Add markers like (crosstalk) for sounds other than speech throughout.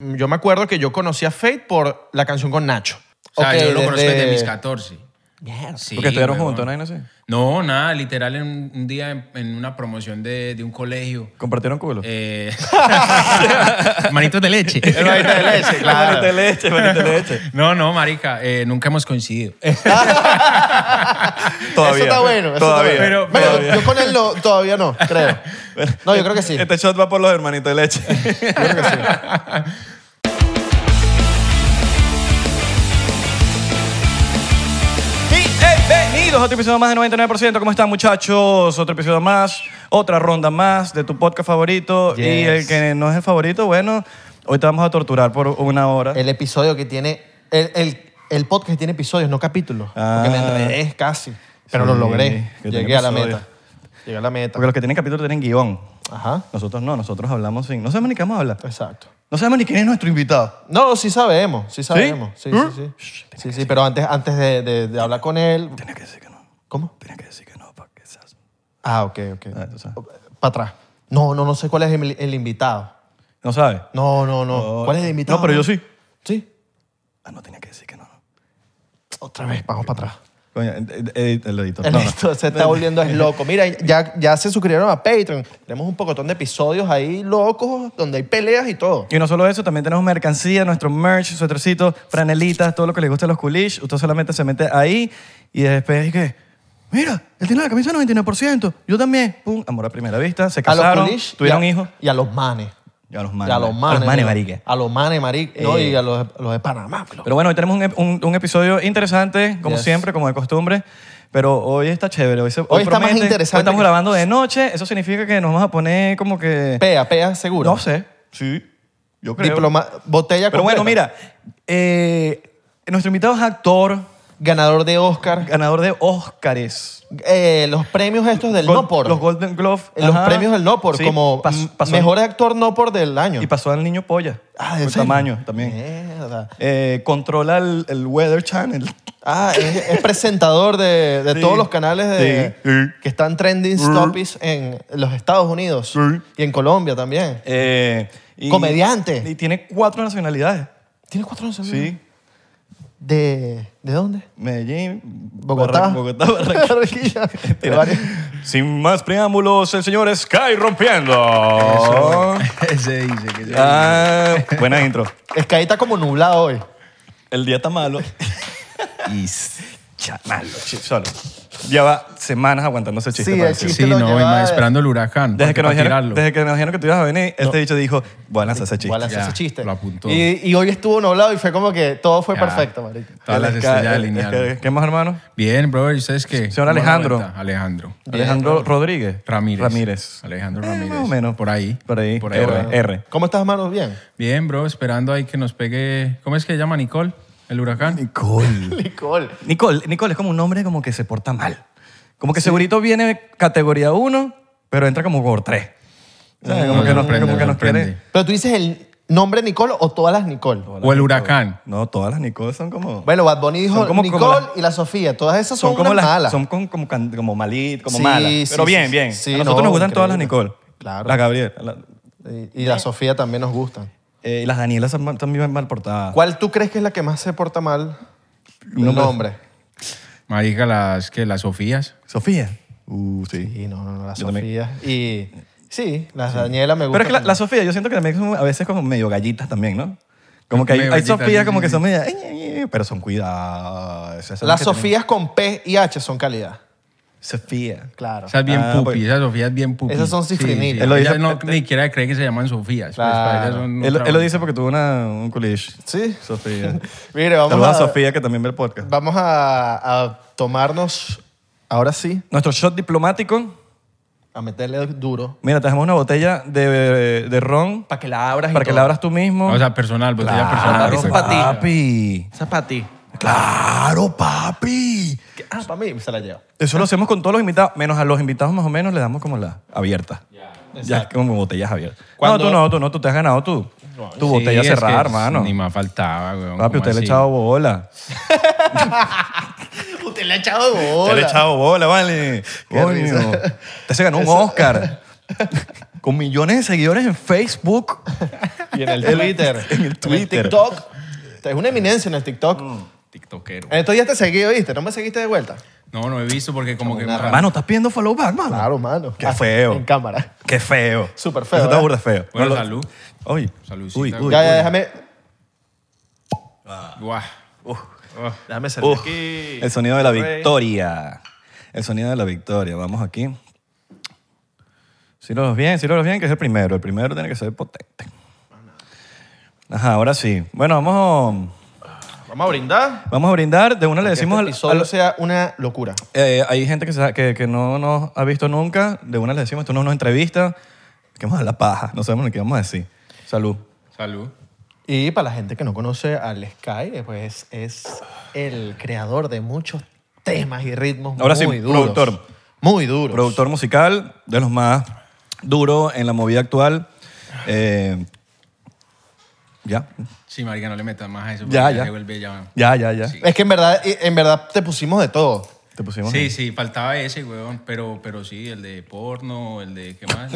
Yo me acuerdo que yo conocí a Fate por la canción con Nacho. O sea, Ok, yo lo conozco desde- desde mis 14. Mierda. Sí, Porque estuvieron huevón. juntos, ¿no? No sé. No, nada, literal, en un- un día en, en una promoción de, de un colegio. Compartieron culo. (laughs) eh, (laughs) Manitos de leche. Hermanita de leche, claro. Manito de leche, manito de leche. No, no, marica, eh, nunca hemos (laughs) coincidido. (laughs) Eso Todavía. está bueno. eso Todavía. está bueno. Pero- Bueno, todavía. yo con él no, todavía no, creo. No, yo creo que sí. Este shot va por los hermanitos de (laughs) leche. eh, Bienvenidos a otro episodio más de 99%. ¿Cómo están, muchachos? Otro episodio más, otra ronda más de tu podcast favorito. Y Yes. el que no es el favorito, bueno, hoy te vamos a torturar por una hora. (laughs) El episodio que tiene. El, el, el podcast que tiene episodios, no capítulos. Ah. Porque me enredé casi. Pero lo Sí, logré. que tiene Llegué a la episodios. meta. Llegué a la meta. Porque los que tienen capítulo tienen guión. Ajá. Nosotros no, nosotros hablamos sin. No sabemos ni qué vamos a hablar. Exacto. No sabemos ni quién es nuestro invitado. No, sí sabemos, sí sabemos. Sí, sí, ¿Mm? sí. Sí, sí, pero antes, antes de, de- de hablar con él. Tienes que decir que no. ¿Cómo? Tienes que decir que no, para que seas. Ah, ok, ok. Ah, tú sabes. Para atrás. No, no, no sé cuál es el, el invitado. No sabes. No, no, no. No. ¿Cuál es el invitado? No, pero yo sí. Sí. Ah, no tenía que decir que no. Otra vez, vamos para atrás. Coño, ed- ed- ed- el editor. El No, no. esto se está volviendo es loco. Mira, ya, ya se suscribieron a Patreon. Tenemos un pocotón de episodios ahí locos donde hay peleas y todo. Y no solo eso, también tenemos mercancía, nuestro merch, suetercito, franelitas, todo lo que les gusta a los coolish. Usted solamente se mete ahí y después es que, mira, él tiene la camisa 99%, yo también. Pum, amor a primera vista, se a los casaron, coolish tuvieron y a- hijos. Y a los manes. Y a los Y manes. a los manes. ¿no? marica. A los manes, marica. No, Eh. y a los, a los de Panamá. bro. Pero bueno, hoy tenemos un, ep- un- un episodio interesante, como Yes. siempre, como de costumbre. Pero hoy está chévere. Hoy, se- Hoy está más interesante Hoy estamos que- grabando de noche. Eso significa que nos vamos a poner como que... Pea, pea, seguro. No sé. Sí, yo Diploma, botella Pero bueno, completa. mira, eh, nuestro invitado es actor, Ganador de Oscar. ganador de Óscares. eh, los premios estos del Gol- Nopor. Los Golden Glove. Eh, Los ajá. premios del Nopor. Sí, como pas- m- pasó mejor al- actor Nopor del año. Y pasó al niño polla. Ah, ¿en por serio? tamaño también. Mierda. Eh, controla el, el Weather Channel. Ah, es, es presentador de, de Sí. todos los canales de, Sí, sí. que están trending topics en los Estados Unidos Sí. y en Colombia también. Eh, y- Comediante. Y tiene cuatro nacionalidades. ¿Tiene cuatro años? Sí. ¿De, ¿De dónde? Medellín, Bogotá. Barra- Bogotá, Barranquilla. (laughs) Este, Barranquilla. Tiene- Varios. Sin más preámbulos, el señor Sky rompiendo. se dice que se Ah, buena intro. Es que ahí está como nublado hoy. El día (laughs) está malo. dice. Chamalo, chi- solo. Lleva semanas aguantando ese chiste. Sí, parece. el chiste. Sí, lo no, y lleva- más esperando el huracán. Desde que, nos para dijeron, tirarlo. desde que nos dijeron que tú ibas a venir, este dicho dijo, voy a lanzar ese chiste. Igual hace Ya, ese chiste. lo apuntó. Y, y hoy estuvo nublado y fue como que todo fue Ya. perfecto, marico. Todas El las Sky- estrellas el- alinearon. el- ¿Qué más, hermano? Bien, brother, ¿y ustedes qué? Señor ¿Cómo la Alejandro. vuelta? Alejandro. Alejandro Rodríguez. Ramírez. Ramírez. Alejandro Eh, Ramírez. más o menos. Por ahí. Por ahí. Por ahí. R, por ahí. R. ¿Cómo estás, hermano? Bien. Bien, bro, esperando ahí que nos pegue. ¿Cómo es que se llama Nicole? ¿El huracán? Nicole. Nicole. Nicole. Nicole es como un nombre como que se porta mal. Como que segurito viene categoría 1, pero entra como por 3. como no, que nos, sorprende, como que nos sorprende. quiere. Pero tú dices el nombre Nicole o todas las Nicole. ¿O el huracán? No, todas las Nicole son como... Bueno, Bad Bunny dijo Son como- como Nicole la- y la Sofía. Todas esas son, como unas las malas. Son con- como, can- como malitas, como Sí, malas. sí, Pero sí, bien, sí. bien. Sí, a nosotros no, nos gustan todas las increíble. Nicole. Claro. La Gabriela. la- Y, y la Sofía también nos gustan. eh, y las Danielas son mal- también mal portadas. ¿Cuál tú crees que es la que más se porta mal? El Nombre. nombre. Marica, las que las Sofías. Sofía. Uh, sí. Y no, no, no, la Yo también. Sofía. Y sí, la Daniela me gusta. Pero es que la, la también. Sofía, yo siento que también son a veces como medio gallitas también, ¿no? Como que hay, Medio hay gallitas, Sofías sí, como sí, que sí. son medio... eh, eh, Pero son cuidadas. Esas son Las que Sofías con P y H son calidad. tienen- Sofía. Claro. Esas bien Ah, pupi, pues. esas Sofías bien pupi. Esas son cifrinitas. Él lo Ellas dice- no, ni siquiera creen que se llaman Sofías. pues, Claro. para ellas son Él, otra él lo vaina. dice porque tuvo una, un coolish. Sí. Sofía. (laughs) Mire, vamos Saludos a, a Sofía que también ve el podcast. vamos a, a tomarnos, ahora sí, Nuestro shot diplomático. a meterle duro. Mira, te dejamos una botella de, de ron Para que la abras para que la abras tú mismo. O sea, personal, botella claro, personal. pues. pa' ti. papi. Esa es para ti. Claro, papi. Ah, para mí se la lleva. Eso lo hacemos con todos los invitados, menos a los invitados más o menos le damos como la abierta. Ya, es Exacto. como botellas abiertas. Cuando- No, tú no, tú no, tú te has ganado tú. tu Sí, botella es cerrada, que hermano. Ni más faltaba, weón. Papi, ¿cómo usted le ha así? echado bola. Usted le ha echado de Usted le ha bola. echado bola, vale. Coño. risa. Usted se ganó un Oscar. con millones de seguidores en Facebook. Y en el Twitter. (laughs) en el Twitter. Mm. TikTok. Es una eminencia en el TikTok. TikTokero. En estos días te seguí, ¿oíste? ¿No me seguiste de vuelta? No, no he visto porque como que... Una me- rama. Mano, ¿estás pidiendo follow back, mano? Claro, mano. Qué Ah, feo. En cámara. Qué feo. Súper feo, Eso está ¿eh? burda feo. Bueno, No lo- salud. Uy. Saludcita. Uy, uy. ya, ya, uy. déjame. Guau. Uf. Déjame salir Uf, aquí. el sonido de la Rey. victoria. El sonido de la victoria. Vamos aquí. Si lo ves bien, si lo ves bien, que es el primero. El primero tiene que ser potente. Ajá, ahora sí. Bueno, vamos, Vamos a brindar. vamos a brindar. De una le Que decimos este al- episodio al- sea una locura. eh, hay gente que, se- que, que no nos ha visto nunca. De una le decimos, esto no es una entrevista. Que vamos a la paja. No sabemos ni qué vamos a decir. Salud. Salud. Y para la gente que no conoce al Sky, eh, pues es el creador de muchos temas y ritmos Ahora sí, muy duros. productor. Muy duros. Productor musical, de los más duros en la movida actual. Eh, ya. Sí, marica, no le metas más a eso. Ya, porque ya. Se vuelve ya. Ya, ya, ya. Sí. Es que en verdad, en verdad te pusimos de todo. Te pusimos. Sí, sí, faltaba ese, weón. Pero, pero sí, el de porno, el de... (laughs) ¿Qué más?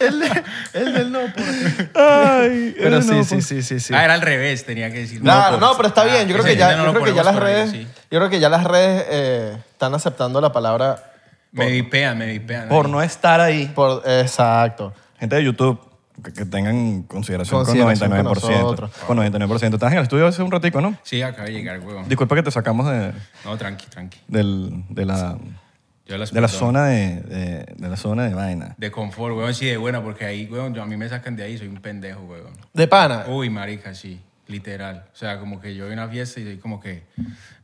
El, del no, pues. Ay, (laughs) pues. Pero sí, sí, sí, sí, sí. Ah, era al revés, tenía que decir. Claro, no, pero está Ah, bien. Yo creo ese que ya, no yo lo creo que ya ponemos las por ahí, redes, sí. yo creo que ya las redes eh, están aceptando la palabra Me vipean, me vipean. Por no estar ahí. por exacto. Gente de YouTube, que, que tengan consideración, Consideración con con 99%. nosotros. Con, 99%. Estás en el estudio hace un ratico, ¿no? Sí, acaba de llegar, weón. Disculpa que te sacamos de, No, tranqui, tranqui. del- de la, Yo las de la perdono. zona de, de, de la zona de vaina. De confort, weón, sí, de buena, porque ahí, weón, yo- a mí me sacan de ahí, soy un pendejo, weón. De pana. Uy, marica, sí, literal. O sea, como que yo voy a una fiesta y soy como que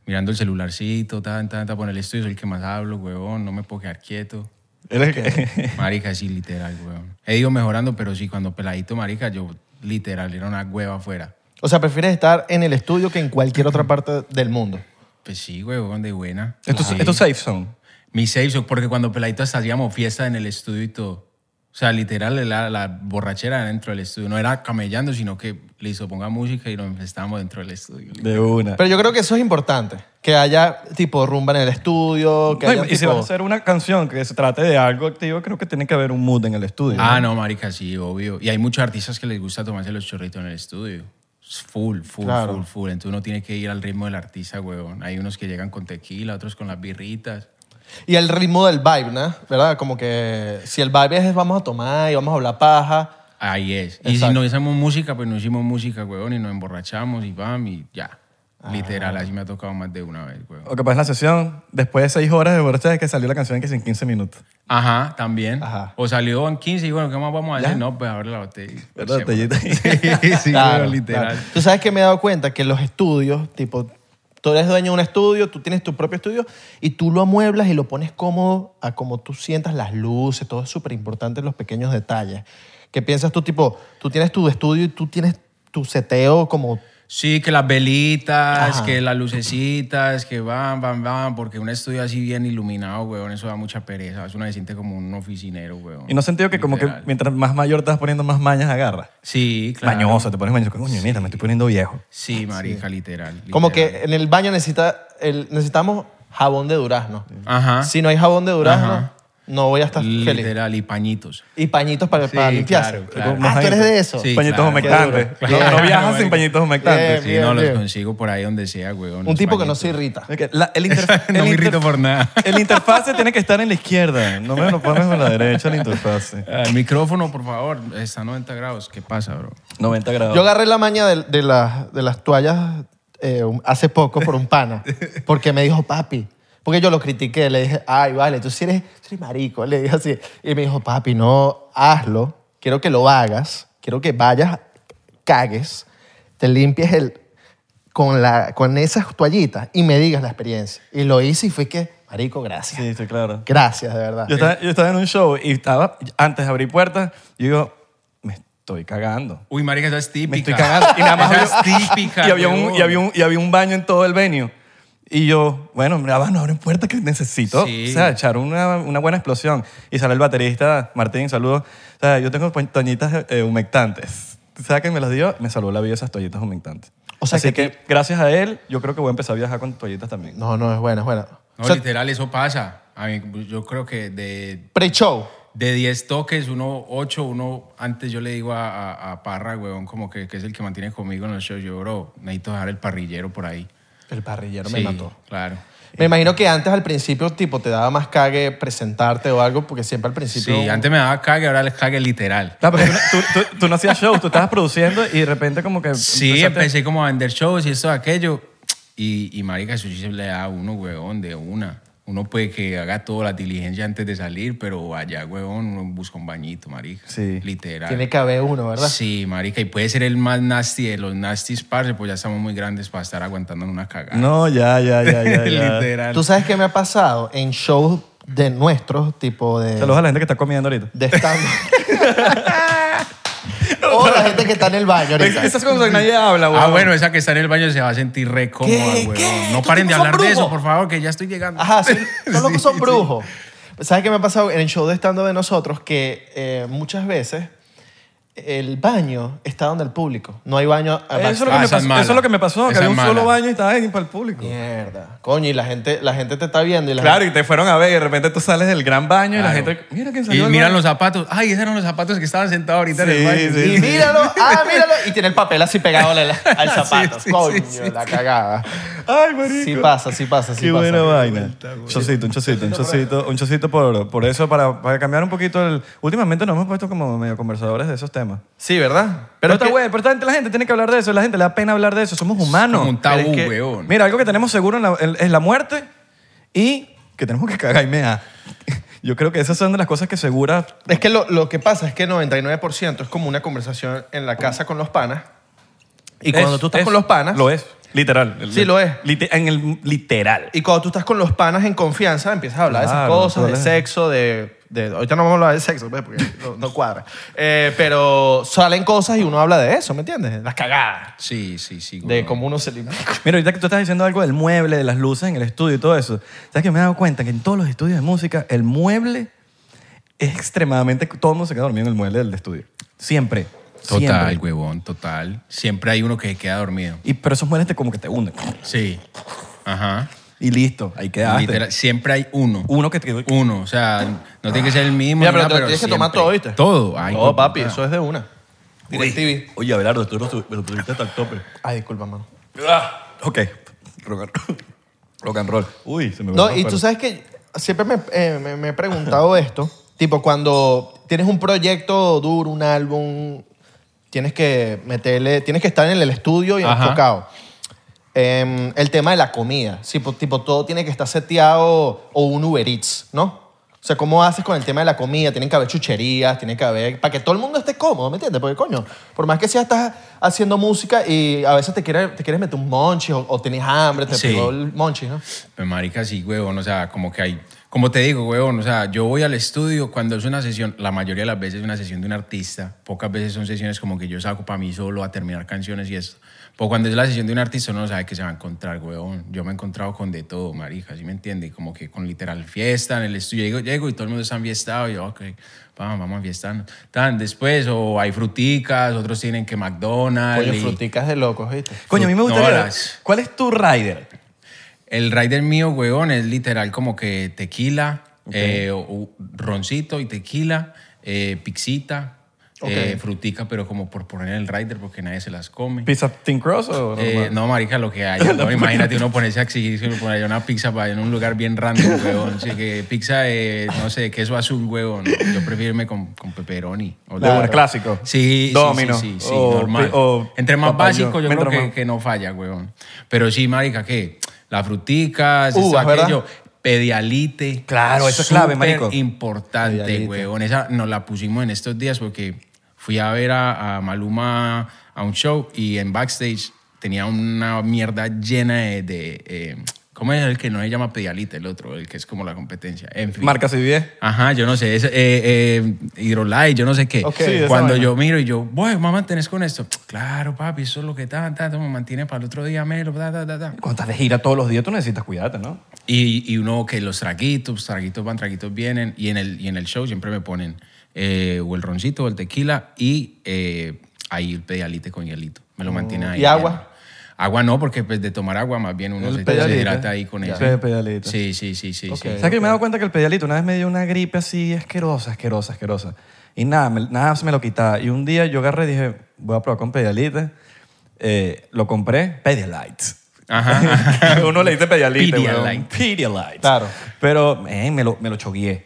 mirando el celularcito, tan, tan, tan, por el estudio, soy el que más hablo, weón, no me puedo quedar quieto. Él es que- Marica, sí, literal, weón. He ido mejorando, pero sí, cuando peladito, marica, yo literal era una hueva afuera. O sea, prefieres estar en el estudio que en cualquier otra parte del mundo. Pues sí, weón, de buena. (laughs) Esto, es- Sí. esto es safe zone. Mi safe zone, porque cuando peladito hasta hacíamos fiesta en el estudio y todo. O sea, literal, la, la borrachera era dentro del estudio. No era camellando, sino que le hizo ponga música y nos estábamos dentro del estudio. De una. Pero yo creo que eso es importante. Que haya tipo rumba en el estudio, que No, y- haya y si tipo- vas a hacer una canción que se trate de algo activo, creo que tiene que haber un mood en el estudio. Ah, no, marica, sí, obvio. Y hay muchos artistas que les gusta tomarse los chorritos en el estudio. Es Full, full, Claro. full, full. Entonces uno tiene que ir al ritmo del artista, weón. Hay unos que llegan con tequila, otros con las birritas. Y el ritmo del vibe, ¿no? ¿Verdad? Como que si el vibe es vamos a tomar y vamos a hablar paja. Ahí es. Y si Exacto. no hicimos música, pues no hicimos música, weón, y nos emborrachamos y bam, y ya. Ah. Literal, así me ha tocado más de una vez, weón. O capaz en la sesión, después de seis horas de borracha, es que salió la canción que es en 15 minutos. Ajá, también. Ajá. O salió en 15 y bueno, ¿qué más vamos a hacer? No, pues abre la botella. ¿Verdad? (laughs) Botellita. Sí, (laughs) sí, Claro, weón, literal. claro. Tú sabes que me he dado cuenta que los estudios, tipo, tú eres dueño de un estudio, tú tienes tu propio estudio y tú lo amueblas y lo pones cómodo a como tú sientas las luces, todo es súper importante, los pequeños detalles. ¿Qué piensas tú, tipo, tú tienes tu estudio y tú tienes tu seteo como... Sí, que las velitas, Ajá. que las lucecitas, que van, van, van, porque un estudio así bien iluminado, weón, eso da mucha pereza. Uno se siente como un oficinero, weón. Y no has sentido que como que Literal. mientras más mayor te vas poniendo más mañas agarras. Sí, claro. Mañoso, te pones mañoso. Coño, mira, me estoy poniendo viejo. Sí, marica, literal, Como literal. que en el baño necesita, el- necesitamos jabón de durazno. Ajá. Si no hay jabón de durazno, Ajá. no voy a estar feliz. Literal, y pañitos. Y pañitos para, Sí, para limpiarse. claro, claro. Ah, tú eres de eso. Sí, pañitos claro. humectantes. Qué duro. No, no Claro, viajas marico. sin pañitos humectantes. Sí, Bien, no, bien. los consigo por ahí donde sea, weón. Un los tipo que no pañitos. se irrita. Ok, la- el interfaz- (laughs) (laughs) No el me interf- irrito por nada. (laughs) El interfase tiene que estar en la izquierda. No me lo pones en la derecha el interfase. Ah, El micrófono, por favor, está a 90 grados. ¿Qué pasa, bro? 90 grados. Yo agarré la maña de, de las, de las toallas eh, un- hace poco por un (laughs) pana, porque me dijo, papi, porque yo lo critiqué, le dije, ay, vale, tú sí eres, tú eres marico, le dije así. Y me dijo, papi, no, hazlo, quiero que lo hagas, quiero que vayas, cagues, te limpies el, con, la, con esas toallitas y me digas la experiencia. Y lo hice y fue que, marico, gracias. Sí, estoy claro. Gracias, de verdad. Yo estaba, yo estaba en un show y estaba, antes de abrir puertas, yo digo, me estoy cagando. Uy, marica, esa es típica. Me estoy cagando. Y nada más Esa había- es típica, Y había, un, huevón. y, había un, y había un baño en todo el venue. Y yo, bueno, mira, van, no abren puerta que necesito. Sí. O sea, echar una, una buena explosión. Y sale el baterista, Martín, saludos. O sea, yo tengo po- toallitas eh, humectantes. ¿Sabes quién me las dio? Me salvó la vida esas toallitas humectantes. O sea, Así que que, gracias a él, yo creo que voy a empezar a viajar con toallitas también. No, no, es buena, es buena. No, O sea, literal, eso pasa. A mí, yo creo pues, que de pre-show. de 10 toques, uno 8, uno antes yo le digo a, a- a Parra, weón, como que, que es el que mantiene conmigo en los shows, yo, bro, necesito dejar el parrillero por ahí. El parrillero Sí, Claro. Me imagino que antes al principio tipo te daba más cague presentarte o algo porque siempre al Sí, principio antes me daba cague, ahora les cague literal. Claro, porque tú, no- tú- tú- tú no hacías shows, tú estabas produciendo y de repente como que... Sí, empezaste- empecé como a vender shows y esto, aquello. Y, y marica, eso sí se le da a uno, weón, de una. Uno puede que haga toda la diligencia antes de salir, pero allá, weón, uno busca un bañito, marica. Sí. Literal. tiene que haber uno, ¿verdad? Sí, marica, y puede ser el más nasty de los nasties, parce, pues ya estamos muy grandes para estar aguantando una cagada. No, ya, ya, (laughs) ya, ya. ya. Literal. ¿Tú sabes qué me ha pasado en shows de nuestros tipo de Saludos a la gente que está comiendo ahorita. de stand o la gente que está en el baño ahorita. Esas cosas que nadie habla, güey. Ah, bueno, esa que está en el baño se va a sentir re cómoda, ¿Qué? weón. ¿Qué? No ¿Estos paren de tipos son hablar de eso, brujos? por favor, que ya estoy llegando. Ajá, sí, son locos, son brujos. ¿Sabes qué me ha pasado en el show de stand de nosotros? Que eh, muchas veces el baño está donde el público. No hay baño a Eso es, lo que Ah, esa me es pasó, mala. eso es lo que me pasó, que Esa había es un solo mala. baño y estaba ahí para el público. Mierda. Coño, y la gente, la gente te está viendo y la Claro, y te fueron a ver y de repente tú sales del gran baño y la Claro. gente... Mira quién Y salió. del miran baño". los zapatos. Ay, esos eran los zapatos que estaban sentados ahorita en Sí, el baño. sí, gente... Y míralo, ah, míralo. Y tiene el papel así pegado (laughs) al, al zapato. Sí, sí, Coño, sí, sí, la cagada. Ay, marico. Sí pasa, sí pasa, sí Qué pasa. buena vaina. Chocito, un chocito, un chocito, un chocito por, por eso, para, para cambiar un poquito el... Últimamente nos hemos puesto como medio conversadores de esos temas. Sí, ¿verdad? Pero, Pero está que- güey, pero esta gente- la gente tiene que hablar de eso, la gente le da pena hablar de eso, somos humanos. como un tabú, Pero es que- weón. Mira, algo que tenemos seguro en la- en- es la muerte y que tenemos que cagar y mear. (laughs) Yo creo que esas son de las cosas que seguras... Es que lo, lo que pasa es que 99% es como una conversación en la casa con los panas. Y cuando Es- tú estás es- con los panas... Lo es, literal. El- Sí, lo es. lite- en el literal. Y cuando tú estás con los panas en confianza, empiezas a hablar de Claro, esas cosas, de hablas- sexo, de, de- Ahorita no vamos a hablar de sexo, pues, porque no, no cuadra. Eh, pero salen cosas y uno habla de eso, ¿me entiendes? Las cagadas. Sí, sí, sí. De weón. cómo uno se limpia. Mira, ahorita que tú estás diciendo algo del mueble, de las luces en el estudio y todo eso, ¿sabes que me he dado cuenta que en todos los estudios de música el mueble es extremadamente... Todo el mundo se queda dormido en el mueble del estudio. Siempre. Total, Siempre. huevón, total. Siempre hay uno que se queda dormido. Y, pero esos muebles te, como que te hunden. Sí. Ajá. Y listo, ahí quedaste. Literal, siempre hay uno. Uno que te... Uno, o sea, no tiene que ser el mismo. Mira, ni pero nada, te lo tienes que tomar siempre. todo, ¿viste? Todo. Ay, no, huevón, papi, ah. eso es de una. DirecTV. Oye, Abelardo, tú lo tuviste hasta el tope. Ay, disculpa, mano. Ok. Rock and roll. Rock and roll. Uy, se me No, fue el y tú pelo. sabes que siempre me, eh, me- me he (laughs) preguntado esto. Tipo, cuando tienes un proyecto duro, un álbum, tienes que meterle, tienes que estar en el estudio y Ajá. enfocado. Em, el tema de la comida. Sí, po- tipo, todo tiene que estar seteado o un Uber Eats, ¿no? O sea, ¿cómo haces con el tema de la comida? Tienen que haber chucherías, tienen que haber... Para que todo el mundo esté cómodo, ¿me entiendes? Porque, coño, por más que sea, estás haciendo música y a veces te quieres, te quieres meter un monchis o, o tienes hambre, te Sí. pegó el monchis, ¿no? Pues, marica, sí, huevón, o sea, como que hay... Como te digo, huevón, o sea, yo voy al estudio cuando es una sesión, la mayoría de las veces es una sesión de un artista, pocas veces son sesiones como que yo saco para mí solo a terminar canciones y eso. Pues cuando es la sesión de un artista uno sabe que se va a encontrar, huevón. Yo me he encontrado con de todo, marica, ¿sí me entiende? Como que con literal fiesta en el estudio. Llego, llego y todo el mundo está enfiestado y yo, ok, vamos, vamos a fiestar. Tan, después, o hay fruticas, otros tienen que McDonald's. Coño, y- fruticas de locos, ¿viste? Coño, a mí me gustaría... No, ver, las- ¿Cuál es tu rider? El rider mío, huevón, es literal como que tequila, eh, o- o roncito y tequila, eh, pixita, eh, frutica, pero como por poner el rider porque nadie se las come. ¿Pizza Thin Cross o...? Eh, normal? no, marica, lo que hay. (laughs) ¿no? Imagínate uno ponerse a exigir si uno pone una pizza para en un lugar bien random, huevón. Así que pizza de, no sé, queso azul, huevón. Yo prefiero irme con, con pepperoni. o De una, algo. clásico. Sí, sí, Domino, sí, sí, sí, o normal. pi- o Entre más papayón. básico, yo Mientras creo que, más- que no falla, huevón. Pero sí, marica, ¿qué? Las fruticas, Uvas, esto, ¿verdad? aquello. Pedialite. Uh, Claro, eso es clave, marico. importante, Pedialite. huevón. Esa nos la pusimos en estos días porque fui a ver a, a Maluma a un show y en backstage tenía una mierda llena de... de, eh, ¿Cómo es el que no se llama Pedialite? El otro, el que es como la competencia. En fin. Marca CBS. Ajá, yo no sé, es, eh, eh, Hydrolite, yo no sé qué. Ok. Sí, esa Cuando vaina. yo miro y yo, voy, mamá, mantenés con esto? Claro, papi, eso es lo que está, ta, ta, me mantiene para el otro día, melo, ta, ta, ta, ta. Cuando estás de gira todos los días, tú necesitas cuidarte, ¿no? Y, y uno que los traguitos, traguitos van, traguitos vienen, y en el, y en el show siempre me ponen eh, o el Oh, roncito o el tequila y eh, ahí el pedialite con hielito. Me lo mantiene ahí. ¿Y agua? Agua no, porque pues de tomar agua más bien uno El se, pedalito. se hidrata ahí con Ya. eso. El pedalito. Sí, sí, sí, sí. sí. ¿Sabes que me he dado cuenta que el pedialito una vez me dio una gripe así asquerosa, asquerosa, asquerosa? Y nada, me- nada se me lo quitaba. Y un día yo agarré y dije, voy a probar con pedialite. Eh, lo compré, Pedialite. (laughs) Ajá. (laughs) Uno le dice Pedialite, weón. Pedialite. Pedialite. Claro. Pero, men, me lo, me lo chogué.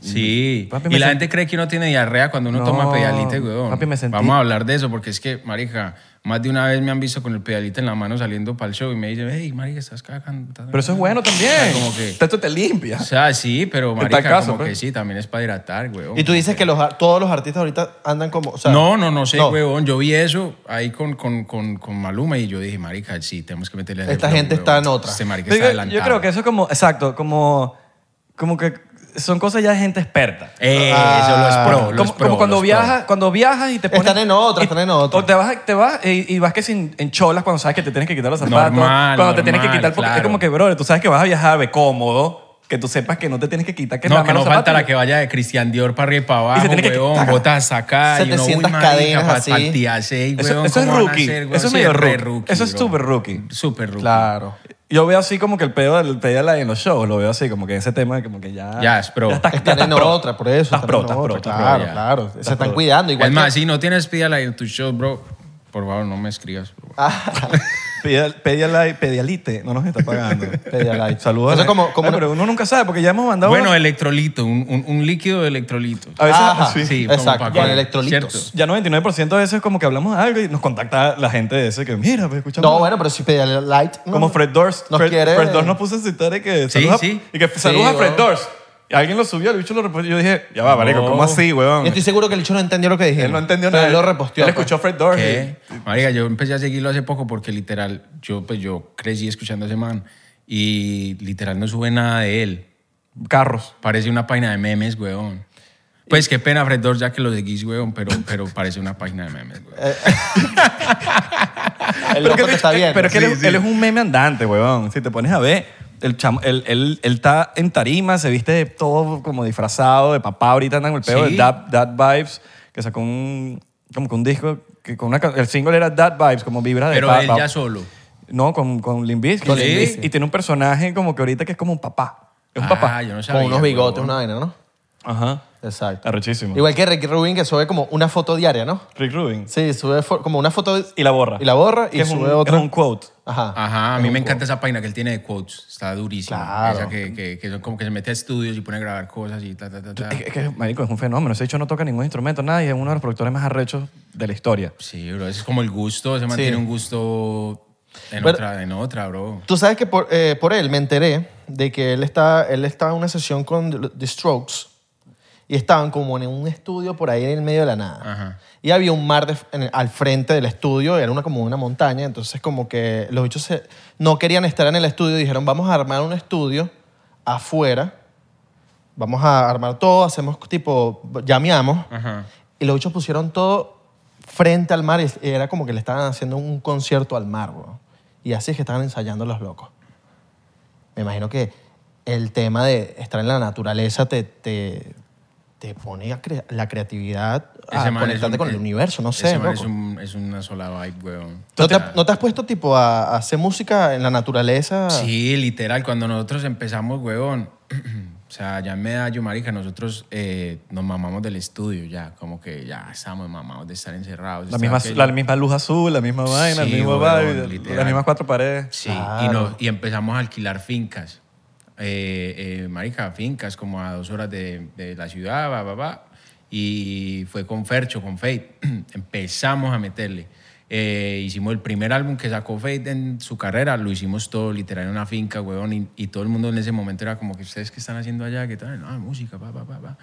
Sí. Papi, me y la sen- gente cree que uno tiene diarrea cuando uno No, toma pedalite, weón. papi, me sentí- Vamos a hablar de eso, porque es que, marica, más de una vez me han visto con el pedalite en la mano saliendo para el show y me dicen, hey, marica, estás cagando. estás- Pero eso es bueno también. Ah, Como que- Esto te limpia. O sea, sí, pero, tal marica, caso, como pues. que sí, también es para hidratar, weón. Y tú dices que los, ar- todos los artistas ahorita andan como... o sea, no, no, no sé, no. huevón. Yo vi eso ahí con, con, con, con Maluma y yo dije, marica, sí, tenemos que meterle... Esta huevón, gente huevón. está en otra. Este marica Pero está yo- adelantado. yo creo que eso es como, exacto, como, como que son cosas ya de gente experta. Eh, Eso, los Ah. pro, los como, pro, como cuando los pro. viajas, cuando viajas y te pones... Están en otra, y- están en otra. O te vas, te vas eh, y, y vas que sin, en cholas cuando sabes que te tienes que quitar los zapatos. Normal, cuando te tienes que normal, quitar... Porque es claro. como que, brother, tú sabes que vas a viajar ve cómodo, que tú sepas que no te tienes que quitar que no, nada que más no los falta zapatos. la que vaya de Cristian Dior para arriba y para Y se abajo, tiene que- weón, taca. botas acá y uno, uy, 700 marica, cadenas pa- así. paltearse, y, Eso, weón, eso es ¿cómo van a rookie. hacer, weón? eso es Sí, medio re rookie. Eso es bro. super rookie. Super rookie. Claro. Yo veo así como que el pedo del pedal en los shows, lo veo así como que ese tema como que ya... Ya es pro. Ya estás, ya Están estás en pro. otra, por eso. Estás están pro, en estás otra, pro, estás pro, Claro, ya. claro. Se están pro. cuidando. Igual Es que- (laughs) más, si no tienes pídala en tu show, bro, por favor, no me escribas, bro. Pedial- Pedialite, Pedialite no nos (laughs) está pagando. Pedialite. Saludos. Eso es como- como Ay, una- pero uno nunca sabe porque ya hemos mandado. Bueno, electrolito, un, un- un líquido de electrolito. a veces Ajá, sí. Sí, como Ah. exacto, pa' con que- electrolitos. ¿cierto? ya 99% de veces como que hablamos de algo y nos contacta la gente de ese que mira, pues escuchamos. No, bueno, pero si pedían light. no. Como Fred Durst. Nos Fred, quiere- Fred Durst nos puso a citar y que Sí, saludos, a- sí. y que saludos Sí, a Fred weón. Durst. Y alguien lo subió, el bicho lo reposteó. Yo dije, ya va, marico, ¿cómo así, Y weón? estoy seguro que el chico no entendió lo que dije. Él no entendió pero nada. Él lo reposteó. Él pues. escuchó a Fred Durst. ¿Qué? Marica, yo empecé a seguirlo hace poco porque literal, yo, pues, yo crecí escuchando a ese man y literal no sube nada de él. y Carros. Parece una página de memes, weón. Pues qué pena, Fred Durst, ya que lo seguís, weón, (laughs) pero, pero parece una página de memes, Eh, weón. El loco te está eh, viendo. pero es que Sí, él, es- sí. él es un meme andante, weón. Si te pones a ver, el chamo, él, él- él está en tarima, se viste de todo como disfrazado de papá. Ahorita andan con el pedo Sí. de That, That Vibes, que sacó un, como que un disco, que con una, ca- el single era That Vibes, como vibra de Pero pa- él pa- ya solo. No, con, con Limp Bizkit. Con Limp Bizkit. Y tiene un personaje como que ahorita que es como un papá. Es un Ah, papá. yo no sabía. Con unos bigotes, huevón. una vaina, ¿no? Ajá. Exacto. Arrechísimo. Igual que Ricky Rubin, que sube como una foto diaria, ¿no? Rick Rubin. Sí, sube fo- como una foto. Y la borra. Y la borra y Que es sube un, otra. Es un quote. Ajá. Ajá, a mí me encanta esa página que él tiene de quotes. Está durísima. Claro. Esa que, que, que son como que se mete a estudios y pone a grabar cosas y ta, ta, ta, ta. Es que- es que, marico, es un fenómeno. Ese hecho no toca ningún instrumento, nada, y es uno de los productores más arrechos de la historia. Sí, bro, ese es como el gusto. Se mantiene un gusto en, Pero- otra, en otra, bro. Tú sabes que por, eh, por él me enteré de que él estaba, él estaba en una sesión con The- The Strokes y estaban como en un estudio por ahí en el medio de la nada. Ajá. Y había un mar de- en el- al frente del estudio, era una, como una montaña, entonces como que los bichos se- no querían estar en el estudio, dijeron vamos a armar un estudio afuera, vamos a armar todo, hacemos tipo, llameamos. Ajá. Y los bichos pusieron todo frente al mar y es- era como que le estaban haciendo un concierto al mar, weón. Y así es que estaban ensayando los locos. Me imagino que el tema de estar en la naturaleza te, te, te pone a cre- la creatividad a Ese man es conectarte un- Ah, con el eh, universo, no sé, Ese man es, loco. un- es una sola vibe, weón. ¿No te, no te has puesto tipo a, a hacer música en la naturaleza? Ah. Sí, literal, cuando nosotros empezamos, weón, (clears throat) o sea, ya me da yo, marica, nosotros eh, nos mamamos del estudio ya, como que ya estábamos mamados de estar encerrados. de La estar misma, aquello. la misma luz azul, la misma vaina, el Sí, mismo huevón, vibe, literal. las mismas cuatro paredes. Sí, Claro. y, nos- y empezamos a alquilar fincas. Eh, eh, marica, fincas como a dos horas de, de la ciudad, va, va, va. Y fue con Fercho, con Fate. (clears throat) Empezamos a meterle. Eh, hicimos el primer álbum que sacó Fate en su carrera, lo hicimos todo literal en una finca, huevón. Y, y todo el mundo en ese momento era como que ustedes qué están haciendo allá, qué tal, no, música, va, va, va, va.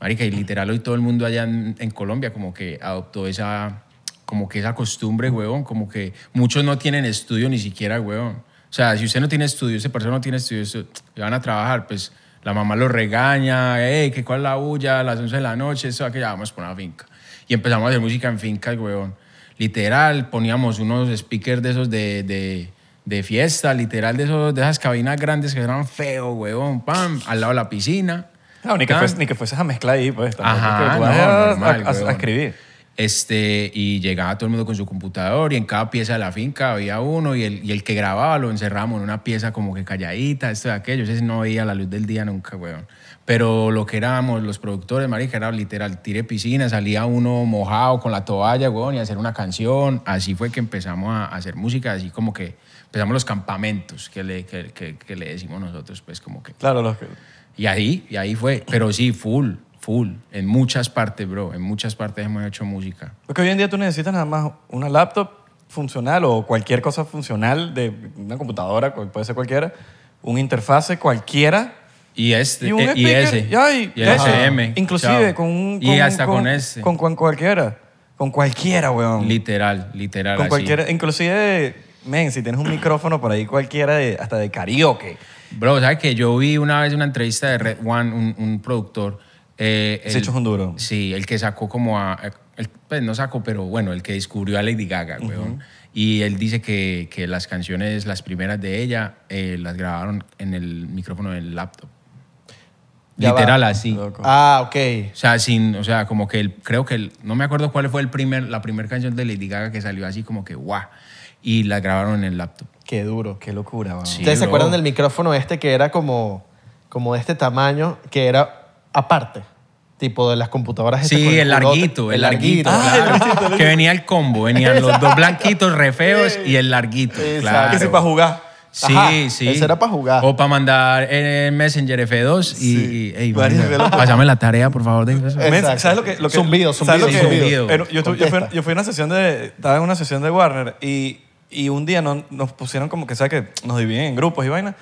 Marica, y literal hoy todo el mundo allá en, en Colombia como que adoptó esa, como que esa costumbre, huevón, como que muchos no tienen estudio ni siquiera, huevón. O sea, si usted no tiene estudio, ese persona no tiene estudio, eso- le van a trabajar, pues la mamá lo regaña, hey, que cuál es la bulla, a las 11 de la noche, eso, aquello, vamos por una finca. Y empezamos a hacer música en fincas, huevón. Literal, poníamos unos speakers de esos de, de, de fiesta, literal, de, esos, de esas cabinas grandes que eran feos, huevón, pam, al lado de la piscina. Claro, ni, que Tan. fues- ni que fueses a mezclar ahí, pues. tampoco es Ajá, que tú vas no, a, normal, a- a- a huevón. escribir. Este, y llegaba todo el mundo con su computador y en cada pieza de la finca había uno y el, y el que grababa lo encerramos en una pieza como que calladita, esto y aquello. Ese sí no veía la luz del día nunca, weón. Pero lo que éramos los productores, marica, era literal, tiré piscina, salía uno mojado con la toalla, weón, y hacer una canción. Así fue que empezamos a hacer música, así como que empezamos los campamentos que le, que, que- que le decimos nosotros, pues como que... Claro, los que- Y ahí, y ahí fue. Pero sí, full, full. En muchas partes, bro. En muchas partes hemos hecho música. Porque hoy en día tú necesitas nada más una laptop funcional o cualquier cosa funcional de una computadora, cual- puede ser cualquiera, un interfase cualquiera Y este, y un eh, y speaker. ese. ya, y- y ya, el SM. Inclusive chao. con un... Y con- hasta con, con ese. Con, con cualquiera. Con cualquiera, weón. literal, literal. con así. cualquiera. Inclusive, men, si tienes un micrófono por ahí cualquiera, de- hasta de karaoke. Bro, ¿sabes que Yo vi una vez una entrevista de Red One, un, un productor. eh, Ese el- hecho es un duro. Sí, el que sacó como a... el- pues no sacó, pero bueno, el que descubrió a Lady Gaga, weón. Y él dice que, que las canciones, las primeras de ella, eh, las grabaron en el micrófono del laptop. Ya va. Literal así. Loco. Ah, ok. O sea, sin, o sea, como que el- creo que el- no me acuerdo cuál fue el primer, la primera canción de Lady Gaga que salió así como que guau. Y la grabaron en el laptop. Qué duro. Qué locura, weón. Sí. ¿Ustedes se bro. acuerdan del micrófono este que era como, como de este tamaño, que era aparte? Tipo de las computadoras. estas Ah, con Sí, el culote. larguito, el larguito. Ah, claro. que venía el combo, venían los dos blanquitos re feos y el larguito. Exacto. Claro. Que si para jugar. Sí, Ajá, sí. ese era pa' jugar. O para mandar en Messenger F2 y, Sí. Eh. y, ey, Varias venga, velas. pásame la tarea, por favor. de- Exacto. Men, ¿Sabes lo que, lo que- Zumbido, ¿sabes lo zumbido, que- zumbido. Pero yo, tu- yo fui, Contesta. yo fui en una sesión de. Estaba en una sesión de Warner y, y un día no- nos pusieron como que, ¿sabes que Nos dividen en grupos y vainas.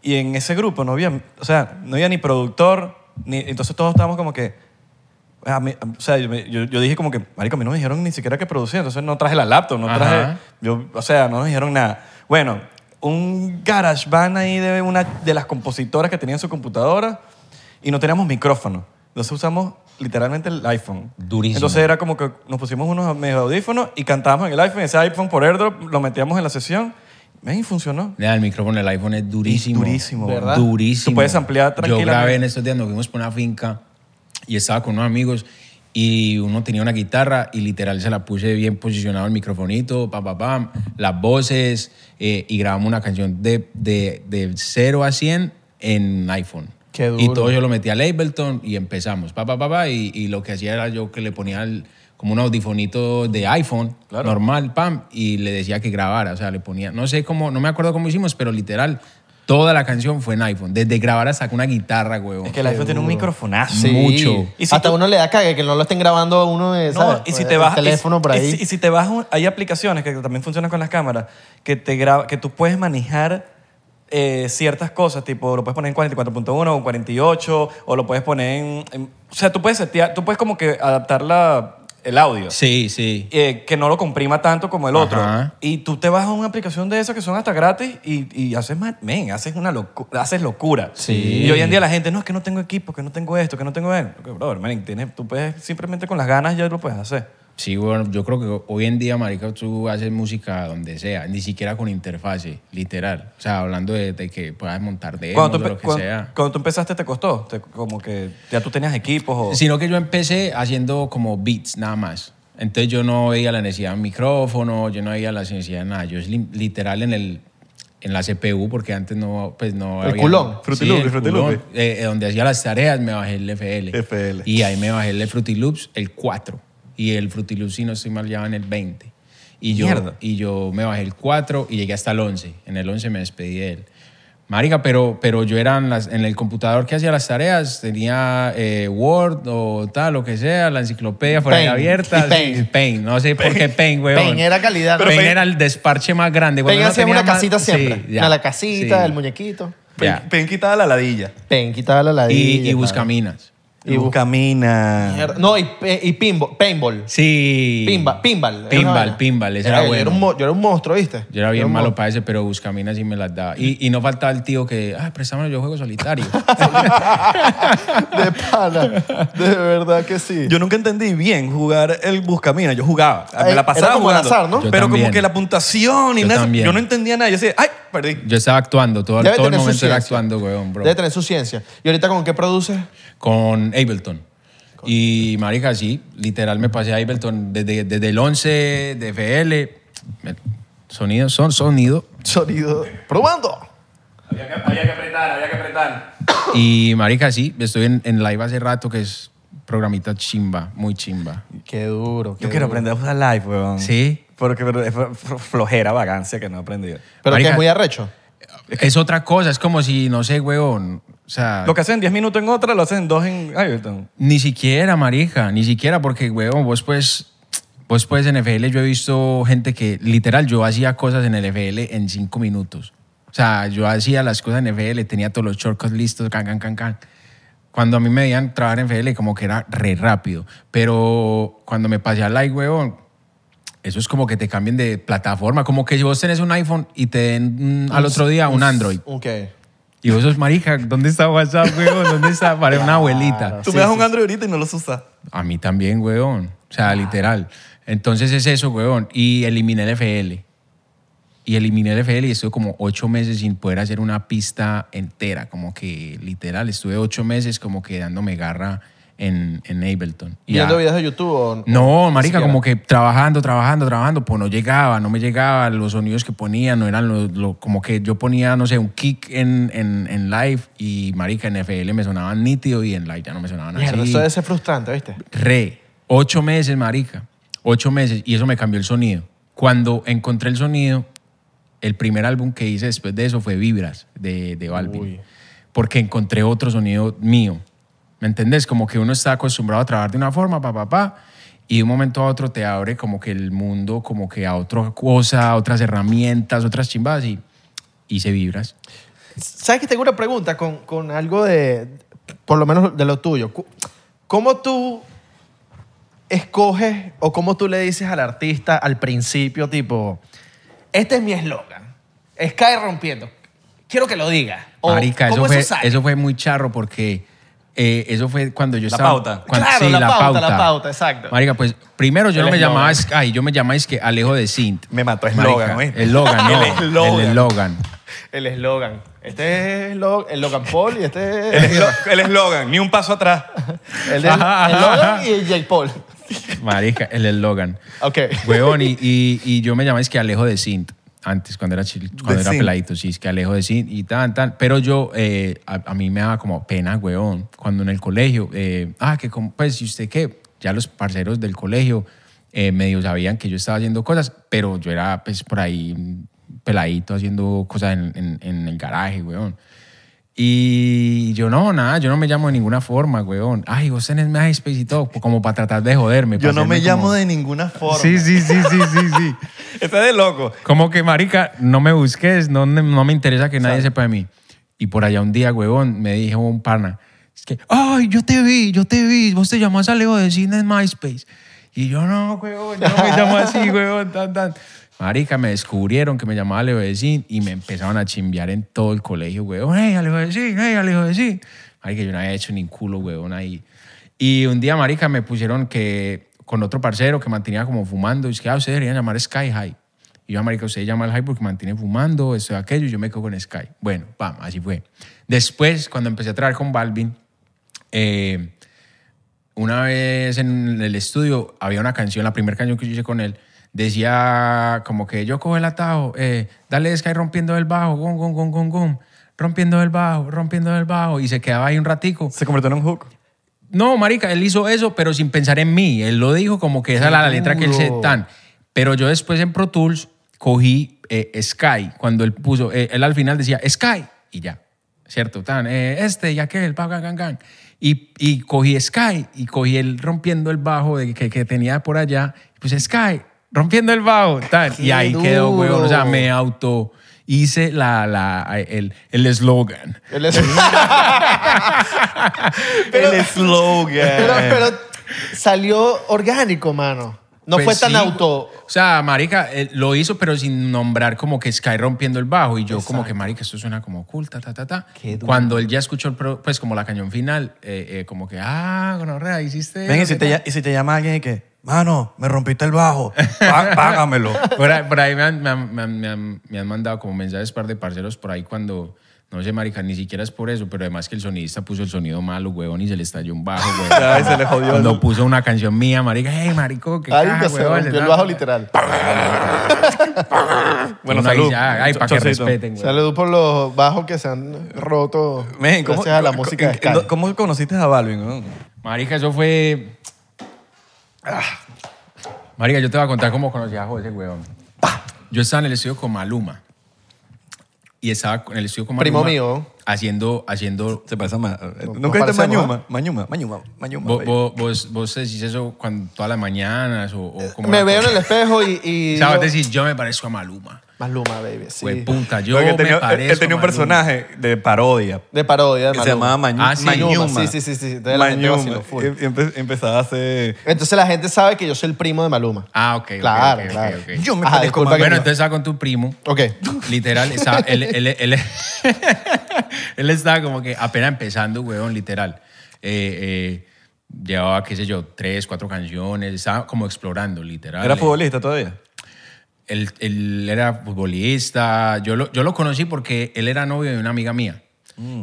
Y en ese grupo no había, o sea, no había ni productor, ni, entonces todos estábamos como que. a mí- o sea, yo, me- yo- yo dije como que, marico, a mí no me dijeron ni siquiera que producía, entonces no traje la laptop, no Ajá. traje. Yo, o sea, no nos dijeron nada. Bueno, un garage van ahí de una de las compositoras que tenían su computadora y no teníamos micrófono. Entonces usamos literalmente el iPhone. Durísimo. Entonces era como que nos pusimos unos medio audífonos y cantábamos en el iPhone. Ese iPhone por airdrop lo metíamos en la sesión. Ven, y funcionó. Nea, el micrófono del iPhone es durísimo. durísimo, ¿verdad? Durísimo. Tú puedes ampliar tranquilamente. Yo grabé en estos días, nos fuimos por una finca y estaba con unos amigos y uno tenía una guitarra y literal se la puse bien posicionado el microfonito, pam, pam, pam, las voces eh, y grabamos una canción de, de, de 0 a 100 en iPhone. Qué duro. Y todo yo lo metí al Ableton y empezamos, pa, pa, pa, pa, y, y lo que hacía era yo que le ponía el- como un audifonito de iPhone, Claro. normal, pam, y le decía que grabara, o sea, le ponía, no sé cómo, no me acuerdo cómo hicimos, pero literal, toda la canción fue en iPhone, desde grabar hasta con una guitarra, huevón. Es que el iPhone tiene un microfonazo. Sí. Mucho. Y si Hasta tú- uno le da cague que no lo estén grabando a uno de No, ¿sabes? y si Por te el vas teléfono por y, ahí. si- y si te vas un- hay aplicaciones que también funcionan con las cámaras que te graba, que tú puedes manejar eh, ciertas cosas, tipo lo puedes poner en 44.1 o 48 o lo puedes poner en, en- o sea, tú puedes setear- tú puedes como que adaptar la- el audio. Sí, sí. eh, que no lo comprima tanto como el otro. Ajá. Y tú te vas a una aplicación de esas que son hasta gratis y, y haces, ma- men, haces, una locu- haces locura. Sí. Y hoy en día la gente, no, es que no tengo equipo, que no tengo esto, que no tengo esto. Ok, brother, men, tienes- tú puedes simplemente con las ganas ya lo puedes hacer. Sí, bueno, yo creo que hoy en día, marica, tú haces música donde sea, ni siquiera con interfase, literal. O sea, hablando de, de que puedas montar demos Cuando tú, o empe- lo que cuan- sea. cuando tú empezaste, ¿te costó? Te- como que ya tú tenías equipos o... Sino que yo empecé haciendo como beats nada más. Entonces yo no veía la necesidad de un micrófono, yo no veía la necesidad de nada. Yo es li- literal en el en la CPU porque antes no pues no El culón, Fruity Sí, Loops, el Fruity culón. Loops. Eh, eh, donde hacía las tareas me bajé el FL. FL. Y ahí me bajé el Fruity Loops el 4 y el Fruity Loops si no estoy mal ya va en el 20. Y yo Mierda. y yo me bajé el 4 y llegué hasta el 11. En el 11 me despedí de él. Marica, pero, pero yo era en, las- en el computador que hacía las tareas, tenía eh, Word o tal, lo que sea, la enciclopedia por ahí Paint. abierta. Y Paint. sí, Paint, no sé por qué Paint, weón. Paint era calidad, ¿no? Paint, Paint- era el desparche más grande. Pen Cuando uno hacía tenía una más- casita siempre. Sí, ya. Una la casita, Sí, el muñequito. ya. Pen, pen quitaba la ladilla. Pen quitaba la ladilla. Y, y Buscaminas. Y Y bus- camina. Mierda. No, y, pe- y pinball. paintball. Sí. Pinball, pinball. era una Pinball, vaina. pinball, ese era, yo bueno. un mo- yo era un monstruo, ¿viste? Yo era bien un malo monstruo. para ese, pero Buscaminas sí me las daba. Y, y no faltaba el tío que, ah, préstamelo, yo juego solitario. (laughs) (laughs) De pana. De verdad que sí. Yo nunca entendí bien jugar el buscamina. Yo jugaba. Me Ay, la Eh, pasaba era como al jugando. azar, ¿no? Yo Pero como también. que la puntuación y Yo nada. también. Yo no entendía nada. Yo decía, ay, perdí. Yo estaba actuando, todo, Debe todo el tener su momento era ciencia. actuando, weón, bro. Debe tener su ciencia. ¿Y ahorita con qué produces? Con Ableton. Y marica, sí, literal me pasé a Ableton desde, desde el 11 de FL. Sonido, son, sonido. Sonido. ¡Probando! Había que, había que apretar, había que apretar. Y marica, sí, estoy en, en live hace rato que es programita chimba, muy chimba. Qué duro. qué Yo quiero duro. aprender a usar live, weón. Sí. Porque pero es fl- flojera, vagancia que no he aprendido. Pero que Marica. es muy arrecho. Es otra cosa, es como si, no sé, huevón, o sea... Lo que hacen 10 minutos en otra, lo hacen 2 en Ayrton. Ni siquiera, marica, ni siquiera, porque, huevón, vos pues, vos pues en FL yo he visto gente que, literal, yo hacía cosas en el FL en cinco minutos. O sea, yo hacía las cosas en FL, tenía todos los shortcuts listos, can, can, can, can. Cuando a mí me veían trabajar en FL, como que era re rápido. Pero cuando me pasé a Live, huevón, eso es como que te cambien de plataforma. Como que si vos tenés un iPhone y te den mm, al otro día un Android. Ok. Y vos sos marica, ¿dónde está WhatsApp, weón? ¿Dónde está? Para una abuelita. Tú me das un Android ahorita y no los usas. A mí también, weón. O sea, literal. Entonces es eso, weón. Y eliminé el FL. Y eliminé el FL y estuve como ocho meses sin poder hacer una pista entera. Como que literal, estuve ocho meses como que dándome garra en, en Ableton. Y ¿Viendo ya- videos de YouTube o no, marica, siquiera. como que trabajando, trabajando, trabajando, pues no llegaba, no me llegaba, los sonidos que ponía no eran lo, lo- como que yo ponía, no sé, un kick en, en, en live y marica, en FL me sonaban nítido y en live ya no me sonaban así. Mierda, eso debe ser frustrante, ¿viste? Re, ocho meses, marica, ocho meses y eso me cambió el sonido. Cuando encontré el sonido, el primer álbum que hice después de eso fue Vibras de, de Balvin. Porque encontré otro sonido mío. ¿Me entendés? Como que uno está acostumbrado a trabajar de una forma, pa, pa, pa. Y de un momento a otro te abre como que el mundo, como que a otra cosa, a otras herramientas, otras chimbadas y hice Vibras. ¿Sabes que tengo una pregunta con, con algo de, por lo menos de lo tuyo? Cu- ¿Cómo tú escoges o cómo tú le dices al artista al principio, tipo, este es mi eslogan, es cae rompiendo, quiero que lo diga? O, Marica, eso ¿cómo fue, sale? eso fue muy charro porque eh, eso fue cuando La yo estaba... pauta. cuan- Claro, sí, la pauta, la pauta, exacto. Marica, pues primero yo El no me eslogan. llamaba Sky, yo me llamaba es que Alejo de Sint. Me mató Marica, eslogan, ¿oíste? El Logan, no. (laughs) El eslogan. El eslogan. El eslogan. Este es lo- el Logan Paul y este El es eslo- (laughs) el eslogan, ni un paso atrás. el, de- el Ajá, ajá, Logan ajá. y el Jake Paul. Marica, el eslogan. Ok. (laughs) Weón, y, y- y yo me llamaba es que Alejo de Sint. Antes, cuando era, chil- cuando era Sint. peladito, sí, es que Alejo de Sint y tan, tan. Pero yo, eh, a, a mí me daba como pena, weón, cuando en el colegio, eh, ah, que como, pues, ¿y usted qué? Ya los parceros del colegio eh, medio sabían que yo estaba haciendo cosas, pero yo era, pues, por ahí mm, peladito haciendo cosas en, en- en el garaje, weón. Y yo no, nada, yo no me llamo de ninguna forma, weón. Ay, vos tenés MySpace y todo, como para tratar de joderme. Yo para no me hacerme llamo como- de ninguna forma. Sí, sí, sí, sí, sí, sí. Está de loco. (laughs) Como que, marica, no me busques, no, no me interesa que nadie sepa de mí. Y por allá un día, huevón, me dijo un pana, es que, ay, yo te vi, yo te vi, vos te llamás Alejo de Cine en MySpace. Y yo, no, huevón, yo no me llamo (laughs) así, huevón, tan, tan. Marica, me descubrieron que me llamaba Alejo de Cine y me empezaron a chimbear en todo el colegio, huevón, hey, Alejo de Cine, hey, Alejo de Cine. Marica, yo no había hecho ni un culo, huevón, ahí. Y un día, marica, me pusieron que con otro parcero que mantenía como fumando, y es que, ah, ustedes deberían llamar Sky High. Y yo, "Ah, marica, usted llama al high porque mantiene fumando, esto y aquello, y yo me quedo con Sky. Bueno, pam, así fue. Después, cuando empecé a trabajar con Balvin, eh, una vez en el estudio había una canción, la primera canción que yo hice con él, decía como que yo cojo el atajo, eh, dale Sky rompiendo el bajo, gom, gom, gom, gom, gom, rompiendo el bajo, rompiendo el bajo, y se quedaba ahí un ratico. Se convirtió en un hook. No, marica, él hizo eso, pero sin pensar en mí. Él lo dijo como que esa era la letra que él se duro. tan. Pero yo después en Pro Tools cogí eh, Sky. Cuando él puso, eh, él al final decía Sky y ya. ¿Cierto? Tan, eh, este y aquel, pa, gan, gan, gan. Y, y cogí Sky y cogí él rompiendo el bajo de, que, que tenía por allá. Y puse Sky rompiendo el bajo. Tan. Y ahí quedó, duro. weón. O sea, me auto hice la, la, el el eslogan. (laughs) El eslogan. Pero- el slogan. Pero, pero salió orgánico, mano. No Pues fue tan sí. auto. O sea, marica, él lo hizo, pero sin nombrar como que Sky rompiendo el bajo. Y yo como que, marica, esto suena como cool, ta, ta, ta, ta. Qué duro. Cuando él ya escuchó, el pro- pues, como la cañón final, eh, eh, como que, ah, gonorrea, hiciste... Ven, y eso, si, ¿qué te, tal?". ll- y si te llama alguien y que, mano, me rompiste el bajo, pá- págamelo. Por ahí, por ahí me, han, me han- me han- me han- me han mandado como mensajes par de parceros por ahí cuando, No sé, marica, ni siquiera es por eso, pero además que el sonidista puso el sonido malo, huevón, y se le estalló un bajo, (laughs) huevón. Ay, se le jodió el- Cuando puso una canción mía, marica, hey, marico, qué Ahí caja, que se huevón, rompió el ¿no? bajo literal. Bueno, Uno ahí salud. ya, ay, para que Chocito. respeten, huevón. Salud por los bajos que se han roto Men, ¿cómo, gracias a la música de Sky. ¿Cómo conociste a Balvin? weón? Marica, eso fue. Ah. Marica, yo te voy a contar cómo conocí a José, huevón. Yo estaba en el estudio con Maluma. Y estaba en el estudio con Primo Maluma. mío. Haciendo, haciendo. Se pasa más. eh, Nos ¿Nunca viste parecemos, Mañuma? Mañuma, Mañuma, Mañuma. Vos, baby. vos, vos, vos decís eso cuando, todas las mañanas o, o como. Eh, Me veo en el espejo y. y Sabes digo, decir, yo me parezco a Maluma. Maluma, baby. Sí. Fue puta, yo Porque me él eh, tenía, él- parezco él tenía a un Maluma. personaje de parodia. De parodia de Que se llamaba Maluma. Mañuma. Ah, sí. Mañuma, sí, sí, sí, sí. Entonces la gente Mañuma. vaciló full. Y- y empe- empezaba a hacer... Entonces la gente sabe que yo soy el primo de Maluma. Ah, ok. ok, Claro, ok, ok, claro. ok. Yo me Ajá, parezco disculpa más- que- Bueno, entonces estaba con tu primo. Ok. Literal, estaba- él, él- él- (laughs) él estaba como que apenas empezando, weón, literal. Eh, eh, llevaba, qué sé yo, tres, cuatro canciones, estaba como explorando, literal. Eh, ¿Era futbolista todavía? Él, él era futbolista, yo lo, yo lo conocí porque él era novio de una amiga mía.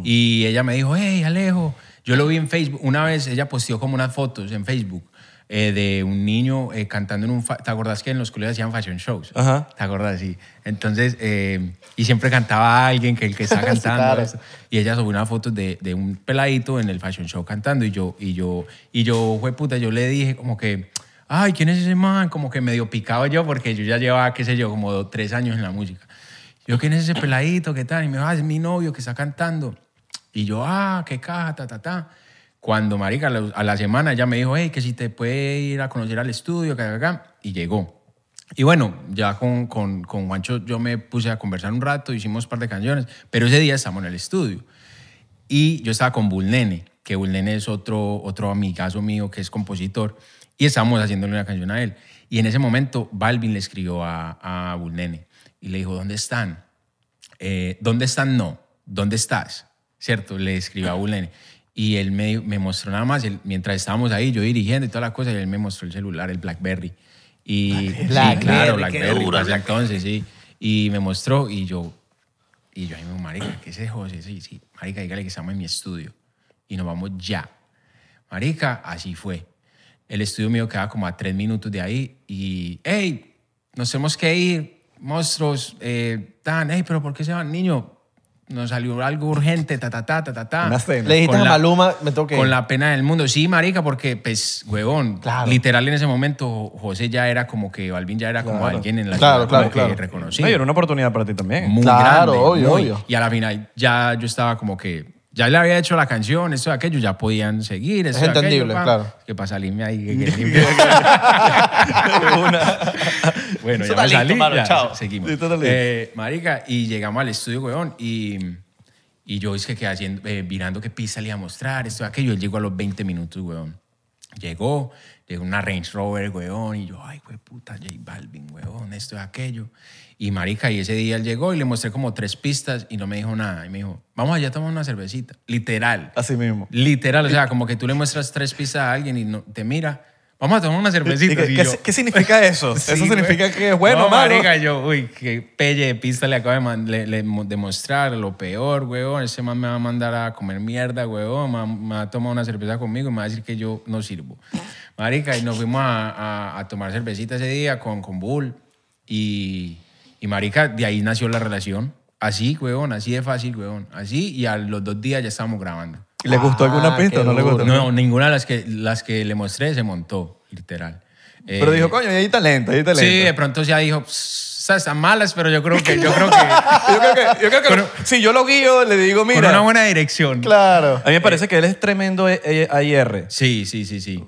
Y ella me dijo, hey, Alejo, yo lo vi en Facebook, una vez ella posteó como unas fotos en Facebook. eh, de un niño eh, cantando en un... fa- ¿Te acordás que en los colegios hacían fashion shows? Ajá. ¿Te acordás? Sí. Entonces, eh, y siempre cantaba a alguien que el que está cantando. claro. eso. Y ella subió una foto de, de un peladito en el fashion show cantando. Y yo, y yo, y yo, fue puta, yo le dije como que, ay, ¿quién es ese man? Como que medio picado yo, porque yo ya llevaba, qué sé yo, como dos, tres años en la música. Yo, ¿quién es ese peladito? ¿Qué tal? Y me dijo, ah, es mi novio que está cantando. Y yo, ah, qué caja, ta, ta, ta. Cuando, marica, a la- a la semana ya me dijo, hey, que si te puede ir a conocer al estudio, que acá, y llegó. Y bueno, ya con, con, con Juancho yo me puse a conversar un rato, hicimos un par de canciones, pero ese día estamos en el estudio. Y yo estaba con Bulnene, que Bulnene es otro, otro amigazo mío que es compositor, y estábamos haciéndole una canción a él. Y en ese momento Balvin le escribió a, a Bulnene y le dijo, ¿dónde están? Eh, ¿Dónde están? No, ¿dónde estás? ¿Cierto? Le escribió a Bulnene. Y él me, me mostró nada más, él- mientras estábamos ahí, yo dirigiendo y toda la cosa, y él me mostró el celular, el BlackBerry. Y sí, Blackberry, claro, qué BlackBerry, para ese entonces, sí. Y me mostró y yo, y yo, ahí me dijo, marica, ¿qué es ese José? Sí, sí, marica, dígale que estamos en mi estudio y nos vamos ya. Marica, así fue. El estudio mío quedaba como a tres minutos de ahí y, hey, nos tenemos que ir, monstruos, eh, tan, hey, pero ¿por qué se van, niño? Nos salió algo urgente, ta, ta, ta, ta, ta, ta. Una cena. Le dijiste Con a la- Maluma, me toqué. Con la pena del mundo. Sí, marica, porque, pues, huevón. Claro. Literal, en ese momento, Jo- José ya era como que, Balvin ya era como Claro. alguien en la Claro, ciudad como claro, claro. que reconocido. Oye, era una oportunidad para ti ¿eh? también. Muy Claro, grande. obvio, muy. obvio. Y a la final ya yo estaba como que... Ya le había hecho la canción, esto y aquello, ya podían seguir. Esto Es y aquello, entendible, pa. claro. Que para salirme ahí. (laughs) que- que- (laughs) bueno, ya me salí. ya, Seguimos. Sí, está listo. Eh, marica, y llegamos al estudio, weón, y, y yo es que quedé haciendo, eh, mirando qué pista le iba a mostrar, esto y aquello. Él llegó a los 20 minutos, weón. Llegó, llegó una Range Rover, weón, y yo, ay, weón, puta, J Balvin, weón, esto y aquello. Y marica, y ese día él llegó y le mostré como tres pistas y no me dijo nada. Y me dijo, vamos allá a tomar una cervecita. Literal. Así mismo. Literal, o sea, como que tú le muestras tres pistas a alguien y no, te mira, vamos a tomar una cervecita. Y que- Y ¿qué, yo, qué significa eso? (laughs) Sí, eso güey. significa que es bueno, no, malo. marica, yo, uy, qué pelle de pista le acabo de man- le- le mo- demostrar, lo peor, weón. Ese man me va a mandar a comer mierda, weón. Me, va- me va a tomar una cerveza conmigo y me va a decir que yo no sirvo. Marica, y nos fuimos a, a- a tomar cervecita ese día con, con Bull. Y, y, marica, de ahí nació la relación. Así, weón, así de fácil, weón. Así, y a los dos días ya estábamos grabando. ¿Le gustó alguna Ah, pista o qué no le gustó? duro. No, ninguna de las que, las que le mostré se montó, literal. Eh, Pero dijo, coño, ahí hay talento, ahí hay talento. Sí, de pronto ya dijo, "Pss, esas están malas, pero yo creo que, yo creo que Yo creo que, yo creo que Pero- si yo lo guío, le digo, con una mira. buena dirección. Claro. A mí me parece que él es tremendo e- e- AIR. Sí, sí, sí, sí.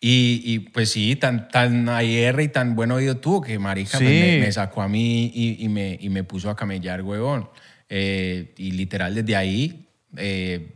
Y, y, pues sí, tan, tan AR y tan buen oído tuvo que marica pues, Sí. me, me sacó a mí y, y me, y me puso a camellar, huevón. Eh, y literal, desde ahí, eh,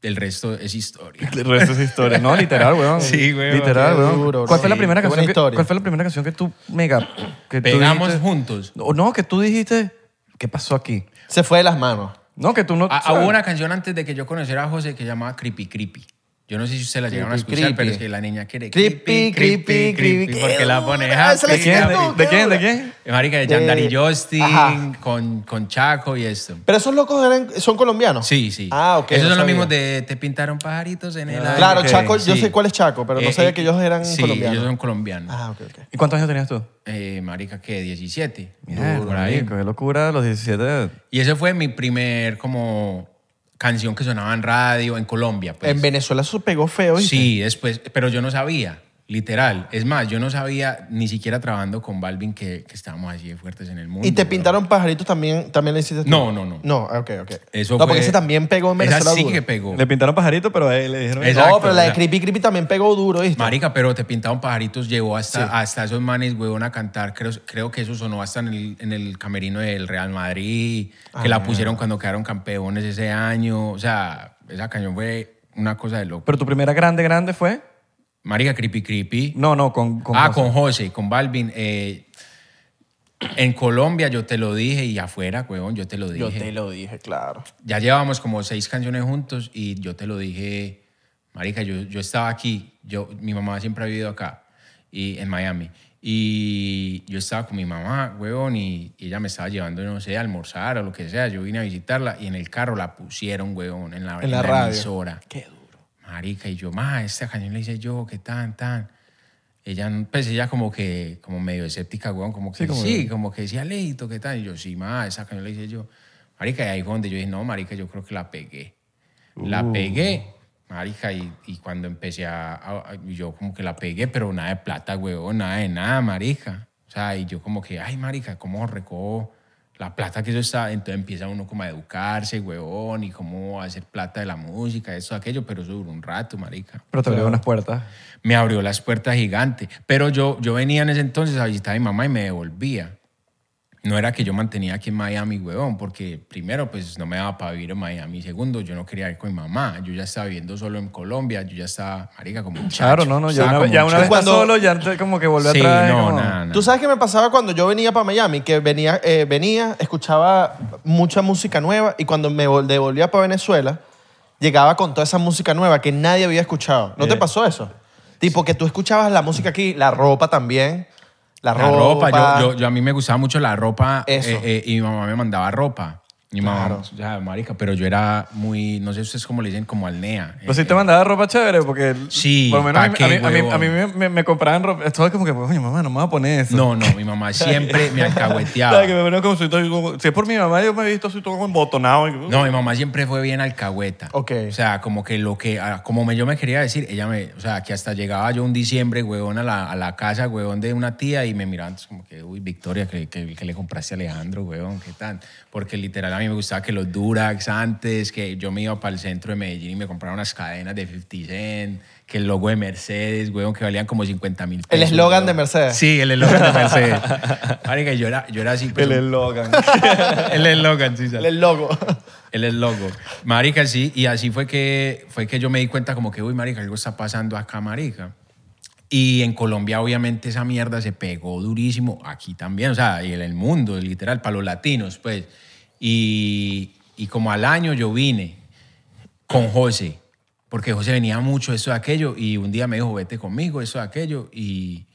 el resto es historia. El resto es historia. No, literal, weón. Sí, weón. Literal, Qué weón. duro, ¿Cuál bro. fue la Sí, primera qué buena canción? Que, historia. ¿Cuál fue la primera canción que tú mega que tú Pegamos dijiste- juntos. No, no, que tú dijiste, ¿qué pasó aquí? Se fue de las manos. No, que tú no. Ah, ah, ¿sabes? hubo una canción antes de que yo conociera a José que se llamaba Creepy Creepy. Yo Yo no sé si ustedes la llegaron a Creepy, escuchar, pero creepy. es que la niña quiere Creepy, creepy, creepy. porque Qué la pone dura, happy. esa la ¿De quién? No, ¿De qué quién? ¿De dura. quién? eh, Marica de De- Yandari Justin, eh, Ajá. con, con Chaco y esto. Pero esos locos eran- son colombianos. Sí, sí. Ah, ok. Esos no son los sabía. Ah, mismos de Te pintaron pajaritos en el aire. Claro, ok, Chaco, yo sí. sé cuál es Chaco, pero no Eh, sabía eh, que ellos eran sí, colombianos. ellos son colombianos. Ah, ok, ok. ¿Y cuántos años tenías tú? Eh, marica, ¿qué? 17. Mierda, por ahí. marico, qué locura los 17. Y ese fue mi primer como canción que sonaba en radio en Colombia. Pues. En Venezuela eso pegó feo. ¿viste? Sí, después, pero yo no sabía, literal. Es más, yo no sabía ni siquiera trabajando con Balvin que, que estábamos así de fuertes en el mundo. Y te weón. pintaron pajaritos también, también le hiciste tú? No, no, no. No, ah, ok, ok. Eso no, fue- porque ese también pegó en Venezuela Esa sí duro. que pegó. Le pintaron pajarito, pero a él le dijeron... Es- no, Exacto, pero la o de sea- Creepy Creepy también pegó duro, ¿viste? Marica, pero te pintaban pajaritos, llevó hasta, Sí. hasta esos manes, huevón, a cantar. Creo, creo que eso sonó hasta en el, en el camerino del Real Madrid, que Ah. la pusieron cuando quedaron campeones ese año. O sea, esa cañón fue una cosa de loco. Pero tu primera grande, grande fue... Marica, creepy, creepy. No, no, con... con ah, José. con José, con Balvin. eh, en Colombia yo te lo dije y afuera, huevón, yo te lo dije. Yo te lo dije, claro. Ya llevábamos como seis canciones juntos y yo te lo dije, Marica, yo, yo estaba aquí, yo, mi mamá siempre ha vivido acá, y, en Miami. Y yo estaba con mi mamá, huevón, y, y ella me estaba llevando, no sé, a almorzar o lo que sea. Yo vine a visitarla y en el carro la pusieron, huevón, en la, En la radio. emisora. Qué duro. Marica, y yo, ma, esta canción le hice yo, que tan, tan. Ella, pues ella como que, como medio escéptica, weón, como que sí, Sí, como como, que decía, leíto, que tan. Y yo, sí, ma, esa canción le hice yo. Marica, y ahí fue donde yo dije, no, marica, yo creo que la pegué. La pegué, marica, y, y cuando empecé a, a- a- yo como que la pegué, pero nada de plata, weón, nada de nada, marica. O sea, y yo como que, ay, marica, cómo recojo la plata que eso está, entonces empieza uno como a educarse, huevón, y cómo hacer plata de la música, eso, aquello, pero eso duró un rato, marica. Pero te abrió unas puertas. Me abrió las puertas gigante, pero yo, yo venía en ese entonces a visitar a mi mamá y me devolvía. No era que yo mantenía aquí en Miami, huevón, porque primero, pues no me daba para vivir en Miami. Segundo, yo no quería ir con mi mamá. Yo ya estaba viviendo solo en Colombia. Yo ya estaba, marica, como un Claro, no, no. Ya una, ya una vez Cuando- estás solo, ya te- como que volvió Sí, atrás. no, como- nada, nada. Tú sabes que me pasaba cuando yo venía para Miami, que venía, eh, venía, escuchaba mucha música nueva y cuando me vol- devolvía para Venezuela, llegaba con toda esa música nueva que nadie había escuchado. ¿No te Eh. pasó eso? Tipo que tú escuchabas la música aquí, la ropa también, la ropa. La ropa, yo, yo- yo- a mí me gustaba mucho la ropa Eso. eh, eh, y mi mamá me mandaba ropa. Mi mamá, Claro. o sea, marica, pero yo era muy, no sé ustedes cómo le dicen, como alnea. Pues Pero Pues sí Eh, te mandaba ropa chévere, porque Sí, por lo menos a mí, ¿pa' a qué, mí- a mí- huevón? a mí me, me- me compraban ropa. Estaba como que, coño, mamá, no me voy a poner eso. No, no, mi mamá (laughs) siempre me Claro, que alcahueteaba. me ponían como si, todo- si es por mi mamá, yo me he visto así todo embotonado. y- No, mi mamá siempre fue bien alcahueta. Ok. O sea, como que lo que, ah, como me, yo me quería decir, ella me, o sea, que hasta llegaba yo un diciembre, huevón, a la, a la casa, huevón, de una tía y me miraban entonces, como que, uy, Victoria, que, que- que le compraste a Alejandro, huevón, qué tan. Porque literal a mí me gustaba que los Durax antes, que yo me iba para el centro de Medellín y me compraba unas cadenas de 50 Cent, que el logo de Mercedes, huevón, que valían como 50 mil pesos. eslogan huevón. de Mercedes. Sí, el eslogan de (laughs) Mercedes. Marica, yo era, yo era así. pues, El un- eslogan. (laughs) el eslogan, sí, (laughs) sale. El logo. Él es loco. Marica, sí. Y así fue que, fue que yo me di cuenta como que, uy, marica, algo está pasando acá, marica. Y en Colombia, obviamente, esa mierda se pegó durísimo. Aquí también, o sea, y en el mundo, literal, para los latinos, pues. Y, y como al año yo vine con José, porque José venía mucho, eso, aquello, y un día me dijo, vete conmigo, eso, aquello, y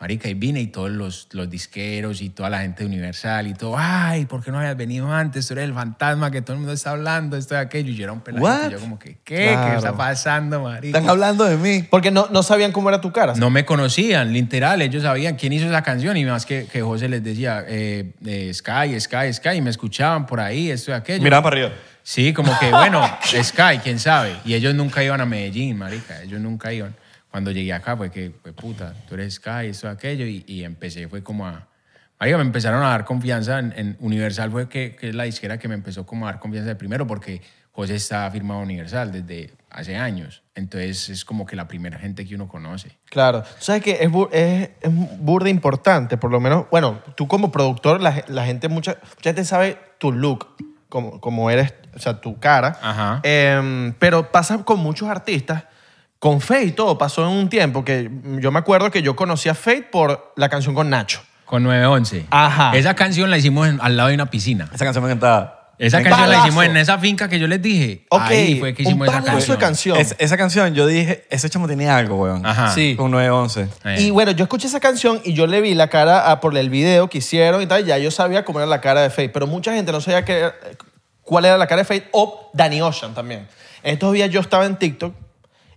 marica, y vine, y todos los, los disqueros y toda la gente de Universal, y todo, ay, ¿por qué no habías venido antes? Tú eres el fantasma que todo el mundo está hablando, esto, aquello, y yo era un peladito, What? y yo como que, ¿qué? ¿Qué Claro. está pasando, marica? Están hablando de mí. Porque no, no sabían cómo era tu cara. No me conocían, literal. Ellos sabían quién hizo esa canción y más que, que José les decía eh, eh, Sky, Sky, Sky. Y me escuchaban por ahí, esto y aquello. Miraban para arriba. Sí, como que, bueno, Sky, quién sabe. Y ellos nunca iban a Medellín, marica. Ellos nunca iban. Cuando llegué acá fue que, fue puta, tú eres Sky, esto, aquello. Y, y empecé, fue como a... Marica, me empezaron a dar confianza. En, en Universal fue que, que es la disquera que me empezó como a dar confianza de primero porque José está firmado a Universal desde hace años. Entonces es como que la primera gente que uno conoce. Claro. Tú sabes que es, bur- es, es burda importante, por lo menos. Bueno, tú como productor, la, ge- la gente, mucha, mucha gente sabe tu look, como, como eres, o sea, tu cara. Ajá. Em, pero pasa con muchos artistas. Con Fate y todo pasó en un tiempo que yo me acuerdo que yo conocí a Fate por la canción con Nacho. Con 911. Ajá. Esa canción la hicimos en- al lado de una piscina. Esa canción me encantaba. Esa canción la Palazo. hicimos en esa finca que yo les dije. Ok, Ahí fue que hicimos un esa palazo canción. de canción. Es- esa canción, yo dije, ese chamo tenía algo, weón. Ajá. Sí. Con 911. Eh. Y bueno, yo escuché esa canción y yo le vi la cara a- por el video que hicieron y tal, ya yo sabía cómo era la cara de Faith, pero mucha gente no sabía qué- cuál era la cara de Faith o Danny Ocean también. Estos días yo estaba en TikTok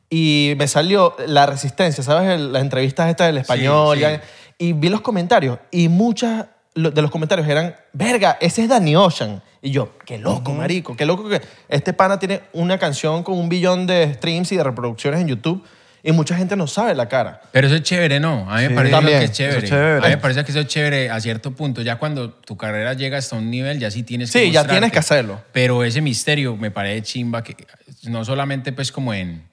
y me salió La Resistencia, ¿sabes? El- las entrevistas estas del español sí. ya- y vi los comentarios y muchas lo- de los comentarios eran, verga, ese es Danny Ocean. Y yo, qué loco, marico, qué loco que este pana tiene una canción con un billón de streams y de reproducciones en YouTube y mucha gente no sabe la cara. Pero eso es chévere, ¿no? A mí me Sí. parece También, que es eso chévere. es chévere. A mí me parece que eso es chévere a cierto punto. Ya cuando tu carrera llega hasta un nivel, ya sí tienes que Sí, ya mostrarte. tienes que hacerlo. Pero ese misterio me parece chimba que no solamente pues como en,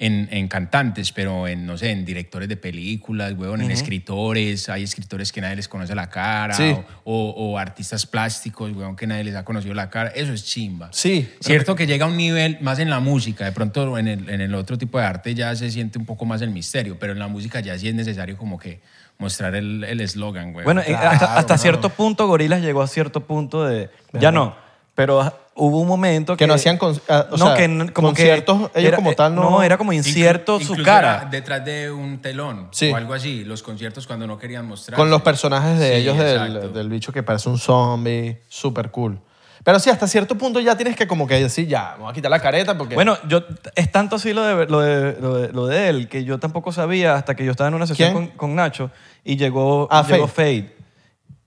en, en cantantes, pero en, no sé, en directores de películas, huevón, en escritores. Hay escritores que nadie les conoce la cara. Sí. O, o- o artistas plásticos, huevón, que nadie les ha conocido la cara. Eso es chimba. Sí. Cierto que llega a un nivel más en la música, de pronto en el, en el otro tipo de arte ya se siente un poco más el misterio, pero en la música ya sí es necesario como que mostrar el el eslogan, güey. Bueno, eh, hasta, hasta cierto punto Gorilas llegó a cierto punto de... Ya no, pero ah, hubo un momento que... Que no hacían con- ah, o sea, n- conciertos, ellos era- eh, como tal no- No, era como Inclu- incierto su incluso cara. era Detrás de un telón Sí. o algo así, los conciertos cuando no querían mostrar. Con los personajes de Sí, ellos, del, exacto. del bicho que parece un zombie, súper cool. Pero sí, hasta cierto punto ya tienes que como que decir, ya, vamos a quitar la careta porque... Bueno, yo, es tanto así lo de, lo, de, lo, de, lo de él que yo tampoco sabía hasta que yo estaba en una sesión ¿Quién? con, con Nacho y llegó, Ah, llegó Fade. Fade.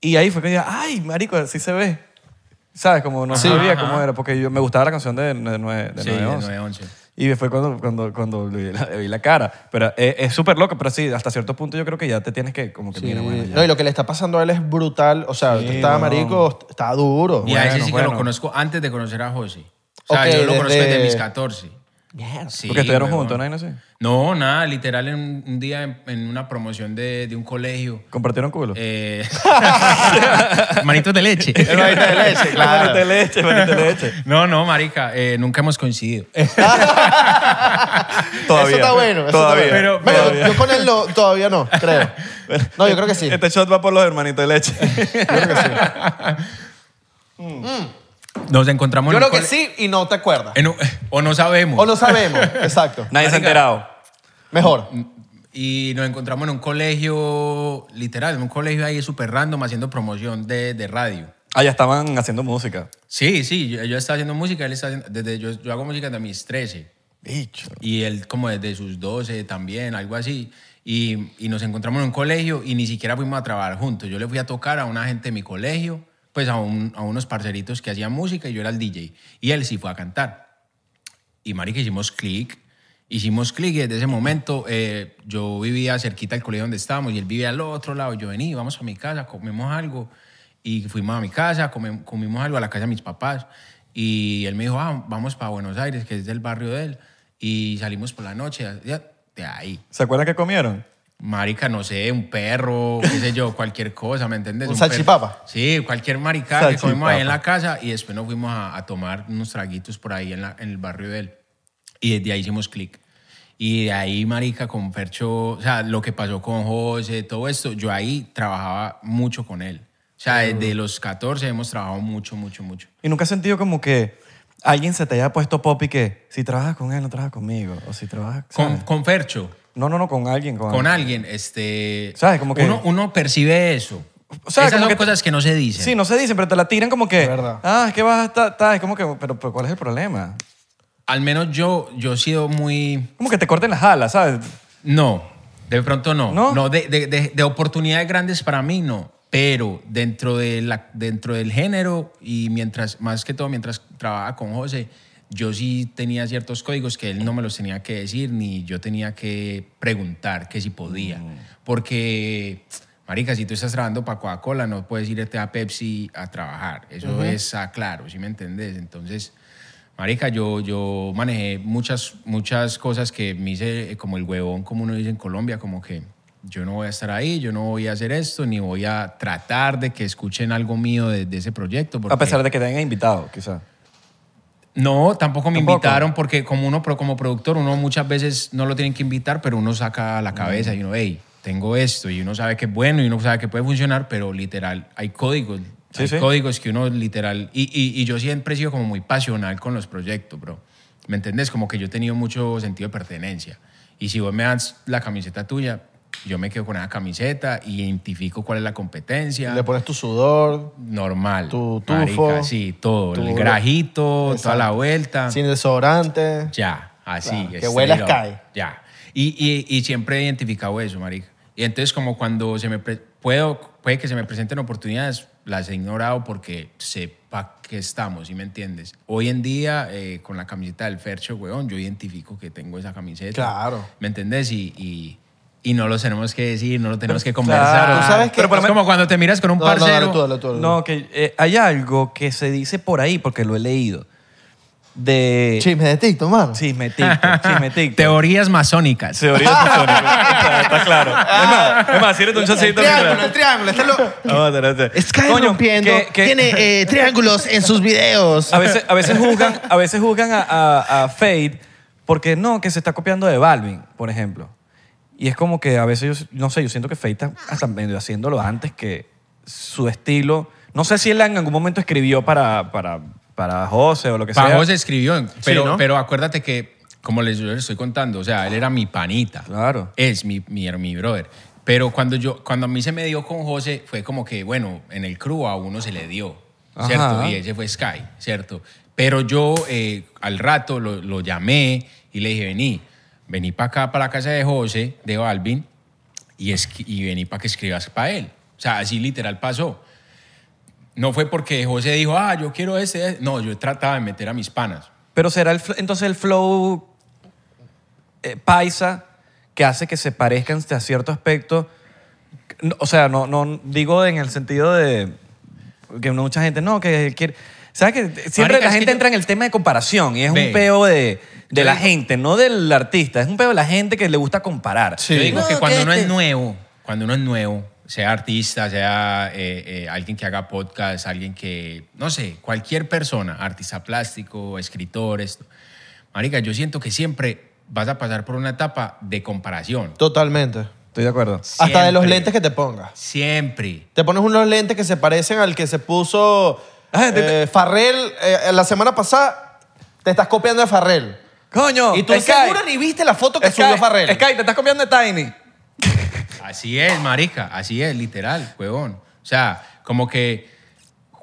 Y ahí fue que dije, ay, marico, así se ve. ¿Sabes? Como no Sí. sabía Ajá. cómo era, porque yo, me gustaba la canción de, de, nueve- de Sí, de 911. 911. Y fue cuando, cuando, cuando le vi la, le vi la cara. Pero es es súper loco, pero sí, hasta cierto punto yo creo que ya te tienes que, como que, Sí. mira, bueno, ya. no, y lo que le está pasando a él es brutal. O sea, Sí, está weón. marico, está duro. Y a ese Bueno, sí que bueno. lo conozco antes de conocer a José. O sea, Ok, yo lo conozco desde desde mis 14. Sí, Porque estuvieron huevón. juntos, ¿no? Y no sé. No, nada, literal en un, un día en, en una promoción de, de un colegio. Compartieron culo. (laughs) eh, manitos de leche. El manito (laughs) de leche, claro. (laughs) Manito de leche, manito de leche. No, no, marica, eh, nunca hemos coincidido. Todavía. Eso está bueno. eso está Todavía. bueno. Pero- Bueno, todavía. yo con él no- todavía no, (laughs) creo. (laughs) No, yo creo que sí. Este shot va por los (laughs) hermanitos de leche. Nos encontramos Yo en un creo que cole- sí y no te acuerdas. en un- o no sabemos. O no (laughs) sabemos, exacto. Nadie se ha Marica. enterado. Mejor. Y nos encontramos en un colegio, literal, en un colegio ahí súper random haciendo promoción de, de radio. Ah, ya estaban haciendo música. Sí, sí, yo, yo estaba haciendo música, él está haciendo, desde, yo, yo hago música desde mis 13 Bicho. y él como desde sus 12 también, algo así. Y, y nos encontramos en un colegio y ni siquiera fuimos a trabajar juntos. Yo le fui a tocar a una gente de mi colegio, pues a, un- a unos parceritos que hacían música y yo era el DJ. Y él sí fue a cantar. Y marica, hicimos clic. Hicimos clic y desde ese momento eh, yo vivía cerquita del colegio donde estábamos y él vivía al otro lado. Yo vení, vamos a mi casa, comimos algo. Y fuimos a mi casa, come- comimos algo a la casa de mis papás. Y él me dijo, ah, vamos para Buenos Aires, que es del barrio de él. Y salimos por la noche ya, de ahí. ¿Se acuerdan que comieron? Marica, no sé, un perro, qué sé yo, cualquier cosa, ¿me entiendes? ¿Un perro. salchipapa? Sí, cualquier marica que comimos ahí en Salchipapa. la casa y después nos fuimos a, a tomar unos traguitos por ahí en, la- en el barrio de él. Y desde ahí hicimos clic. Y de ahí, marica, con Fercho, o sea, lo que pasó con José, todo esto, yo ahí trabajaba mucho con él. O sea, desde los 14 hemos trabajado mucho, mucho, mucho. Y nunca has sentido como que alguien se te haya puesto pop y que si trabajas con él, no trabajas conmigo. O si trabajas. Con, ¿sabes? con Fercho, No, no, no, con alguien. Con, con alguien, este... ¿Sabes? Como que- Uno, uno percibe eso. O sea, Esas como son que- cosas que no se dicen. Sí, no se dicen, pero te la tiran como que. Es verdad. Ah, es que vas a estar. tal", Es como que. Pero, pero ¿cuál es el problema? Al menos yo, yo he sido muy... Como que te corten las alas, ¿sabes? No, de pronto no. ¿No? No, de, de- de- de oportunidades grandes para mí no. Pero dentro, de la, dentro del género y mientras, más que todo mientras trabajaba con José, yo sí tenía ciertos códigos que él no me los tenía que decir ni yo tenía que preguntar que si podía. Porque, marica, si tú estás trabajando para Coca-Cola, no puedes irte a Pepsi a trabajar. Eso es ah, claro, ¿sí me entendés? Entonces... Marica, yo, yo manejé muchas, muchas cosas que me hice eh, como el huevón, como uno dice en Colombia, como que yo no voy a estar ahí, yo no voy a hacer esto, ni voy a tratar de que escuchen algo mío de, de ese proyecto. A porque- pesar de que te hayan invitado, quizás. no, tampoco me Tampoco. invitaron porque como uno pro- como productor uno muchas veces no lo tienen que invitar, pero uno saca Mm. la cabeza y uno, hey, tengo esto y uno sabe que es bueno y uno sabe que puede funcionar, pero literal hay códigos Sí, Hay sí. códigos que uno literal. Y, y- y yo siempre he sido como muy pasional con los proyectos, bro. ¿Me entendés? Como que yo he tenido mucho sentido de pertenencia. Y si vos me das la camiseta tuya, yo me quedo con esa camiseta, identifico cuál es la competencia. Le pones tu sudor, normal. Tu marica, tufo, sí, todo. tu- el grajito, toda Exacto. la vuelta. sin desodorante. Ya, así. Claro, que straight huelas up, cae. Ya. Y, y- y siempre he identificado eso, marica. Y entonces como cuando se me pre- puedo, puede que se me presenten oportunidades, las he ignorado porque sepa que estamos, ¿sí me entiendes? Hoy en día, eh, con la camiseta del Fercho, weón, yo identifico que tengo esa camiseta. Claro. ¿Me entendés? Y... y y no lo tenemos que decir, no lo tenemos que conversar. Claro, tú sabes que- Pero por Es lo menos- como cuando te miras con un No, no, parcero. dale tú, dale tú, dale tú. No, que eh, hay algo que se dice por ahí, porque lo he leído, de Chisme de TikTok, mano. (laughs) chisme TikTok, chisme TikTok. Teorías masónicas. Teoría está, está claro. Es más, es más, sírvete un El chocito. triángulo, el triángulo. Este lo... Está rompiendo. Tiene eh, triángulos en sus videos. A veces, a veces juzgan, a, veces juzgan a, a, a Fade porque no, que se está copiando de Balvin, por ejemplo. Y es como que a veces yo, no sé, yo siento que Fade está hasta medio haciéndolo antes que su estilo. No sé si él en algún momento escribió para, para, para José o lo que sea. Pajos escribió, pero, ¿no? pero acuérdate que, como les, yo les estoy contando, o sea, él era mi panita. Claro. Es mi, mi, er, mi brother. Pero cuando, yo, cuando a mí se me dio con José, fue como que, bueno, en el crew a uno se le dio, Ajá. ¿cierto? Y ese fue Sky, ¿cierto? Pero yo eh, al rato lo, lo llamé y le dije, vení, vení para acá, para la casa de José, de Balvin, y, es, y vení para que escribas para él. O sea, así literal pasó. No fue porque José dijo, ah, yo quiero este. este". No, yo trataba de meter a mis panas. Pero será el, fl- entonces el flow eh, paisa que hace que se parezcan a cierto aspecto. No, O sea, no, no digo en el sentido de que mucha gente no, que quiere. ¿Sabes que Siempre Marica, la es que gente yo- entra en el tema de comparación y es Ve. un peo de, de Yo la digo- gente, no del artista. Es un peo de la gente que le gusta comparar. Sí. Yo digo No, que cuando uno este- es nuevo, cuando uno es nuevo, sea artista, sea eh, eh, alguien que haga podcast, alguien que, no sé, cualquier persona, artista plástico, escritor, esto. Marica, yo siento que siempre vas a pasar por una etapa de comparación. Totalmente. Estoy de acuerdo. Hasta de los Siempre. lentes que te pongas. Siempre. Te pones unos lentes que se parecen al que se puso Ah, te- eh, Farrell eh, la semana pasada. Te estás copiando de Farrell. Coño, Y tú Sky, seguro ni viste la foto que Sky, subió Farrell. Sky, te estás copiando de Tiny. Así es, marica, así es, literal, huevón. O sea, como que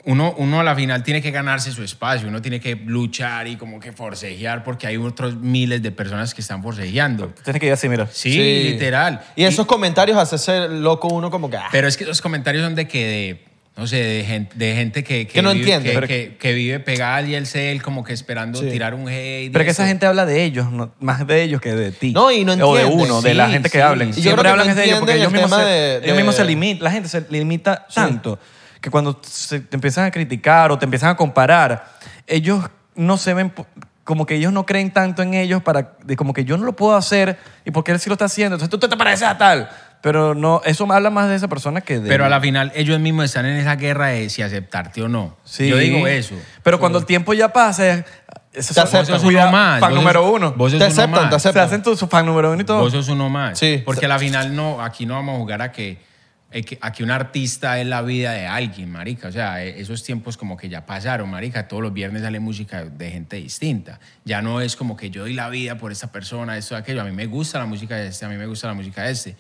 uno, uno a la final tiene que ganarse su espacio, uno tiene que luchar y como que forcejear porque hay otros miles de personas que están forcejeando. Tienes que ir así, mira. Sí, literal. Y esos comentarios hace ser loco uno como que. ah, Pero es que los comentarios son de que, de, no sé, de gente, de gente que, Que no vive, entiende. que- Pero- Que, que vive pegada y el cel como que esperando Sí. tirar un hate. Pero y que esa eso. gente habla de ellos, no- más de ellos que de ti. No, y no O de entienden. uno, de la Sí, gente que sí. hablan. Y yo Siempre creo que hablan no es de ellos porque ellos entienden el mismos, se, tema de- ellos mismos de- se limitan. La gente se limita tanto que cuando se- te empiezan a criticar o te empiezan a comparar, ellos no se ven... po- Como que ellos no creen tanto en ellos para... de como que yo no lo puedo hacer y porque él sí lo está haciendo. Entonces tú te pareces a tal. Pero no, eso me habla más de esa persona que de... Pero a la final ellos mismos están en esa guerra de si aceptarte o no. Sí. Yo digo eso. Pero cuando el tiempo ya pasa... es- esos Te son- aceptan. Vos sos uno más. Fan vos sos- número uno. Vos sos Te uno aceptan, más. te aceptan. Se hacen tu su fan número uno y todo. Vos sos uno más. Sí. Porque a la final no, aquí no vamos a jugar a que, eh, que- a que un artista es la vida de alguien, marica. O sea, eh, esos tiempos como que ya pasaron, marica. Todos los viernes sale música de gente distinta. Ya no es como que yo doy la vida por esta persona, esto, aquello. A mí me gusta la música de este, a mí me gusta la música de este.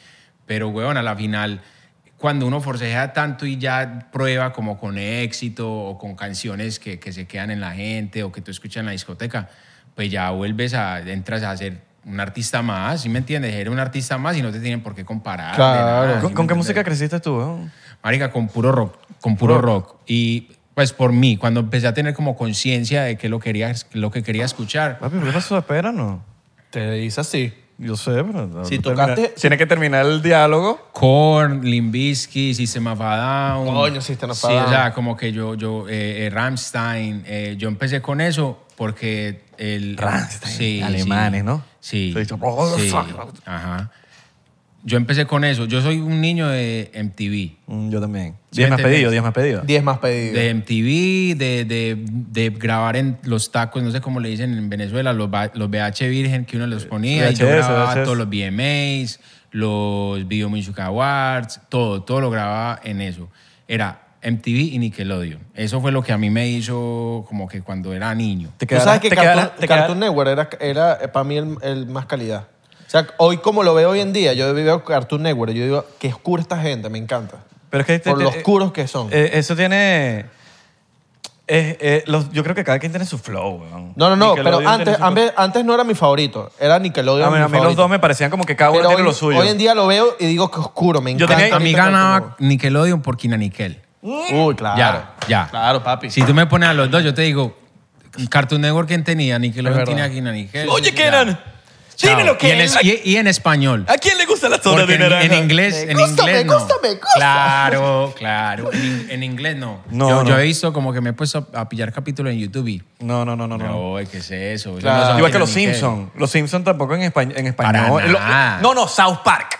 Pero, weón, a la final... Cuando uno forcejea tanto y ya prueba como con éxito o con canciones que, que se quedan en la gente o que tú escuchas en la discoteca, pues ya vuelves a, entras a ser un artista más, ¿sí me entiendes? Eres un artista más y no te tienen por qué comparar. de Claro. ¿Con- nada, ¿sí me ¿Con, con qué entiendes? música creciste tú? weón? Marica, con puro rock, con puro rock. Y pues por mí, cuando empecé a tener como conciencia de que lo, quería, lo que quería escuchar, Papi, ¿por qué pasó? Espera, no. Te dice así. Yo sé, pero... Si no tocaste- termina- Tiene que terminar el diálogo. Korn, Limbisky, System of a Down. Coño, System of a Sí, Down. o sea, como que yo, yo, eh, eh, Rammstein, eh, yo empecé con eso porque el... Rammstein, sí, alemanes, sí. ¿no? Sí. Se dice, "Oh, sí, fuck". Ajá. Yo empecé con eso. Yo soy un niño de MTV. Mm, yo también. Sí, Diez me más entendés. pedido, diez más pedido. 10 más pedidos. De MTV, de, de- de grabar en los tacos, no sé cómo le dicen en Venezuela, los, ba- los VH virgen que uno Eh, los ponía. y yo VHS, grababa VHS. todos los VMAs, los Video Music Awards, todo, todo lo grababa en eso. Era MTV y Nickelodeon. Eso fue lo que a mí me hizo como que cuando era niño. Te Tú quedarás- sabes que te Cartoon, quedarás- te quedarás- Cartoon Network era, era eh, para mí el, el más calidad. O sea, hoy como lo veo hoy en día, yo veo Cartoon Network, yo digo, qué oscura esta gente, me encanta. Pero es que te- Por te- lo oscuros que son. eh, eso tiene... es- eh, los- yo creo que cada quien tiene su flow, weón. no, no, no, pero Nickelodeon tiene antes, su flow. antes, antes no era mi favorito, era Nickelodeon. A mí, mi a mí los favorito. dos me parecían como que cada uno Pero tiene hoy, lo suyo. hoy en día lo veo y digo que oscuro, me Yo encanta. tenía- A mí ahorita ganaba Cartoon Nickelodeon por Kina Nickel. Mm, Network. Uy, claro. Ya, ya. Claro, papi. Si tú me pones a los dos, yo te digo, Cartoon Network, ¿quién tenía? Nickelodeon Es verdad. tenía a Kina Nickel. Oye, Ya. Kenan, Chao. dime lo que y en, es es- y, y en español. ¿A quién le gusta la zona Porque de en, naranja? en inglés, Me en gusta, me inglés no. gusta, me gusta. Claro, claro. En, in- en inglés no. No, yo, no. yo he visto como que me he puesto a, a pillar capítulos en YouTube y... No, no, no, no. no. No, ¿qué es eso? Eso Claro. no son Igual que Kina los Nickel. Simpsons. Los Simpsons tampoco en, espa- en español. Ah, Para Lo- nada. no, no, South Park.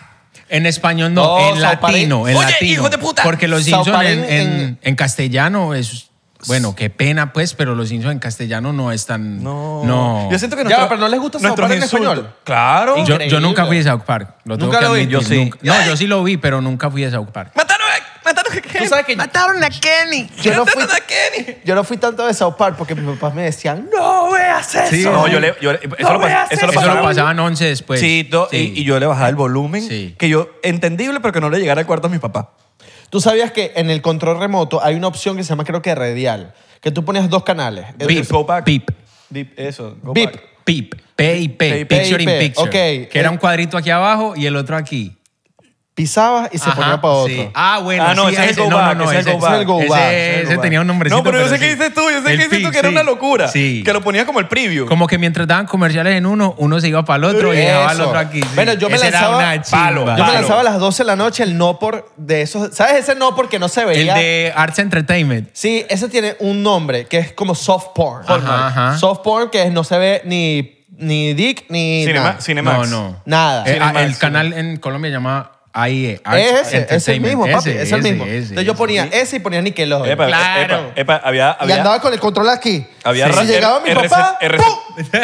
En español no, No, en Sao Paulo. latino. En Oh, Oye, latino. hijo de puta. Porque los Sao Simpsons en, Paulo en- en- en castellano es. Bueno, qué pena, pues, pero los Simpsons en castellano no es tan. No. No. Yo siento que Ya, nuestro- pero ¿no les gusta South nuestros Park en insultos- español? Claro. Yo- yo, Increíble. nunca fui de South Park. Lo tengo ¿Nunca que lo vi? admitir, Yo sí. nunca- No, yo sí lo vi, pero nunca fui de South Park. ¡Mataron a, mataron a Kenny! Tú sabes que yo- ¡Mataron a Kenny! Yo no fui- ¡Mataron a Kenny! Yo no fui tanto de South Park porque mis papás me decían, no. veas eso! Sí. No, yo le... yo le- eso, No lo, pas- veas eso lo Eso pasaba. lo pasaban 11 después. Sí, do- Sí. Y, y yo le bajaba el volumen. Sí. Que yo... Entendible, pero que no le llegara al cuarto a mis papás. Tú sabías que en el control remoto hay una opción que se llama creo que radial, que tú ponías dos canales. Pip, Go back. pip, Deep, eso. go Beep. back. pip. P y P, P, P y picture P, in picture. ok. Que era un cuadrito aquí abajo y el otro aquí. Pisabas y se Ajá, ponía para otro. sí. Ah, bueno, Ah, no, sí, ese es el go no, back, no, ese no, es el go back. Ese es el go back, Ese, ese es el ese go tenía back. un nombrecito. No, pero yo sé sí. que dices tú, yo sé El que dices tú pic, que era sí. una locura. Sí. Que lo ponías como el preview. Como que mientras daban comerciales en uno, uno se iba para el otro y Eso. dejaba al otro aquí. sí. Bueno, yo me Ese era lanzaba una chimba. palo, Yo me Claro. lanzaba a las 12 de la noche el no por de esos. ¿Sabes ese no porque no se El veía? de Arts Entertainment. Sí, ese tiene un nombre que es como soft porn. Ajá, ajá. Soft porn que no se ve ni, ni dick ni Cinema- nada. No, Cinemax. no. Nada. Eh, Cinemax, ah, el Cinemax. canal en Colombia se llama AIE. Arts Ese, ese es el Ah, Entertainment. mismo, papi. Ese, es el ese, mismo. ese, Entonces yo ese. ponía ese y ponía Nickelodeon. Epa, Claro. epa, epa, había, Y había, andaba con el control aquí. había y ra- llegaba mi RC papá, RC ¡pum! (laughs)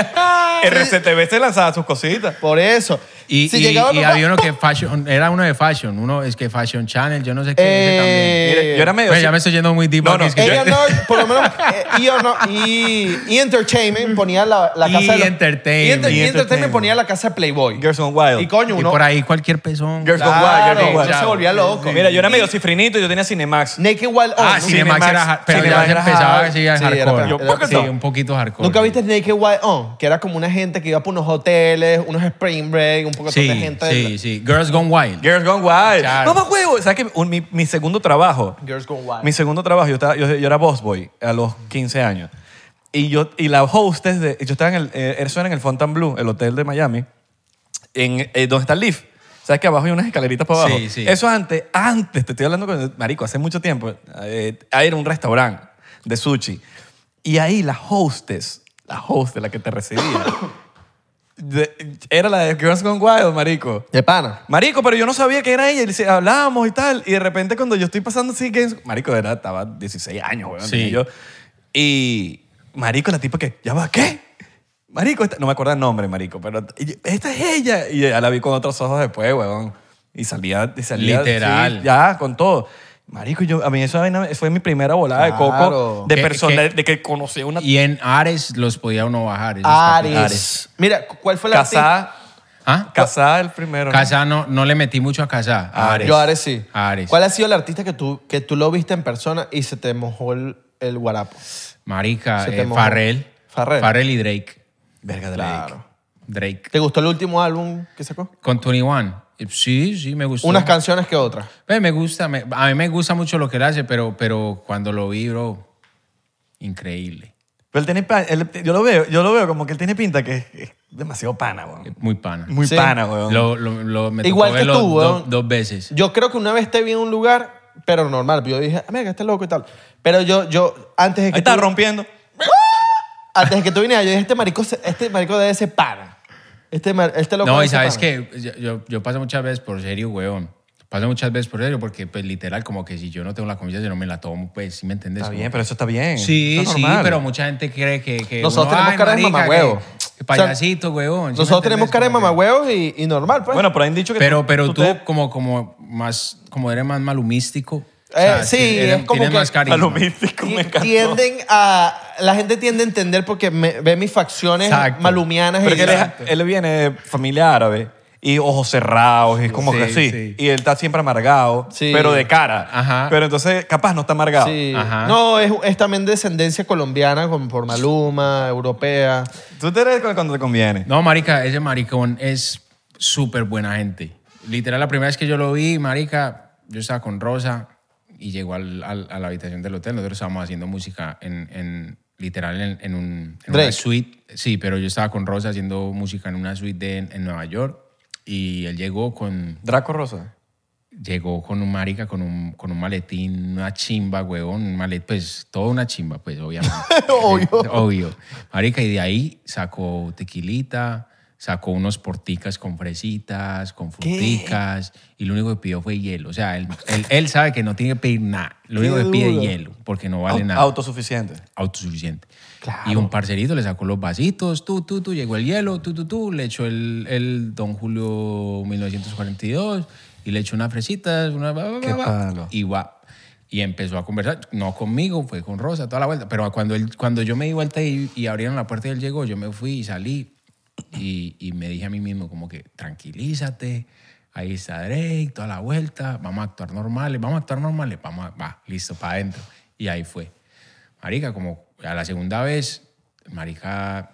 RCTV se lanzaba sus cositas. Por eso. Y, si y- llegaba mi y papá, había uno que ¡pum! fashion, era uno de fashion, uno es que Fashion Channel, yo no sé qué, ese Eh, también. Mira, yo era medio. Bueno, ya me estoy yendo muy deep No, aquí, no, es que yo- Ella no, por lo menos, eh, y, o no- y- y Entertainment ponía la, la Y casa de los- Entertainment. Y, Enter- y Y Entertainment Entertainment. ponía la casa de Playboy. Girls Gone Wild. Y coño, Y uno... por ahí cualquier pezón. Girls Gone Wild, Claro, Girls Gone uno se Wild. volvía loco. Mira, yo era medio cifrinito, yo tenía Cinemax. Naked Wild On. Ah, ¿no? Cinemax, Cinemax. era hard- pero Cinemax ya era se empezaba hard. a sí, a Sí, era hardcore. para- Yo, ¿por qué sí, no? un poquito hardcore. ¿Nunca viste Naked Wild On? Que era como una gente que iba por unos hoteles, unos spring break, un poco Sí, de gente. sí, sí. Girls Gone Wild. Girls Gone Wild. Claro. Mamá huevo. ¿Sabes que mi, mi segundo trabajo? Girls Gone Wild. Mi segundo trabajo, yo, estaba, yo, yo era boss boy a los 15 años. Y, yo, y la hostess, de, yo estaba en el, eh, eso era en el Fontainebleau, el hotel de Miami, en, eh, donde está el lift. ¿Sabes que abajo hay unas escaleritas para abajo? Sí, sí. Eso antes, antes, te estoy hablando con Marico, hace mucho tiempo, eh, era un restaurante de sushi. Y ahí la hostess, la hostess, la que te recibía, (coughs) de- era la de Girls Gone Wild, Marico. De pana. Marico, pero yo no sabía que era ella. Y dice, hablábamos y tal. Y de repente cuando yo estoy pasando así, que Marico, era, estaba 16 años, weón. Sí. tenía yo. Y Marico, la tipa que, ya va, ¿qué? Marico, esta- no me acuerdo el nombre, Marico, pero y yo, esta es ella. Y ya la vi con otros ojos después, weón. Y salía, y salía. Literal. sí, ya, con todo. Marico, yo, a mí esa vaina fue mi primera volada de Claro. coco de Que- persona, que- de que conocí a una Y en Ares los podía uno bajar. esos Ares. capítulos. Mira, ¿cuál fue la artista? casada. ¿Ah? Casada el primero. ¿no? Ah. Casa no, no le metí mucho a Casa. a Ares. Yo Ares sí. Ares. ¿Cuál ha sido el artista que tú, que tú lo viste en persona y se te mojó el, el guarapo? Marica, Se te eh, mojó. Farrell. Farrell. y Drake. Verga de la Claro. Drake. ¿Te gustó el último álbum que sacó? Con 21. Eh, Sí, sí, me gustó. Unas canciones que otras. Ve, me gusta, me- a mí me gusta mucho lo que él hace, pero, pero cuando lo vi, bro, increíble. Pero él tiene pa- él- yo, lo veo, yo lo veo como que él tiene pinta que es, es demasiado pana, weón. Muy pana. Muy Sí. pana, weón. Lo- lo- lo- me Igual tocó que verlo tú, do- weón. dos veces. Yo creo que una vez te vi en un lugar, pero normal. Yo dije, ah, mira, este loco y tal. Pero yo, yo antes de Ahí que está tú, rompiendo. antes de que tú vinieras, yo dije, este marico, se- este marico debe ser pana. Este, mar- este loco No, debe y ser sabes pana. que yo, yo paso muchas veces por serio, weón. Paso muchas veces por serio porque, pues, literal, como que si yo no tengo la comida, yo no me la tomo, pues, ¿sí me entiendes? Está Como- bien, pero eso está bien. Sí, Eso es sí, normal. pero mucha gente cree que... que Nosotros uno, tenemos "Ay, cara de marica, mamagüevo". que- O sea, que Payasito, weón. ¿sí me Nosotros tenemos entiendes? cara de Como que- mamagüeos y, y normal, pues. (laughs) (laughs) Bueno, pero han dicho que Pero, tú- pero tú, te- como, como, más, como eres más malumístico, O sea, Eh, sí, tienen- es como tienen que- más carisma. A lo místico me encantó. Tienden a, la gente tiende a entender porque me- ve mis facciones Exacto. malumianas. Pero y- que él, es- él viene de familia árabe y ojos cerrados, y es como Sí, que sí. sí. Y él está siempre amargado, Sí. pero de cara. Ajá. Pero entonces, capaz no está amargado. Sí. Ajá. No, es, es también descendencia colombiana con, por Maluma, europea. Tú te eres cuando te conviene. No, marica, ese maricón es súper buena gente. Literal, la primera vez que yo lo vi, marica, yo estaba con Rosa y llegó al- al- a la habitación del hotel. Nosotros estábamos haciendo música en, en- literal, en, en un, en Drake. una suite. Sí, pero yo estaba con Rosa haciendo música en una suite de- en Nueva York y él llegó con Draco Rosa. llegó con un marica, con un, con un maletín, una chimba, huevón, un malet, pues toda una chimba, pues obviamente. (laughs) Obvio. Eh, Obvio. Marica, y de ahí sacó tequilita, sacó unos porticas con fresitas, con fruticas, y lo único que pidió fue hielo. O sea, él, él, él sabe que no tiene que pedir nada. Lo Qué único que pide es duro. hielo, porque no vale Au- nada Autosuficiente. autosuficiente. Y un parcerito le sacó los vasitos, tú, tú, tú, llegó el hielo, tú, tú, tú, le echó el, el Don Julio 1942 y le echó unas fresitas, una... ba, ba, Qué ba, ba, palo. Y va. Y empezó a conversar, no conmigo, fue con Rosa, toda la vuelta. Pero cuando, él, cuando yo me di vuelta y, y abrieron la puerta y él llegó, yo me fui y salí y, y me dije a mí mismo como que tranquilízate, ahí está Drake, toda la vuelta, vamos a actuar normales, vamos a actuar normales, vamos a, va, listo, para adentro. Y ahí fue. Marica, como a la segunda vez, Marica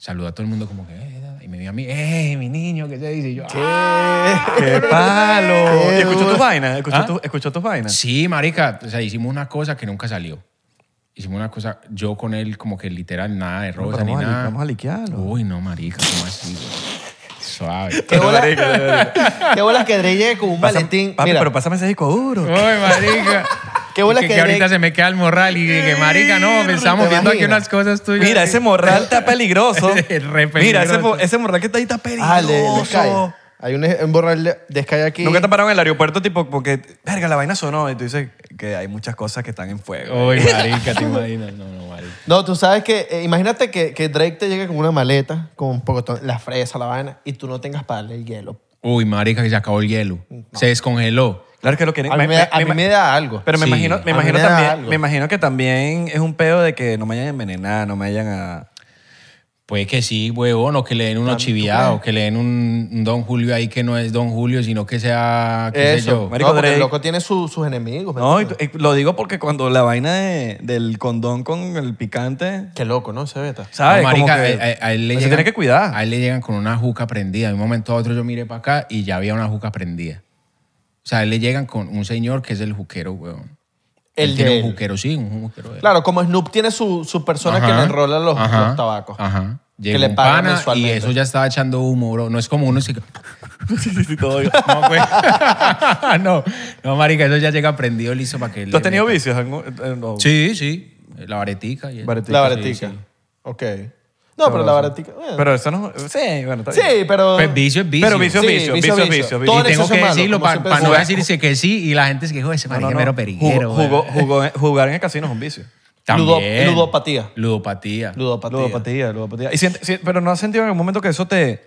saludó a todo el mundo como que, eh, y me vio a mí, ¡eh, mi niño! ¿Qué se dice? Y yo, "Ah". (laughs) ¡Qué palo! Qué ¿Y escuchó duro. tus vainas? ¿Escuchó, ¿Ah? tu- escuchó tus vainas? Sí, Marica, o sea, hicimos una cosa que nunca salió. Hicimos una cosa, yo con él como que literal nada de rosa pero ni vamos a li- nada. vamos a liquearlo. Uy, no, Marica, ¿cómo así? güey? (laughs) Suave. Qué bolas Marica, qué bolas que Dre llegue con un Pasa- maletín. Papi, Mira, pero pásame ese disco duro. Uy, marica. Qué bola Y que que ahorita Drake- se me queda el morral y que marica, no, me estamos ¿Te viendo aquí imaginas? unas cosas tuyas. Mira, ese morral está peligroso. (laughs) Es re Mira, ese, peligroso. mo- ese morral que está ahí está Ah, le- le cae. peligroso. Hay un, un borral de, de Sky aquí. oh. Nunca te pararon en el aeropuerto tipo porque, verga, la vaina sonó y tú dices que hay muchas cosas que están en (laughs) fuego. Uy, marica, te imaginas. No, no, marica. No, tú sabes que, eh, imagínate que, que Drake te llegue con una maleta, con un poco to- la fresa, la vaina, y tú no tengas para darle el hielo. Uy, marica, que se acabó el hielo. Se descongeló. Claro que lo quieren. A mí me, da- a mí me- me da algo. Pero me Sí. imagino, me A mí imagino me da también, algo. me imagino que también es un pedo de que no me hayan envenenado, no me hayan a. Puede que sí, huevón, o que le den uno chiviado, que le den un, un Don Julio ahí que no es Don Julio, sino que sea, qué sé Eso. yo. Marico no, porque Drake. el loco tiene su- sus enemigos. ¿me No, y entiendes? tú- y lo digo porque cuando la vaina de- del condón con el picante, Qué loco, ¿no? Se beta. ¿sabes? No, Como Pues, marica, que- a- a- a él le se llegan- tiene que cuidar. (laughs) A él le llegan con una juca prendida. De un momento a otro yo miré para acá y ya había una juca prendida. O sea, a él le llegan con un señor que es el juquero, weón. El de él tiene él. un juquero, sí, un juquero. de él. Claro, como Snoop tiene su, su persona que Ajá, le enrola los, ajá, los tabacos. Ajá. Que Llegó le un pagan pana y mensualmente. eso ya estaba echando humo, bro. No es como uno... (laughs) que- No, güey. (laughs) no, no, marica, eso ya llega prendido listo para que... ¿Tú le has tenido metan. vicios? algún- eh, no. Sí, sí. La varetica. y eso. Varetica. La varetica. Sí, sí. Ok. No, pero la varetica. bueno. Pero eso no. Sí, bueno, está bien. sí, pero. Pues vicio es vicio. Pero vicio, es vicio, vicio, es vicio. Todo y en tengo exceso que es malo, decirlo como para siempre no decimos. decirse que sí y la gente es que, joder, ese No, no, marica no. mero periguero. Jugó- güey". (laughs) jugó- jugó- Jugar en el casino es un vicio. También. Ludo- ludopatía. Ludopatía. ludopatía. Ludopatía, ludopatía. Y siente- si- pero no has sentido en algún momento que eso te,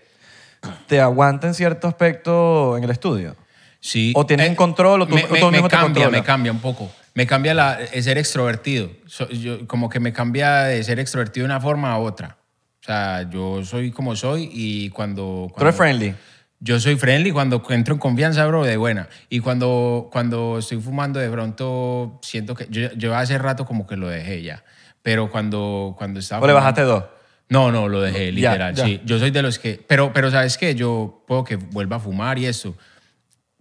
te aguanta en cierto aspecto en el estudio. Sí. Eh, ¿O tienes un control o tú- me, o tú me- mismo me te cambia, controlas? me cambia un poco. Me cambia la, el ser extrovertido. So- yo- como que me cambia de ser extrovertido de una forma a otra. O sea, yo soy como soy y cuando... cuando Tú Ah, eres friendly. Yo soy friendly cuando entro en confianza, bro, de buena. Y cuando, cuando estoy fumando, de pronto siento que. Yo, yo hace rato como que lo dejé ya. Pero cuando, cuando estaba. ¿O le fumando- bajaste dos? No, no, lo dejé, Ya, literal. ya. Sí, yo soy de los que. Pero, pero ¿sabes qué? Yo puedo que vuelva a fumar y eso.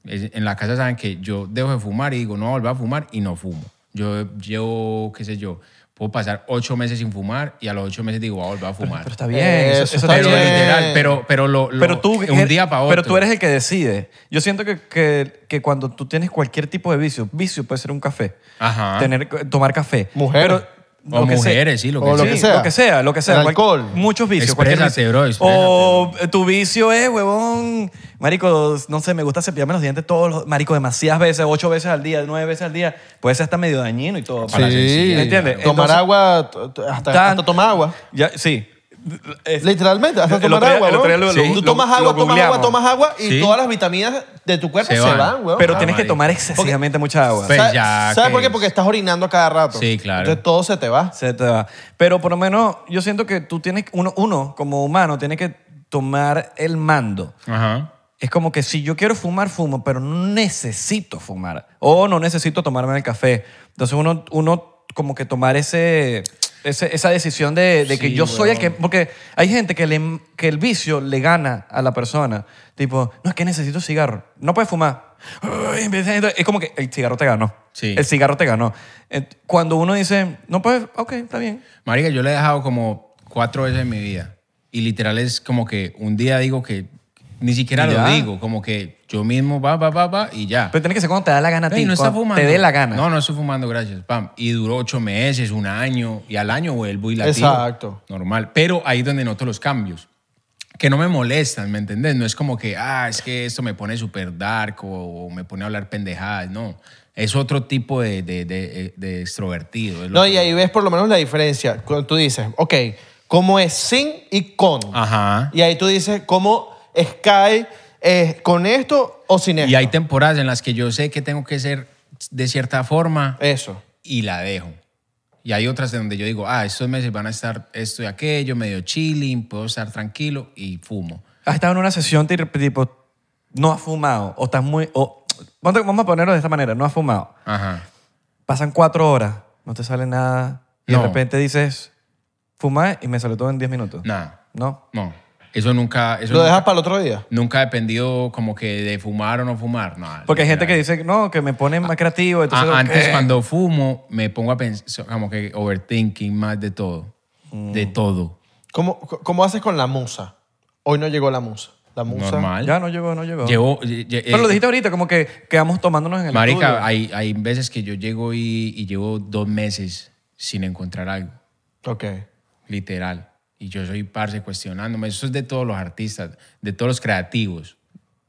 Es- En la casa saben que yo dejo de fumar y digo, no voy a volver a fumar y no fumo. Yo llevo, qué sé yo, puedo pasar ocho meses sin fumar y a los ocho meses digo, voy a volver a fumar. Pero está bien. Eso está eso, está pero bien. literal, pero, pero lo, lo- Pero tú, un día para otro. pero tú eres el que decide. Yo siento que, que, que cuando tú tienes cualquier tipo de vicio, vicio puede ser un café, Ajá. tener, tomar café. Mujeres. Pero, O lo que sea- mujeres, sí, lo que O sea. que sea. Lo que sea, lo que sea. El alcohol. Muchos vicios. cualquier Exprésate, vicio. bro, exprésate. O eh, tu vicio es, huevón, marico, no sé, me gusta cepillarme los dientes todos los, marico, demasiadas veces, ocho veces al día, nueve veces al día. Puede ser hasta medio dañino y todo. Para la Sí. sencilla, ¿Entiendes? Tomar ¿eh? Entonces- agua, t- t- hasta, Tan- hasta tomar agua. Ya, sí. Es- Literalmente, hasta El tomar otro día- agua, el otro día weón. lo- Tú lo- tomas lo agua, tomas googleamos. agua, tomas agua y Sí. todas las vitaminas de tu cuerpo Se se, van. van. weón. Pero Ah, tienes que marico. tomar excesivamente mucha agua. Pero- ¿Sabes, Pues ya, sabes ¿qué por qué? es? Porque estás orinando a cada rato. Sí, claro. Entonces todo se te va. Se te va. Pero por lo menos yo siento que tú tienes, uno, uno como humano tiene que tomar el mando. Ajá. Es como que si yo quiero fumar, fumo, pero no necesito fumar. O no necesito tomarme el café. Entonces uno, uno como que tomar ese, ese- esa decisión de, de que Sí, yo soy el que... weón. Porque hay gente que, le, que el vicio le gana a la persona. Tipo, no, es que necesito cigarro. No puedes fumar. Ay, empieza- Es como que el cigarro te ganó. Sí. El cigarro te ganó. Ent- Cuando uno dice, no puedes, ok, está bien. Marica, yo le he dejado como cuatro veces en mi vida. Y literal es como que un día digo que ni siquiera Y lo ya. digo, como que yo mismo va, va, va, va y ya. Pero tiene que ser cuando te da la gana a ti. Ey, no está cuando fumando. Te dé la gana. No, no estoy fumando, gracias. Pam. Y duró ocho meses, un año, y al año vuelvo y la tiro. Exacto. Normal. Pero ahí es donde noto los cambios. Que no me molestan, ¿me entendés? No es como que, ah, es que esto me pone súper dark o, o me pone a hablar pendejadas. No. Es otro tipo de, de, de- de extrovertido. es lo No, que- y ahí ves por lo menos la diferencia. Cuando Tú dices, ok, ¿cómo es sin y con? Ah. Ajá. Y ahí tú dices, ¿cómo Sky es con esto o sin esto? Y hay temporadas en las que yo sé que tengo que ser de cierta forma Eso. y la dejo. Y hay otras de donde yo digo, ah, estos meses van a estar esto y aquello, medio chilling, puedo estar tranquilo y fumo. has estado en una sesión ti- tipo no has fumado o estás muy o ponte- vamos a ponerlo de esta manera no has fumado Ajá. pasan cuatro horas no te sale nada y No. de repente dices fumar y me salió todo en diez minutos Nada. no No. Eso nunca. Eso ¿Lo nunca, dejas para el otro día? nunca ha dependido como que de fumar o no fumar. nada. porque hay gente que dice no que me pone más creativo entonces A- Ah, antes ¿qué? cuando fumo me pongo a pensar como que overthinking más de todo. De todo. ¿Cómo, cómo haces con la musa? Hoy no llegó la musa. La musa. Normal. ya no llegó no llegó Llevo- lle- lle- pero lo eh, dijiste ahorita como que quedamos tomándonos en el estudio. Marica, hay, hay veces que yo llego y, y llevo dos meses sin encontrar algo, Ok. literal. Y yo soy parce cuestionándome. Eso es de todos los artistas, de todos los creativos,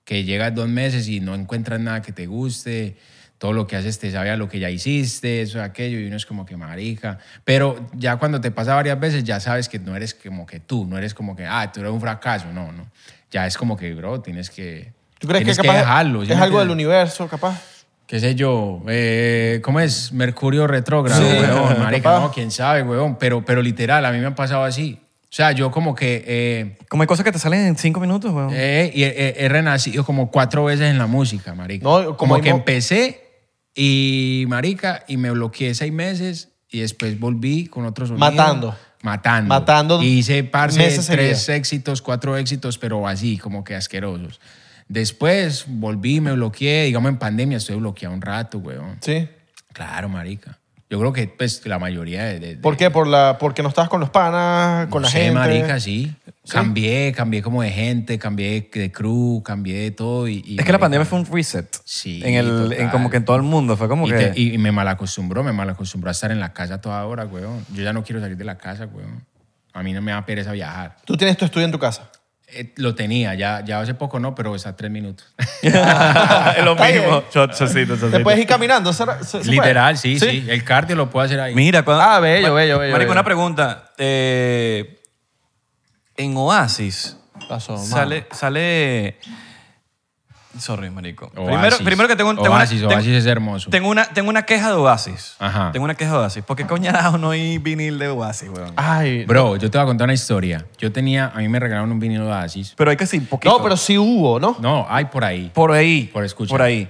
que llegas dos meses y no encuentras nada que te guste, todo lo que haces te sabe a lo que ya hiciste, eso, aquello, y uno es como que marica. Pero ya cuando te pasa varias veces, ya sabes que no eres como que tú, no eres como que, ah, tú eres un fracaso, no, no. Ya es como que, bro, tienes que... ¿Tú crees tienes que, capaz dejarlo, ¿sí es me algo del entiendes? universo, capaz? qué sé yo, eh, ¿cómo es? Mercurio retrógrado, Sí. (laughs) weón, marica, Capaz. no, quién sabe, weón, pero, pero literal, a mí me han pasado así. O sea, yo como que eh, como hay cosas que te salen en cinco minutos weón. eh, y, eh, he renacido como cuatro veces en la música, marica. No, como como hay que mo- empecé y, marica, y me bloqueé seis meses y después volví con otros sonido. Matando. Matando. Matando Y hice parce meses tres seguidos. éxitos, cuatro éxitos, pero así, como que asquerosos. Después volví, me bloqueé, digamos en pandemia estoy bloqueado un rato, weón. Sí. Claro, marica. Yo creo que pues, la mayoría de... de- ¿Por de- qué? Por la, porque no estabas con los panas, con no la sé, gente. marica, sí. Cambié, cambié como de gente, cambié de crew, cambié de todo y... y, es que la marica, pandemia fue un reset Sí, en el en total. como que en todo el mundo fue como Y, que te- y- y me malacostumbró, me malacostumbró a estar en la casa toda hora, weón. Yo ya no quiero salir de la casa, weón. A mí no me da pereza viajar. Tú tienes tu estudio en tu casa. Eh, lo tenía, ya, ya hace poco no, pero está a tres (laughs) minutos. (laughs) es lo Está bien. mismo Shot, shotcito, Te shotcito. puedes ir caminando. ¿se- se- se puede? Literal, sí, sí, El cardio lo puedo hacer ahí. Mira, cuando... Ah, bello, Ma- bello, bello, Marico, bello. una pregunta. Eh, en Oasis Pasó, mano. sale, sale... Sorry, marico. Oasis. Primero, primero que tengo, tengo Oasis, una, tengo- Oasis es hermoso. Tengo una, tengo una queja de Oasis. Ajá. Tengo una queja de Oasis. ¿Por qué coñarajo no hay vinil de Oasis, weón? Ay, Bro, yo te voy a contar una historia. Yo tenía, a mí me regalaron un vinilo de Oasis. Pero hay que sí, poquito. no, pero sí hubo, ¿no? No, hay por ahí. Por ahí. Por escucha. Por ahí.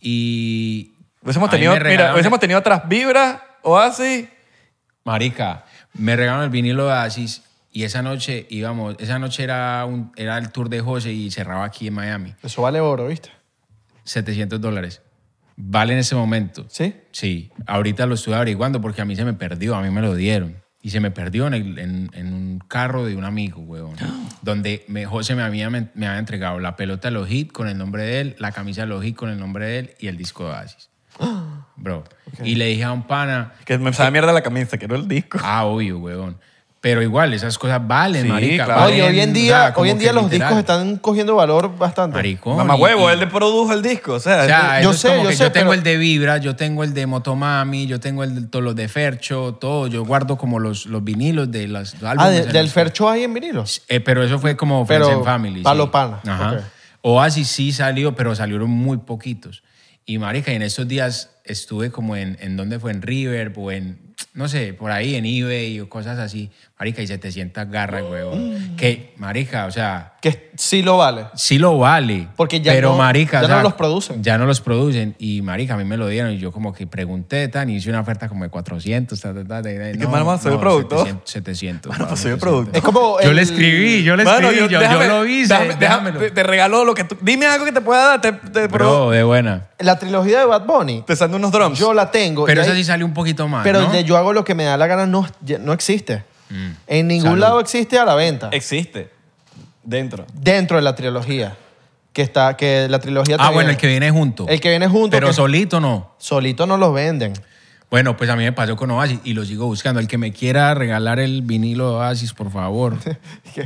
Y. Hubiésemos a mí tenido, me mira, regalaron- hubiésemos tenido atrás Vibra, Oasis... Marica, me regalaron el vinilo de Asis y esa noche íbamos. Esa noche era, un, era el tour de José y cerraba aquí en Miami. Eso vale oro, ¿viste? 700 dólares. Vale en ese momento. ¿Sí? Sí. Ahorita lo estuve averiguando porque a mí se me perdió, a mí me lo dieron. Y se me perdió en, el- en- en un carro de un amigo, huevón. Donde me, José me había, me, había entregado la pelota de los hits con el nombre de él, la camisa de los hits con el nombre de él y el disco de Asis. Bro. Y le dije a un pana, (laughs) Que me sabe mierda la camisa, quiero el disco. Ah, obvio, weón. Pero igual, esas cosas valen, Sí, marica. claro. Oye, valen, hoy en o sea, día, como hoy en que día los literal. discos están cogiendo valor bastante. Maricón. Mamá y- huevo, y- él le produjo el disco. O sea, O sea, Yo eso es sé, como yo que sé, yo tengo pero- el de Vibra, yo tengo el de Motomami, yo tengo el de todos los de Fercho, todo. Yo guardo como los, los vinilos de los álbumes. Ah, de- en del los- Fercho hay en vinilos. Eh, pero eso fue como Friends Pero and Family. sí. palo pana, Ajá. ok. Oasis sí salió, pero salieron muy poquitos. Y marica, y en esos días estuve como en, en ¿dónde fue? En River o en, no sé, por ahí, en eBay o cosas así. Marica, y 700 garras, Mm. huevón. Que, marica, o sea, Que sí lo vale. sí lo vale. Porque ya pero, no- marica, ya o sea, no los producen. Ya no los producen. Y marica, a mí me lo dieron y yo como que pregunté, tan, y hice una oferta como de 400, ta, ta, ta, ta, y qué, mano, soy el productor? 700, Mano, mano, soy 700. el productor. Es como. (laughs) Yo el- le escribí, yo le escribí, Mano, yo, yo déjame- lo hice, déjame- déjame- déjamelo. te, te regalo lo que tú. Dime algo que te pueda dar. Te, te, Bro, de buena. La trilogía de Bad Bunny, te sando unos drums. yo la tengo. Pero y esa hay- sí salió un poquito más, pero ¿no? Mm. el de Yo hago lo que me da la gana no, ya- no existe. En ningún Salud. lado existe a la venta. Existe. Dentro. dentro de la trilogía. Que está, que la trilogía. ah, te bueno, el que viene junto. El que viene junto, Pero que- solito no. Solito no los venden. Bueno, pues a mí me pasó con Oasis y lo sigo buscando. El que me quiera regalar el vinilo de Oasis, por (laughs) favor.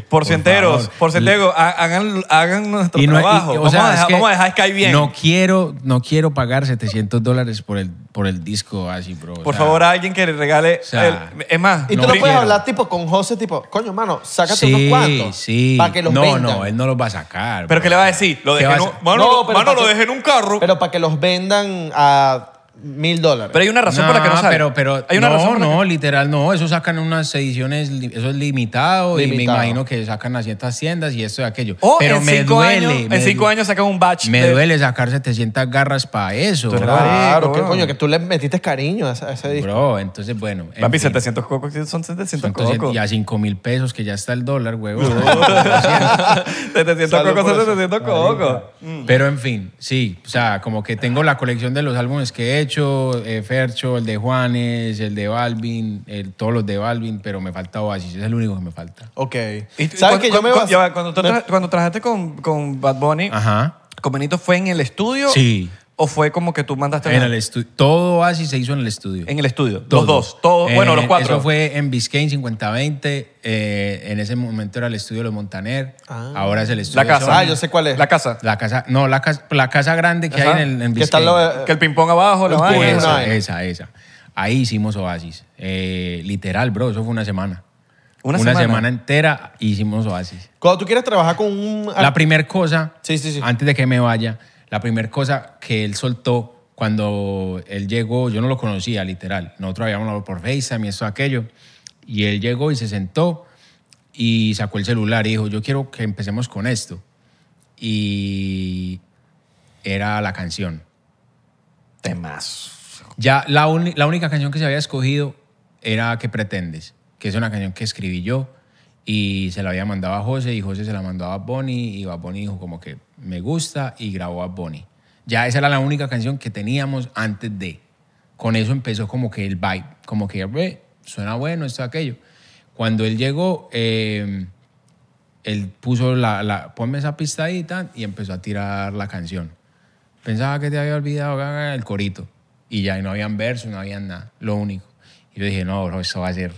Porcienteros, favor. porcienteros, ha- hagan, hagan nuestro Y no- y- trabajo. o vamos, sea, a es dejar, que vamos a dejar Sky bien. No quiero, no quiero pagar 700 dólares por el, por el disco Oasis, bro. O Por sea, favor, alguien que le regale. sea, el- es más, Y No tú no quiero. puedes hablar tipo con José, tipo, coño, mano, sácate sí, unos cuantos. Sí, Para que los No, vendan. no, él no los va a sacar. ¿pero bro. qué le va a decir? Lo ¿Qué va dejé en a un, hacer? mano, No, lo- pero mano, para lo que- dejé en un carro. Pero, Pero para que los vendan a mil dólares. hay una razón por la que no sale. Pero, pero, hay una no, razón por la que- no, literal, no. Eso sacan unas ediciones, li- eso es limitado, y me Limitado. imagino que sacan a ciertas tiendas y esto y aquello. O pero Oh, en me cinco duele. años, me en cinco du- años sacan un batch. Me de- duele sacar 700 garras para eso. Tú eres Bro, Claro, Marico, que bueno. coño, que tú le metiste cariño a ese, a ese disco. Bro, entonces bueno. en Papi, fin. 700 cocos, ¿qué son 700 Son 300 cocos. Y a 5 mil pesos, que ya está el dólar, huevo. 700 Salud cocos por son eso. 700 cocos. (laughs) Pero en fin, sí. O sea, como que tengo la colección de los álbumes que he hecho: eh, Fercho, el de Juanes, el de Balvin, el- todos los de Balvin, pero me falta Oasis, es el único que me falta. Ok. Y- ¿Sabes cu- que cu- yo me cu- bas- ya va, cuando, tú me- tra- cuando trabajaste con, con Bad Bunny, Ajá. ¿con Benito fue en el estudio? Sí. ¿O fue como que tú mandaste En el estudio. Todo Oasis se hizo en el estudio. en el estudio? Todo. Los dos. Todos, bueno, Eh, los cuatro. Eso fue en Biscayne 5020. eh, en ese momento era el estudio de los Montaner. Ah. Ahora es el estudio de la casa. Sony. Ah, yo sé cuál es. La casa. La casa, no, la casa, la casa grande que Ajá. hay en, el- en Que está al Biscayne. lado de- que el ping-pong abajo, la Los vaina. cubos, Esa, Una vaina. esa, esa. Ahí hicimos Oasis. Eh, literal, bro, eso fue una semana. ¿Una semana? semana? entera hicimos Oasis. Cuando tú quieres trabajar con un. La Ah, primera cosa, Ah. Sí, sí, sí. antes de que me vaya, la primera cosa que él soltó cuando él llegó, yo no lo conocía, literal. Nosotros habíamos hablado por FaceTime y eso, aquello. Y él llegó y se sentó y sacó el celular y dijo, yo quiero que empecemos con esto. Y era la canción. Temas. Ya la, uni- la única canción que se había escogido era ¿Qué pretendes? Que es una canción que escribí yo y se la había mandado a José y José se la mandó a Bad Bunny y Bad Bunny dijo como que me gusta y grabó a Bad Bunny. Ya esa era la única canción que teníamos antes de. Con eso empezó como que el vibe, como que "Ve, suena bueno esto, aquello. Cuando él llegó, eh, él puso la, la, ponme esa pista ahí tan", y empezó a tirar la canción. Pensaba que te había olvidado ga, ga, el corito. Y ya, y no habían versos, no habían nada, lo único. Y yo dije, no, bro, esto va a ser,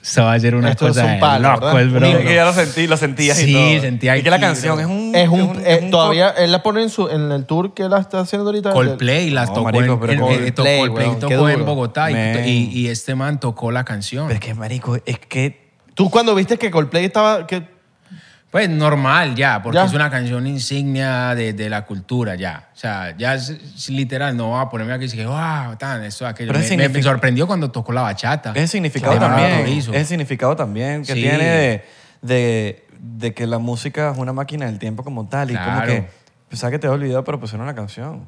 esto va a ser una Esto es cosa un de palo, loco, ¿verdad? el bro. Ni que ya lo sentí, lo sentías y Sí, todo. sentía Y que la aquí, canción bro. es un... Es un, es eh, un- todavía él la pone en, su, en el tour que la está haciendo ahorita. Coldplay las No, tocó, marico, en, pero en- eh, Coldplay, tocó, Coldplay weón, qué tocó en duro. Bogotá y, Man. y- y este man tocó la canción. Pero es que, marico, es que... Tú cuando viste que Coldplay estaba. Que, Pues normal ya, porque Ya. es una canción insignia de, de la cultura ya. O sea, ya es, es literal, no va a ponerme aquí y decir, wow, tan, esto, aquello. Pero Me, es me- me significa- sorprendió cuando tocó la bachata. Es el significado Ah, Claro, también. Es Mauricio. el significado también que Sí. tiene de, de, de que la música es una máquina del tiempo como tal. Y como Claro. que pensaba que te había olvidado, pero pusieron una canción.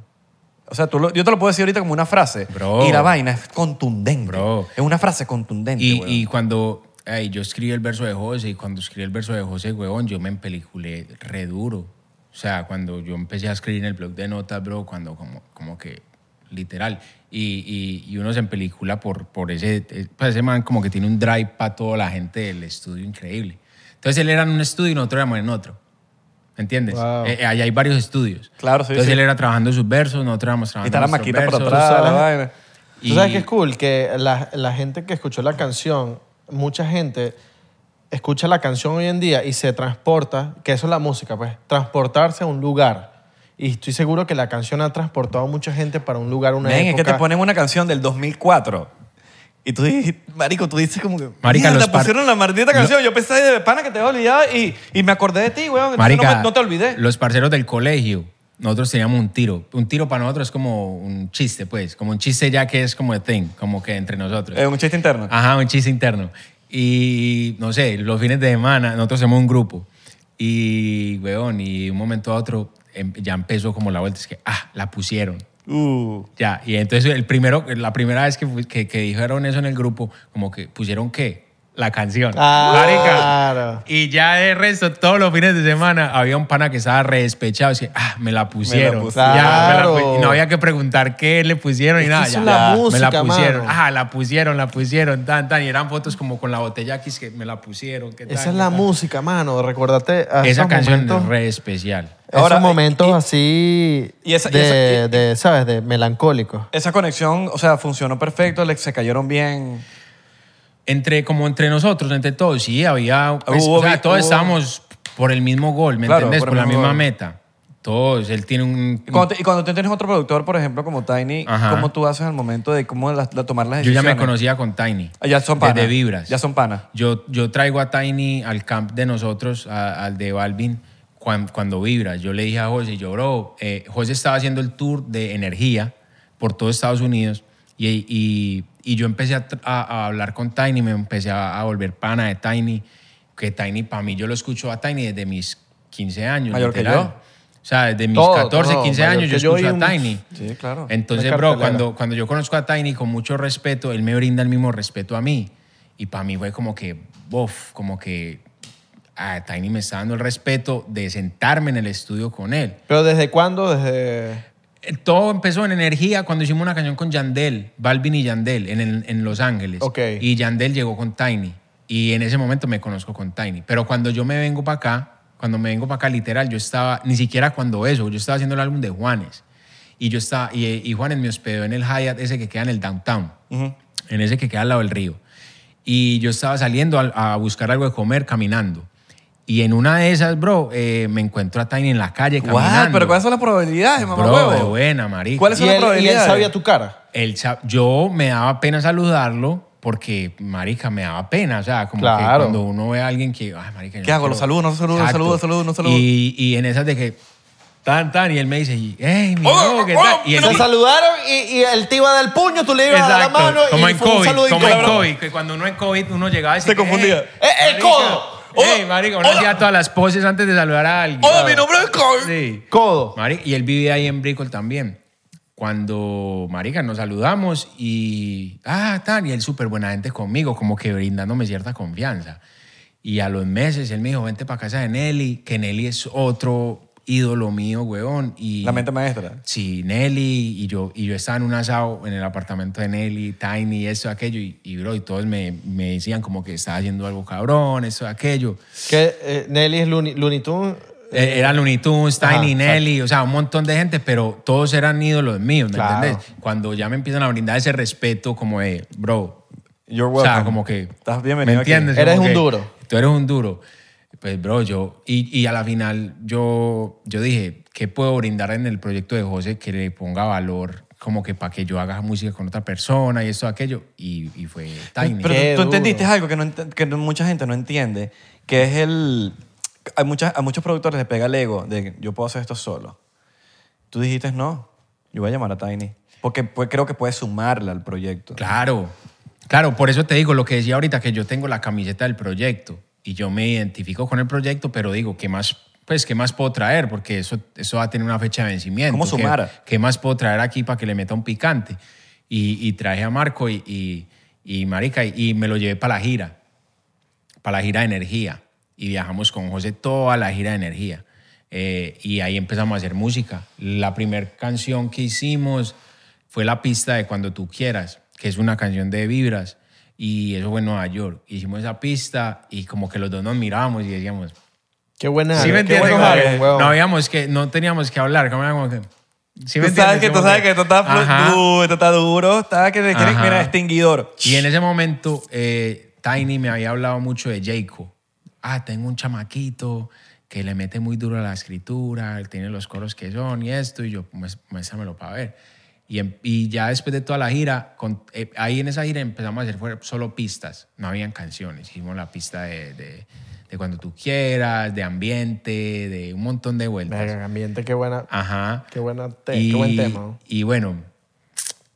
O sea, tú lo- yo te lo puedo decir ahorita como una frase. Bro. Y la vaina es contundente. Bro. Es una frase contundente, Y, weón. y cuando ay, yo escribí el verso de José, y cuando escribí el verso de José, huevón, yo me empeliculé re duro. O sea, cuando yo empecé a escribir en el blog de notas, bro, cuando como, como que literal. Y, y- y uno se empelicula por, por ese, eh, pues ese man como que tiene un drive para toda la gente del estudio increíble. Entonces él era en un estudio y nosotros éramos en otro. ¿Me entiendes? Wow. Eh, eh, allá hay varios estudios. Claro, sí, Entonces sí. él era trabajando sus versos, nosotros éramos Y trabajando está la nuestros maquita versos. por atrás, Tú la sabes- vaina. ¿Tú sabes qué Y- es cool? Que la, la gente que escuchó la canción, mucha gente escucha la canción hoy en día y se transporta, que eso es la música, pues, transportarse a un lugar. Y estoy seguro que la canción ha transportado a mucha gente para un lugar, una Men, es época. que te ponen una canción del 2004 y tú dices, marico, tú dices como que, Marica, mierda, los par- pusieron la maldita canción. Yo pensé de pana que te había olvidado y, y me acordé de ti, weón. entonces Marica, no, me- no te olvidé. Los parceros del colegio, nosotros teníamos un tiro. Un tiro para nosotros es como un chiste, pues. Como un chiste ya que es como de thing, como que entre nosotros. Es un chiste interno. Ajá, un chiste interno. Y no sé, los fines de semana, nosotros somos un grupo. Y, weón, y un momento a otro em- ya empezó como la vuelta. Es que, ah, la pusieron. Uh. Ya, y entonces el primero, la primera vez que, fu- que, que dijeron eso en el grupo, como que pusieron qué? La canción. Ah, Claro. Y ya de resto, todos los fines de semana había un pana que estaba re despechado. Es que, ah, me la pusieron. pusieron. Ya, me la Claro. pu- y no había que preguntar qué le pusieron y Es que nada. eso ya. es la Ya, Me la música, pusieron. mano. Ah, la pusieron, la pusieron, tan, tan. Y eran fotos como con la botella aquí, es que me la pusieron. ¿qué Esa tal, es qué la tal? música, mano. Recordate a Esa esos canción momentos, es re especial. Ahora, esos momentos y- así y esa- y de, esa- de, ¿sabes? De melancólicos. Esa conexión, o sea, funcionó perfecto, le- se cayeron bien. entre como entre nosotros, entre todos, sí, había, pues, Hubo o sea, vi- todos hubo- estábamos por el mismo gol, ¿me Claro, entendés? por Por, el la mismo misma gol. meta. Todos, él tiene un... Y cuando, te- y cuando tú tienes otro productor, por ejemplo, como Tiny, Ajá. ¿cómo tú haces al momento de cómo la- la- tomar las yo ya decisiones? me conocía con Tiny. Ah, ya de- son panas. De Vibras. Ya son panas. Yo, yo traigo a Tiny al camp de nosotros, a- al de Balvin, cuan- cuando Vibras. Yo le dije a José, yo, bro, eh, José estaba haciendo el tour de energía por todo Estados Unidos y, y- y yo empecé a, tr- a- a hablar con Tiny, me empecé a, a volver pana de Tiny, que Tiny, para mí, yo lo escucho a Tiny desde mis 15 años. Mayor que literal. yo. O sea, desde mis Todo, 14, todo, 15 mayor años yo que yo escucho y a un- Tony. Sí, claro. Entonces, Una bro, cartelera. cuando, cuando yo conozco a Tiny con mucho respeto, él me brinda el mismo respeto a mí. Y para mí fue como que, bof, como que a Tiny me está dando el respeto de sentarme en el estudio con él. Pero ¿desde cuándo? Desde... Eh, Todo empezó en energía cuando hicimos una canción con Yandel, Balvin y Yandel, en, el- en Los Ángeles. Ok. Y Yandel llegó con Tiny. Y en ese momento me conozco con Tiny. Pero cuando yo me vengo para acá, cuando me vengo para acá, literal, yo estaba, ni siquiera cuando eso, yo estaba haciendo el álbum de Juanes. Y yo estaba, y, eh, y Juanes me hospedó en el Hyatt, ese que queda en el downtown, en ese que queda al lado del río. Y yo estaba saliendo a, a buscar algo de comer caminando. Y en una de esas, bro, eh, me encuentro a Tiny en la calle caminando. Guau, pero ¿cuáles son las probabilidades, mamá Bro, de huevo? buena, marica. ¿Cuáles Y son las él, y él probabilidades? sabía tu cara. El cha- yo me daba pena saludarlo porque, marica, me daba pena. O sea, como que Claro. cuando uno ve a alguien que, ay, marica, yo ¿Qué no hago? ¿Lo quiero- saludo, no lo saludo, lo Exacto. saludo, lo saludo, no lo saludo? Y, y en esas de que, tan, tan, y él me dice, hey, mi Oh, bro, ¿qué oh, tal? y él Se saludaron y, y él te iba a dar el puño, tú le ibas a dar la Exacto, mano como y en fue un COVID, saludo como en incómodo. COVID, que cuando uno en COVID uno llegaba y Se confundía. "Eh, ¡Eh, el marica, codo! ¡Ey, marica! Uno hola. hacía todas las poses antes de saludar a alguien. ¡Hola, mi nombre es Carl! Sí. Codo. Marica, y él vivía ahí en Brickell también. Cuando, marica, nos saludamos y, ah, tan, y él súper buena gente conmigo, como que brindándome cierta confianza. Y a los meses él me dijo, vente para casa de Nelly, que Nelly es otro ídolo mío, weón. Y, La mente maestra. Sí, Nelly y yo, y yo estaba en un asado en el apartamento de Nelly, Tiny, eso, aquello, y, y, bro, y todos me, me decían como que estaba haciendo algo cabrón, eso, aquello. Que eh, Nelly es Looney, Looney Tunes. Eh, Eran Looney Tunes, Ajá, Tiny, Nelly, o sea, un montón de gente, pero todos eran ídolos míos, ¿me Claro. entendés? Cuando ya me empiezan a brindar ese respeto como de, bro, You're o sea, welcome. como que... Estás bienvenido ¿Me aquí. entiendes? Eres un Como que duro. Tú eres un duro. Pues, bro, yo... Y, y a la final yo, yo dije, ¿qué puedo brindar en el proyecto de José que le ponga valor como que para que yo haga música con otra persona y esto, aquello? Y, y fue Tiny. Pero Qué tú- tú duro. entendiste algo que, no ent- que no- mucha gente no entiende, que es el... A, muchas, a muchos productores les pega el ego de que yo puedo hacer esto solo. Tú dijiste, no, yo voy a llamar a Tiny. Porque pues, creo que puede sumarla al proyecto. Claro, claro, por eso te digo lo que decía ahorita, que yo tengo la camiseta del proyecto y yo me identifico con el proyecto, pero digo, ¿qué más, pues, ¿qué más puedo traer? Porque eso, eso va a tener una fecha de vencimiento. ¿Cómo ¿Qué- sumar? ¿Qué, más puedo traer aquí para que le meta un picante? Y, y traje a Marco y, y, y Marica y, y me lo llevé para la gira, para la gira de energía. Y viajamos con José toda la gira de energía. Eh, y ahí empezamos a hacer música. La primera canción que hicimos fue la pista de Cuando tú quieras, que es una canción de Vibras. Y eso fue en Nueva York. Hicimos esa pista y como que los dos nos mirábamos y decíamos... Qué buena. ¿Sí me qué entiendes? buenos Como álbum, que huevón. No, habíamos que, no teníamos que hablar. Como era como que, ¿sí me Tú sabes entiendes? que, tú Como sabes que esto está, flu- Ajá. du- esto está duro, está que te quieren Ajá. mira, extinguidor. Y en ese momento, eh, Tiny me había hablado mucho de Jayco. ah, tengo un chamaquito que le mete muy duro a la escritura, él tiene los coros que son y esto, y yo, "Mués- muéstramelo para ver. Y, em- y ya después de toda la gira, con- eh, ahí en esa gira empezamos a hacer fue- solo pistas, no habían canciones, hicimos la pista de, de- de cuando tú quieras, de ambiente, de un montón de vueltas. Verga, ambiente, qué buena. Ajá. Qué, buena te- qué buen tema. ¿no? Y bueno,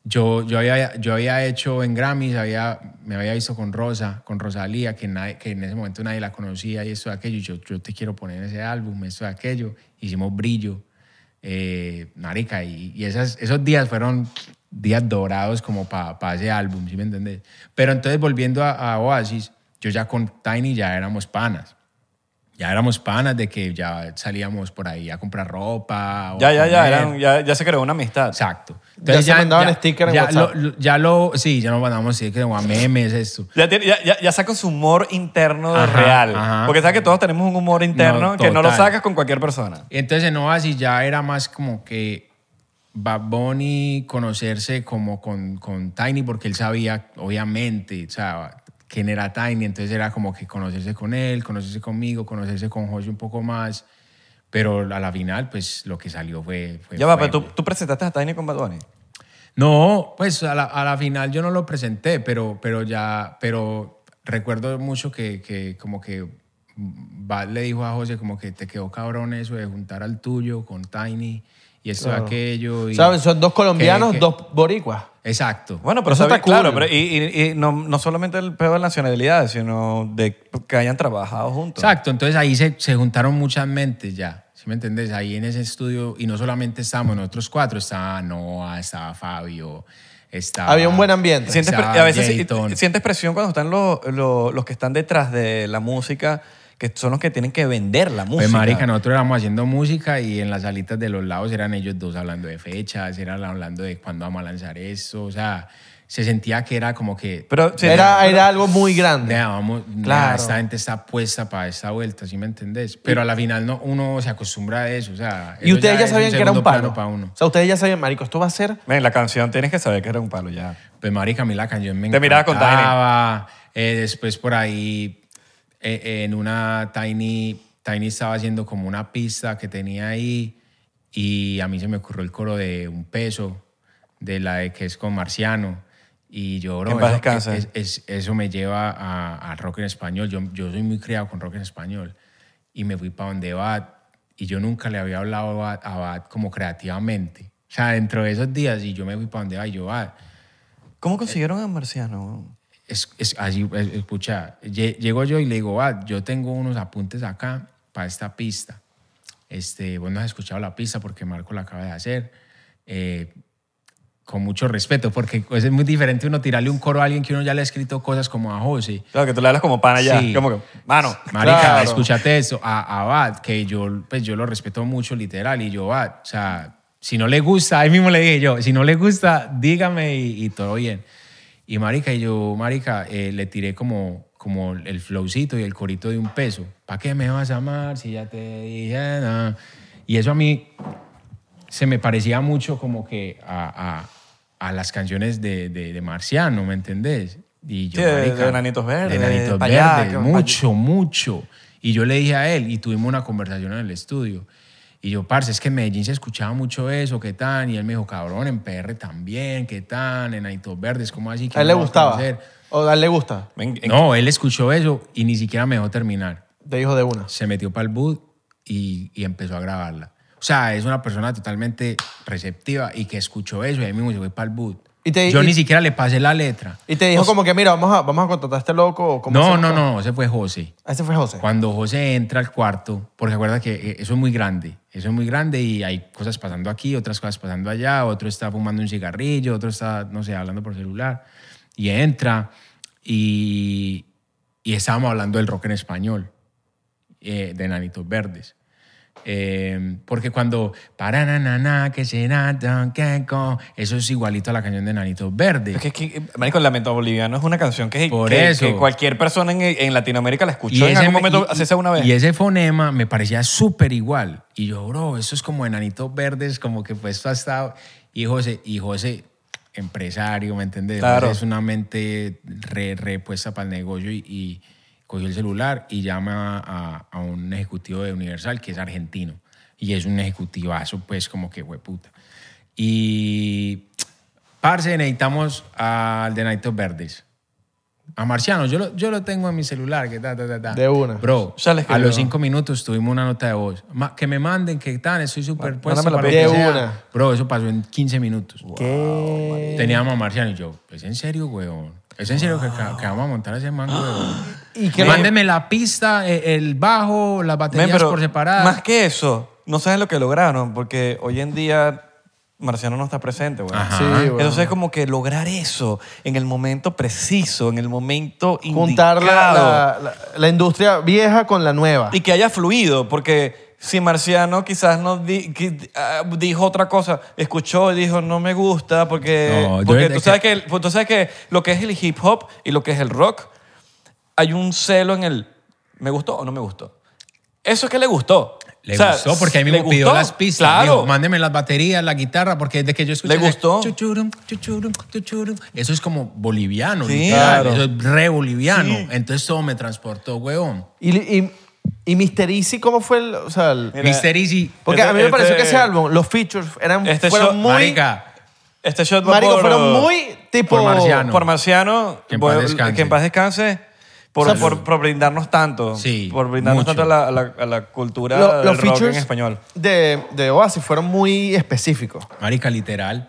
yo, yo, había, yo había hecho en Grammys, había, me había visto con Rosa, con Rosalía, que, nadie- que en ese momento nadie la conocía y esto y aquello. Y Yo, yo te quiero poner en ese álbum, esto y aquello. Hicimos Brillo, eh, Narica, y, y esas, esos días fueron días dorados como para ese álbum, ¿sí me entendés? Pero entonces volviendo a, a Oasis, yo ya con Tiny ya éramos panas. Ya éramos panas de que ya salíamos por ahí a comprar ropa. o Ya, a ya, ya, comer. eran- ya, ya se creó una amistad. Exacto. se mandaban sticker en ya WhatsApp. Lo, lo- ya lo, sí, ya nos mandamos stickers o a memes, esto. Ya, tiene- ya, ya- ya saca su humor interno de Ajá, real. ajá. Porque sabes que todos tenemos un humor interno No, que no lo total. sacas con cualquier persona. Entonces en Oasis ya era más como que Bad Bunny conocerse como con, con Tiny porque él sabía, obviamente, o sea, quién era Tiny. Entonces era como que conocerse con él, conocerse conmigo, conocerse con José un poco más. Pero a la final, pues lo que salió fue... fue- Ya va, fue- pero tú, tú presentaste a Tiny con Bad Bunny. No, pues a la, a la final yo no lo presenté, pero, pero ya, pero recuerdo mucho que, que como que Bad le dijo a José como que te quedó cabrón eso de juntar al tuyo con Tiny y esto Claro. aquello. y- ¿Sabes? Son dos colombianos, que- que- dos boricuas. Exacto. Bueno, pero Eso sabía- está cool. claro, pero y, y- y no, no solamente el peor de nacionalidades, sino de que hayan trabajado juntos. Exacto, entonces ahí se, se juntaron muchas mentes ya, ¿sí me entendés? Ahí en ese estudio, y no solamente estábamos nosotros cuatro, estaba Noah, estaba Fabio, estaba... Había un buen ambiente. Sientes, pre- Estaba a veces si- Jayton. sientes presión cuando están los, los, los que están detrás de la música, que son los que tienen que vender la música. Pues marica, nosotros éramos haciendo música y en las salitas de los lados eran ellos dos hablando de fechas, eran hablando de cuándo vamos a lanzar eso, o sea, se sentía que era como que, Pero sientes- era, era algo muy grande. nea, vamos, nea, Claro. esta gente está puesta para esta vuelta, ¿sí me entendés? Pero a la final no, uno se acostumbra a eso, o sea, y eso ustedes ya, es un sabían que era un segundo palo. plano para uno. O sea, ustedes ya sabían, marico, esto va a ser... Ven, la canción tienes que saber que era un palo ya. Pues marica, a mí la canción me Te miraba con Tiny. encantaba. Eh, después por ahí, eh, en una Tiny, Tiny estaba haciendo como una pista que tenía ahí y a mí se me ocurrió el coro de Un Peso, de la de que es con Marciano. Y yo, bro, Que en paz eso, descanse. es- es- eso me lleva a, a rock en español. Yo, yo soy muy criado con rock en español. Y me fui para donde Bat. Y yo nunca le había hablado a, a Bat como creativamente. O sea, dentro de esos días, y yo me fui para donde Bat y yo, Bat, ¿Cómo consiguieron a Marciano? es, es así, es- escucha, lle- llego yo y le digo, ah, yo tengo unos apuntes acá para esta pista. Este, vos no has escuchado la pista porque Marco la acaba de hacer. Eh, con mucho respeto, porque pues, es muy diferente uno tirarle un coro a alguien que uno ya le ha escrito cosas como a José. Claro, que tú le hablas como pana ya. Sí. Como que, mano. Marica, Claro. escúchate esto, a Abad, que yo, pues, yo lo respeto mucho, literal, y yo, Abad, o sea, si no le gusta, ahí mismo le dije yo, si no le gusta, dígame y, y todo bien. Y Marica, y yo, Marica, eh, le tiré como, como el flowcito y el corito de un peso. ¿Para qué me vas a amar si ya te dije nada? Y eso a mí se me parecía mucho como que a, a- a las canciones de, de- de Marciano, ¿me entendés? Y yo, Sí, de- de marica, Enanitos Verdes, de Enanitos pa' allá, Verdes, que- mucho, mucho. Y yo le dije a él, y tuvimos una conversación en el estudio. Y yo, parce, es que en Medellín se escuchaba mucho eso, ¿qué tan? Y él me dijo, cabrón, en PR también, ¿qué tan? Enanitos Verdes, ¿cómo así? que A él le no vas a gustaba. conocer? O a él le gusta. En- en- No, él escuchó eso y ni siquiera me dejó terminar Te dijo de una. se metió para el boot y, y empezó a grabarla. O sea, es una persona totalmente receptiva y que escuchó eso y ahí mismo se fue para el boot. Y te- Yo y- ni siquiera le pasé la letra. Y te dijo como que, mira, vamos a, vamos a contratar a este loco. o ¿cómo No, se no, llama? no, ese fue José. Ah, Ese fue José. Cuando José entra al cuarto, porque recuerda que eh, eso es muy grande, eso es muy grande y hay cosas pasando aquí, otras cosas pasando allá, otro está fumando un cigarrillo, otro está, no sé, hablando por celular, y entra y, y estábamos hablando del rock en español, eh, de Nanitos Verdes. Eh, porque cuando para na, na, na, que será tan que co- eso es igualito a la canción de Nanitos Verdes. Es que, es que, Marico, el Lamento Boliviano es una canción que, Por que- eso. que cualquier persona en, en Latinoamérica la escuchó en algún momento, y- hace esa una vez. y ese fonema me parecía súper igual. Y yo, bro, eso es como enanitos verdes, como que pues hasta... Y José, y José empresario, ¿me entiendes? Claro. José es una mente re, repuesta para el negocio y, y cogió el celular y llama a, a un ejecutivo de Universal que es argentino. Y es un ejecutivazo, pues como que hueputa. Y, parce, necesitamos al de Naitos Verdes. A Marciano, yo lo, yo lo tengo en mi celular, que ta, ta, ta, ta. De una. Bro, Ya le a escribió. los cinco minutos tuvimos una nota de voz. Ma- que me manden, que tan, estoy súper puesto mándamela para lo por- que De sea. una. Bro, eso pasó en 15 minutos. Eh. ¿Qué? Teníamos a Marciano y yo, ¿es en serio, weón? ¿Es en serio que, que- que vamos a montar a ese man, weón? (gasps) ¿Y qué Mándeme la pista, eh, el bajo, las baterías Men, pero por separado. Más que eso, no sabes lo que lograron, porque hoy en día Marciano no está presente, güey. Ajá. Ah, Sí, bueno. Entonces, como que lograr eso en el momento preciso, en el momento juntar la, indicado. la- la- la industria vieja con la nueva. Y que haya fluido, porque si Marciano quizás no di- qui- ah, dijo otra cosa, escuchó y dijo, no me gusta, porque, No, yo porque de- tú, sabes que, el- pues, tú sabes que lo que es el hip hop y lo que es el rock, hay un celo en el, ¿me gustó o no me gustó? Eso es que le gustó. Le O sea, gustó porque a mí me le pidió gustó, las pistas. Claro. Dijo, mándeme las baterías, la guitarra, porque desde que yo escuché. Le ese gustó. chuchurum, chuchurum, chuchurum, Eso es como boliviano, Sí. literal. Claro. Eso es re boliviano. Entonces todo me transportó, weón. Y, y, y Mr. Easy, ¿cómo fue el...? O sea, el- Mira, Mr. Easy. porque este- a mí me pareció este- que ese álbum, los features, eran, Este fueron show- muy... Marica. este shot va marico, por- fueron muy tipo... por Marciano. Por Marciano, Que en por- paz descanse. que en paz descanse, por, por, por brindarnos tanto. Sí, por brindarnos mucho. tanto a la, a la- a la cultura lo- del los rock en features español. De, de Oasis fueron muy específicos. Marica, literal.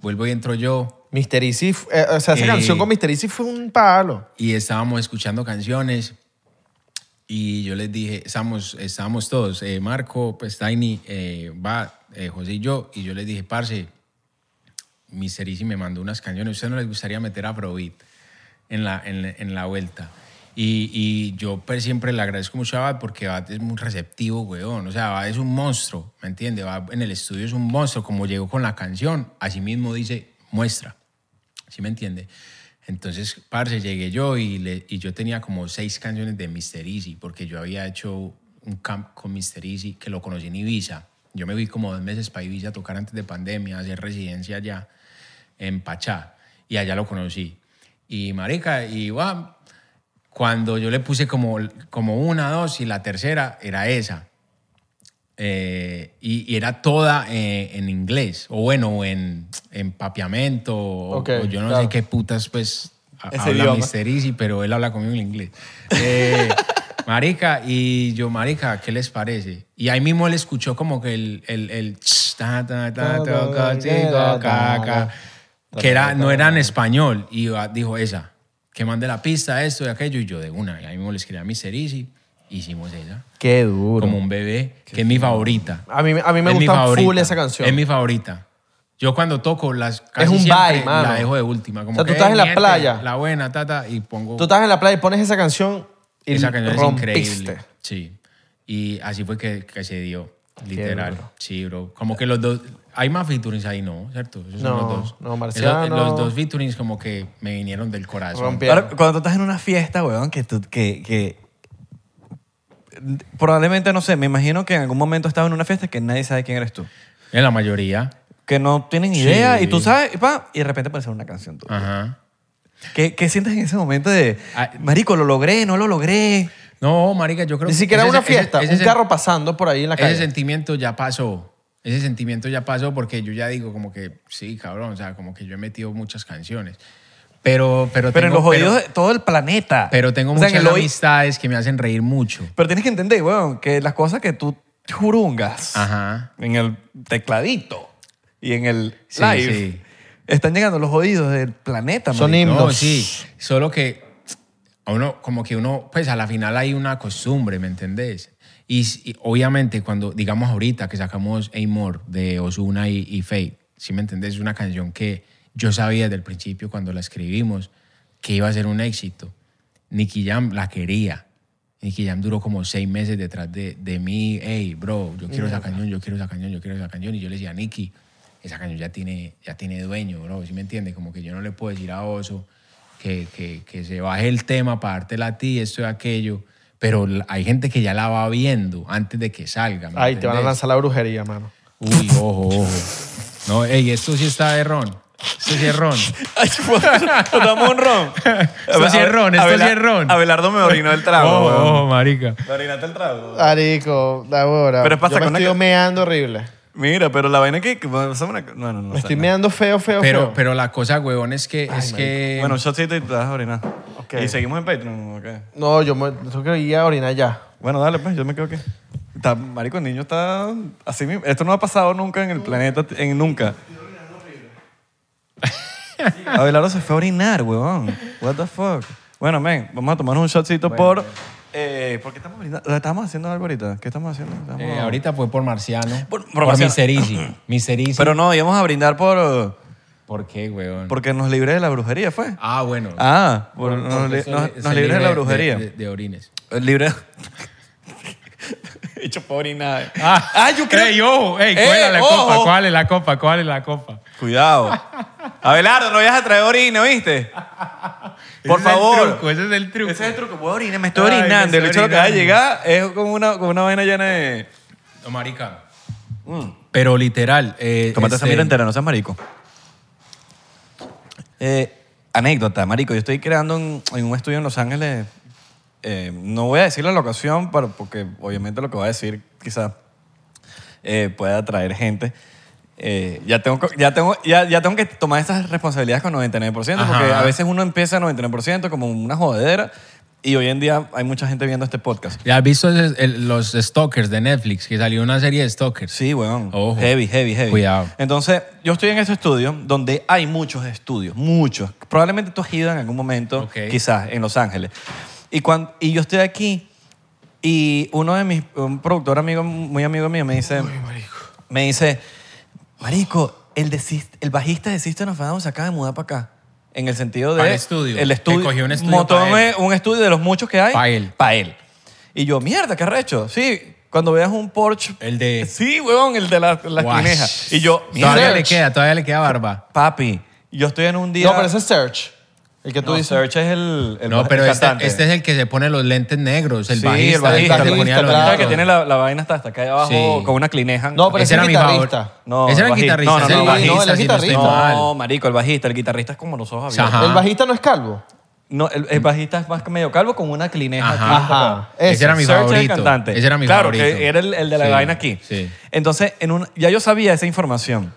Vuelvo y entro yo. Mr. Easy, f- eh, o sea, esa Eh. canción con Mr. Easy fue un palo. y estábamos escuchando canciones y yo les dije, estábamos, estábamos todos, eh, Marco, pues Tiny, eh, va, eh, José y yo, y yo les dije, parce, Mr. Easy me mandó unas canciones, ¿a ustedes no les gustaría meter Afrobeat en la, en, la- en la vuelta? Y, y yo pues siempre le agradezco mucho a Abad porque Abad es muy receptivo, weón. O sea, Abad es un monstruo, ¿me entiendes? Abad en el estudio es un monstruo. Como llegó con la canción, así mismo dice, muestra. ¿Sí me entiende? Entonces, parce, llegué yo y, le- y yo tenía como seis canciones de Mr. Easy, porque yo había hecho un camp con Mr. Easy que lo conocí en Ibiza. Yo me fui como dos meses para Ibiza a tocar antes de pandemia, a hacer residencia allá, en Pachá, y allá lo conocí. Y marica, y va, cuando yo le puse como, como una, dos, y la tercera era esa. Eh, y, y era toda eh, en inglés, o bueno, en, en papiamento, o, Ok, o yo no claro. sé qué putas, pues, a- Ese habla idioma. Mr. Easy, pero él habla conmigo en inglés. Eh, marica, y yo, marica, ¿qué les parece? Y ahí mismo él escuchó como que el... el, el ch, ta, ta, ta, toco, chico, caca, que era, no era en español, y iba- dijo esa, que mande la pista, esto y aquello, y yo de una, y ahí mismo le escribí a Mr. Easy, hicimos esa Qué duro. como un bebé, que es mi favorita. A mí- a mí me Es mi gusta full favorita. esa canción. Es mi favorita. Yo cuando toco las Es casi un siempre vibe, mano. la dejo de última. Como O sea, tú que, estás en la "Niente, playa". La buena, tata, y pongo... Tú estás en la playa y pones esa canción y esa canción rompiste. es increíble. Sí. Y así fue que, que se dio, literal. duro. Sí, bro. Como que los dos... Hay más featurings ahí, ¿no? ¿Cierto? Esos No, son los dos. no, Marciano. Esos- los dos featurings como que me vinieron del corazón. Rompieron. Ahora, cuando tú estás en una fiesta, weón, que tú, que, que- probablemente, no sé, me imagino que en algún momento estabas en una fiesta que nadie sabe quién eres tú. En la mayoría. Que no tienen Sí. idea y tú sabes, y, pa, y de repente aparece una canción tuya. Ajá. ¿Qué, qué sientes en ese momento de, Ah. marico, lo logré, no lo logré? No, marica, yo creo Ni que... siquiera ese- una ese- fiesta, ese un es el- carro pasando por ahí en la calle. Ese sentimiento ya pasó. Ese sentimiento ya pasó porque yo ya digo como que, sí, cabrón, o sea, como que yo he metido muchas canciones. Pero, pero, Pero en tengo, los oídos de todo el planeta. Pero, tengo O sea, en muchas el oí- amistades que me hacen reír mucho. Pero tienes que entender, weón, que las cosas que tú jurungas Ajá. en el tecladito y en el Sí, live sí. están llegando a los oídos del planeta. Son marico. himnos. No, sí. Solo que a uno, como que uno, pues a la final hay una costumbre, ¿me entendés? Y, s- y obviamente cuando, digamos ahorita que sacamos Amor de Ozuna y, y Faith, ¿sí me entendés? Es una canción que yo sabía desde el principio cuando la escribimos que iba a ser un éxito. Nicky Jam la quería. Nicky Jam duró como seis meses detrás de, de mí. Hey, bro, yo quiero esa canción, yo quiero esa canción, yo quiero esa canción. Y yo le decía, Nicky, esa canción ya tiene, ya tiene dueño, bro. ¿Sí me entiendes? Como que yo no le puedo decir a Oso que, que, que se baje el tema para dártela a ti, esto y aquello. Pero la- hay gente que ya la va viendo antes de que salga. ¿me Ay, te van a entendés? lanzar la brujería, mano. Uy, ojo, ojo. No, ey, esto sí está de ron. Esto sí es (laughs) ron. Ay, (laughs) Dame un ron. Esto sí es ron, esto sí Abela- es ron. Abelardo me orinó el Ah, trago. weón. Oh, oh, marica. ¿Le orinaste el trago? Arico, la hora. Pero pasa Yo me con una estoy ca- meando horrible. Mira, pero la vaina que... que- pásame una- No, no, no. Me sé, estoy no. meando feo, feo, Pero, feo. pero la cosa, huevón, es que... es que Bueno, un shotcito y te vas a orinar. Ok. ¿Y seguimos en Patreon o qué? No, yo me tengo que ir a orinar ya. Bueno, dale, pues, yo me quedo aquí. Está, marico, el niño está así mismo. Esto no ha pasado nunca en el planeta, (laughs) en nunca. Abelardo se fue a orinar, huevón. What the fuck. Bueno, men, vamos a tomarnos un shotcito por... Eh, ¿Por qué estamos brindando? ¿Estamos haciendo algo ahorita? ¿Qué estamos haciendo? Estamos- eh, ahorita fue por Marciano. Por- por por Marciano. (clears throat) Miserisi. Miserisi. Pero no, íbamos a brindar por... ¿Por qué, huevón? Porque nos libré de la brujería, ¿fue? Ah, bueno. Ah, por- Por- nos, porque li- se- nos- se nos libré de la libre brujería. De, de orines. Libre. (laughs) Hecho por orinar. Ah, yo creo- Ey, ojo, ey, Eh, ¿cuál es la copa? ojo. ¿Cuál es la copa? ¿Cuál es la copa? Cuidado. Abelardo, no vayas a traer orina, ¿viste? Por Ese es el favor. truco, ese es el truco. Ese es el truco. Voy a orinar, me estoy Ay, me orinando. El estoy bicho lo que va a orinando. llegar es como una, como una vaina llena de. No, marica. Pero literal. Eh, Tómate Mm. esa este, mierda entera, no seas marico. Eh, anécdota, marico. Yo estoy creando un- en un estudio en Los Ángeles. eh, no voy a decir la locación para- porque obviamente lo que voy a decir quizás pueda atraer gente. Eh, ya, tengo, co- ya, tengo, ya, ya tengo que tomar esas responsabilidades con 99% porque Ajá. a veces uno empieza 99% como una jodedera y hoy en día hay mucha gente viendo este podcast. ¿Ya has visto ese- el- los Stalkers de Netflix? Que salió una serie de Stalkers. Sí, weón. Ojo. Heavy, heavy, heavy. Cuidado. Entonces, yo estoy en este estudio donde hay muchos estudios, muchos. Probablemente tú has ido en algún momento, Ok. quizás, en Los Ángeles. Y, cuan- y yo estoy aquí y uno de mis, un productor amigo, muy amigo mío, me dice, me dice, marico, el, de Sys- el bajista de System of a Down se acaba de mudar para acá. En el sentido de... Para el estudio. El Que estudio. cogió un estudio Montó para él. un estudio de los muchos que hay. Pa' él. Para él. Y yo, mierda, qué arrecho. Sí, cuando veas un Porsche El de- Sí, huevón, el de la, las Guau. quinejas. Y yo, Todavía mierda, le queda, todavía le queda barba. papi, yo estoy en un día... ah. No, pero ese es Search. El que tú No, dices. Search es el, el no, el pero este, cantante. este es el que se pone los lentes negros, el Sí, bajista. el bajista, que el ponía bajista, los claro. El negros. que tiene la, la vaina hasta, hasta acá abajo Sí. con una clineja. No, pero Ese era mi guitarrista. favor- No, Ese era el el bajista. guitarrista, No, no, ese es no, el el bajista, bajista. si no estoy No, mal. No, marico, el bajista. El guitarrista es como los ojos Ajá. abiertos. El bajista no es calvo. No, el, el bajista es más que medio calvo con una clineja Ajá. aquí. Ajá. Ese era mi Search es el favorito. cantante. Ese era mi claro, favorito. que era el, el de la Sí, vaina aquí. Sí. Entonces, en un, ya yo sabía esa información.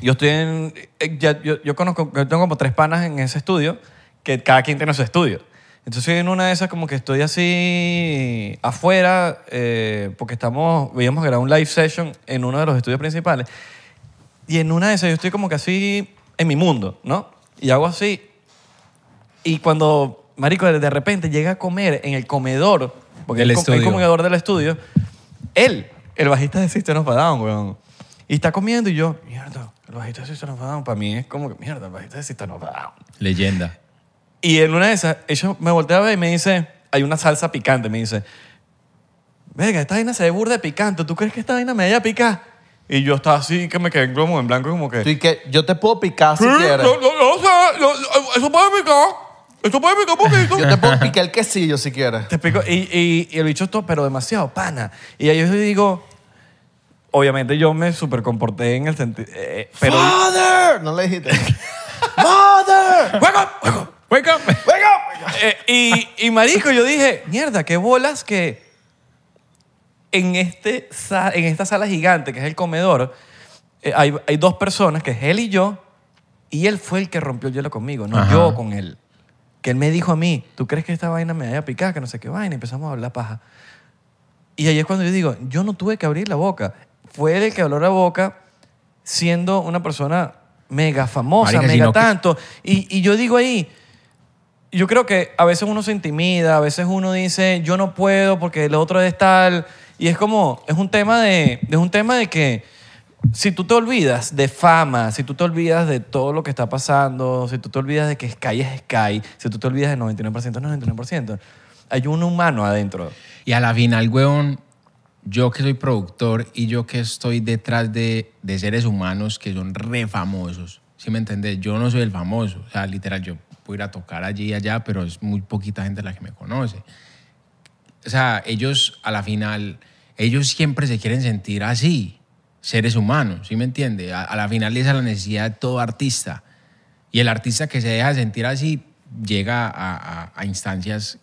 Yo estoy en... eh, ya- yo, yo conozco... Yo tengo como tres panas en ese estudio que cada quien tiene su estudio. Entonces, en una de esas como que estoy así afuera eh, porque estamos... Veíamos grabar un live session en uno de los estudios principales. Y en una de esas yo estoy como que así en mi mundo, ¿no? Y hago así y cuando, marico, de de repente llega a comer en el comedor, porque Del el, com- el estudio. comedor del estudio, él, el bajista de System of a Down, weón. Y está comiendo y yo, mierda, el bajista de System of a Down, para mí es como que, mierda, el bajista de System of a Down. Leyenda. Y en una de esas, ella me voltea a ver y me dice, hay una salsa picante, me dice, venga, esta vaina se ve burda de picante, ¿tú crees que esta vaina me vaya a picar? Y yo estaba así, que me quedé como en blanco, como que... Tú y que yo te puedo picar si "Sí, quieres. no, no, no sé, no, no, eso puede picar, eso puede picar un (laughs) poquito. Yo te puedo picar el quesillo si quieres. Te explico. Y, y- y el bicho todo, pero demasiado pana. Y ahí yo digo, obviamente yo me super comporté en el sentido. pero. ¡Mother! No le (laughs) dijiste. ¡Mother! ¡Wake up! ¡Wake up! Wake up. ¡Wake up! Eh, y, y marico, yo dije, mierda, qué bolas que en, este, sa- en esta sala gigante, que es el comedor, eh, hay, hay dos personas, que es él y yo, y él fue el que rompió el hielo conmigo, no Ajá. yo con él. Que él me dijo a mí, ¿tú crees que esta vaina me vaya a picar? Que no sé qué vaina. Y empezamos a hablar paja. Y ahí es cuando yo digo, yo no tuve que abrir la boca. Fue él el que abrió la boca siendo una persona mega famosa, Marica, si mega no que- tanto. Y, y yo digo ahí, yo creo que a veces uno se intimida, a veces uno dice, yo no puedo porque el otro es tal. Y es como, es un tema de, es un tema de que si tú te olvidas de fama, si tú te olvidas de todo lo que está pasando, si tú te olvidas de que Sky es Sky, si tú te olvidas del 99% es 99%, hay un humano adentro. Y a la final, weón, yo que soy productor y yo que estoy detrás de, de seres humanos que son re famosos, ¿sí me entendés? Yo no soy el famoso, o sea, literal, yo puedo ir a tocar allí y allá, pero es muy poquita gente la que me conoce. O sea, ellos a la final, ellos siempre se quieren sentir así, seres humanos, ¿sí me entiende? A, a la final esa es la necesidad de todo artista. Y el artista que se deja sentir así llega a, a- a instancias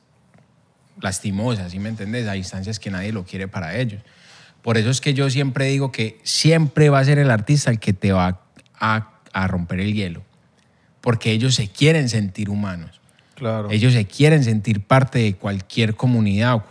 lastimosas, ¿sí me entendés? A instancias que nadie lo quiere para ellos. Por eso es que yo siempre digo que siempre va a ser el artista el que te va a, a romper el hielo. Porque ellos se quieren sentir humanos. Claro. Ellos se quieren sentir parte de cualquier comunidad o,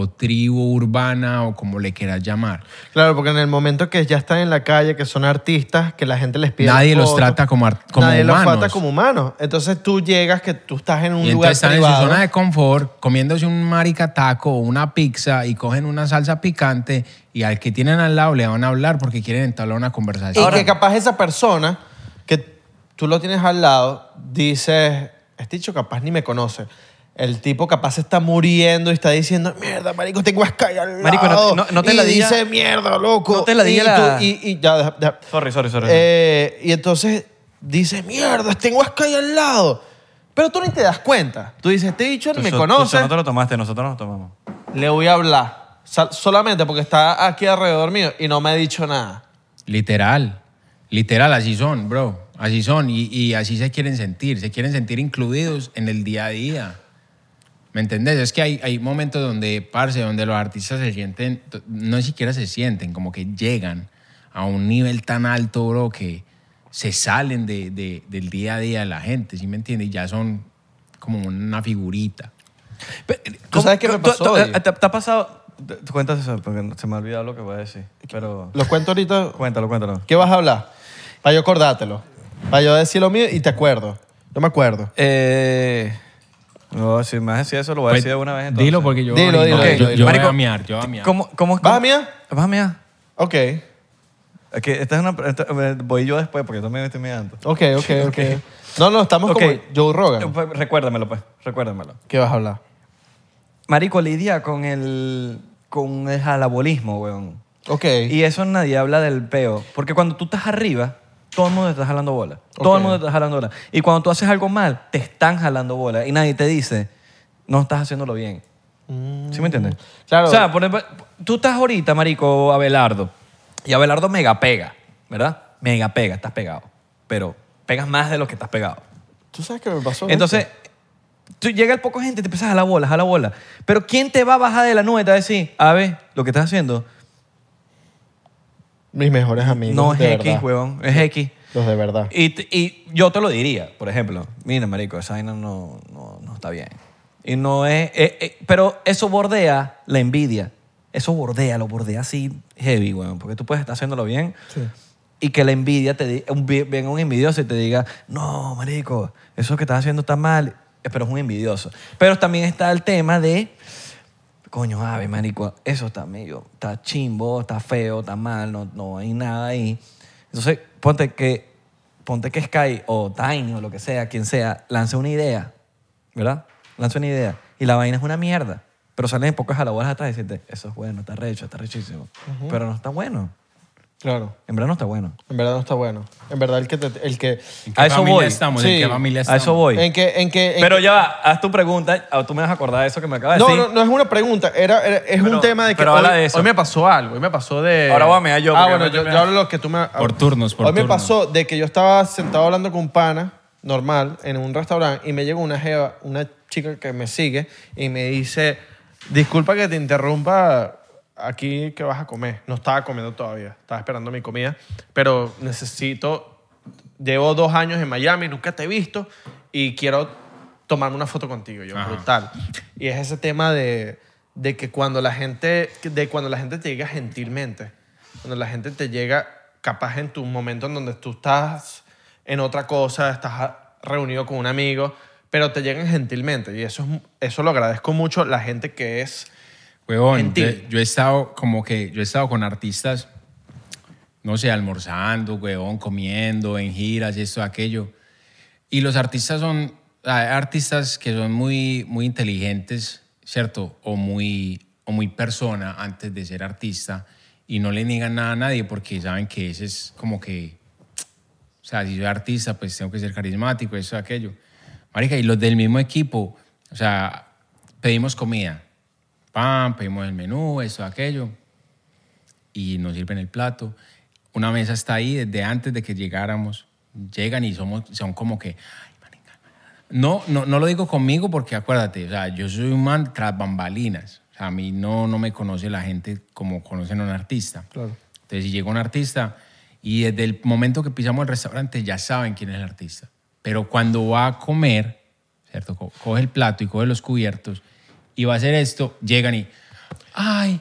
o tribu urbana o como le quieras llamar. Claro, porque en el momento que ya están en la calle, que son artistas, que la gente les pide. Nadie los fotos, trata como ar- como nadie los humanos. trata como humanos. Entonces tú llegas, que tú estás en un y lugar entonces están en privado. su zona de confort comiéndose un marica taco o una pizza y cogen una salsa picante y al que tienen al lado le van a hablar porque quieren entablar una Y conversación. que capaz esa persona que tú lo tienes al lado, dices, este dicho capaz ni me conoce. El tipo capaz se está muriendo y está diciendo, mierda, marico, tengo a Sky al lado. Marico, no- no- no te y la diga- dice, mierda, loco. no te la y, diga la- tú- y, y ya, deja- deja. Sorry, sorry, sorry. Eh, y entonces dice, mierda, tengo a Sky al lado. Pero tú ni te das cuenta. Tú dices, este dicho Tú ni me so- conoce, Tú no te lo tomaste, nosotros nos tomamos. le voy a hablar. Sal- solamente porque está aquí alrededor mío y no me ha dicho nada. Literal. Literal, así son, bro. Así son y, y así se quieren sentir. Se quieren sentir incluidos en el día a día. ¿Me entendés? Es que hay, hay momentos donde, parce, donde los artistas se sienten, t- no siquiera se sienten, como que llegan a un nivel tan alto, bro, que se salen de- de- del día a día de la gente, ¿sí me entiendes? Y ya son como una figurita. ¿Tú sabes qué me pasó tú- eh, hoy? ¿Te te ha pasado? te- te- Cuéntase eso, porque se me ha olvidado lo que voy a decir. Pero. Lo cuento ahorita. Cuéntalo, cuéntalo. ¿Qué vas a hablar? Para yo acordártelo. Para yo decir lo mío y te acuerdo. Yo me acuerdo. Eh, no, si me vas a decir eso, lo voy a Pues, decir de una vez entonces. Dilo porque yo, Dilo, no, dilo. yo- Ok, yo, voy marico, a miar, yo voy a miar. ¿Cómo, cómo, ¿Vas a mí? miar? ¿Vas a miar? Ok. Aquí, esta es una, esta- eh, voy yo después porque yo también estoy mirando. Ok, ok, ok. No, no, estamos Ok. como Joe Rogan. Pues, Recuérdamelo, pues. Recuérdamelo. ¿Qué vas a hablar? Marico, lidia con el, con el jalabolismo, weón. Ok. Y eso nadie habla del peo. Porque cuando tú estás arriba, todo el mundo te está jalando bola. Todo Ok. el mundo te está jalando bola. Y cuando tú haces algo mal, te están jalando bola. Y nadie te dice, no estás haciéndolo bien. ¿Sí me entiendes? Mm, claro. O sea, por ejemplo, tú estás ahorita, marico, Abelardo. Y Abelardo mega pega, ¿verdad? Mega pega, estás pegado. Pero pegas más de lo que estás pegado. ¿Tú sabes qué me pasó? Entonces, tú llega el poco gente y te empiezas a la bola, a la bola. Pero ¿quién te va a bajar de la nube y te va a decir, a ver, lo que estás haciendo Mis mejores amigos. no es de X, verdad. huevón, es X. Los de verdad. Y, t- y yo te lo diría, por ejemplo, mira, marico, esa vaina no, no, no está bien. Y no es, eh, eh, pero eso bordea la envidia. Eso bordea, lo bordea así heavy, weón, porque tú puedes estar haciéndolo bien y que la envidia te diga, venga un envidioso y te diga, no, marico, eso que estás haciendo está mal, Eh, pero es un envidioso. Pero también está el tema de, coño, ave, marico, eso está medio, está chimbo, está feo, está mal, no, no hay nada ahí. Entonces, ponte que, ponte que Sky o Tiny o lo que sea, quien sea, lance una idea, ¿verdad? Lance una idea y la vaina es una mierda. Pero salen pocas jalabolas atrás y dicen, eso es bueno, está recho, está rechísimo. Pero no está bueno. Claro. En verdad no está bueno. En verdad no está bueno. En verdad el que... te- el que ¿En qué a eso familia voy. estamos? Sí, ¿En qué familia A estamos? eso voy. en que... En que en Pero ya va, haz tu pregunta, ah, tú me vas a acordar de eso que me acabas de no, decir. no, no es una pregunta, era, era- es Pero- un tema de que pero hoy, habla de eso. hoy me pasó algo, hoy me pasó de... Ahora voy a mear yo, Ah, porque bueno, ahorita yo, me- yo hablo lo que tú me... Por turnos, por Hoy me turnos. pasó de que yo estaba sentado hablando con un pana, normal, en un restaurante, y me llegó una jeva, una chica que me sigue, y me dice, disculpa que te interrumpa aquí que vas a comer. No estaba comiendo todavía, estaba esperando mi comida, pero necesito... Llevo dos años en Miami, nunca te he visto, y quiero tomarme una foto contigo. Yo, Ajá. brutal tal. Y es ese tema de, de que cuando la gente de cuando la gente te llega gentilmente, cuando la gente te llega capaz en tu momento en donde tú estás en otra cosa, estás a- reunido con un amigo, pero te llegan gentilmente y eso es, eso lo agradezco mucho la gente que es Huevón, yo, Gentil. yo he estado como que, yo he estado con artistas, no sé, almorzando, huevón, comiendo, en giras, esto, aquello. Y los artistas son, hay artistas que son muy, muy inteligentes, ¿cierto? O muy, o muy persona antes de ser artista y no le niegan nada a nadie porque saben que ese es como que, o sea, si soy artista, pues tengo que ser carismático, eso, aquello. Marica, y los del mismo equipo, o sea, pedimos comida. Pan, pedimos el menú, eso, aquello. Y nos sirven el plato. Una mesa está ahí desde antes de que llegáramos. llegan y somos, son como que... "Ay, marica". No, no, no lo digo conmigo porque acuérdate, o sea, yo soy un man tras bambalinas. O sea, a mí no, no me conoce la gente como conocen a un artista. Claro. Entonces, si llega un artista y desde el momento que pisamos el restaurante ya saben quién es el artista. Pero cuando va a comer, ¿cierto? Co- Coge el plato y coge los cubiertos y va a hacer esto, llegan y, ay,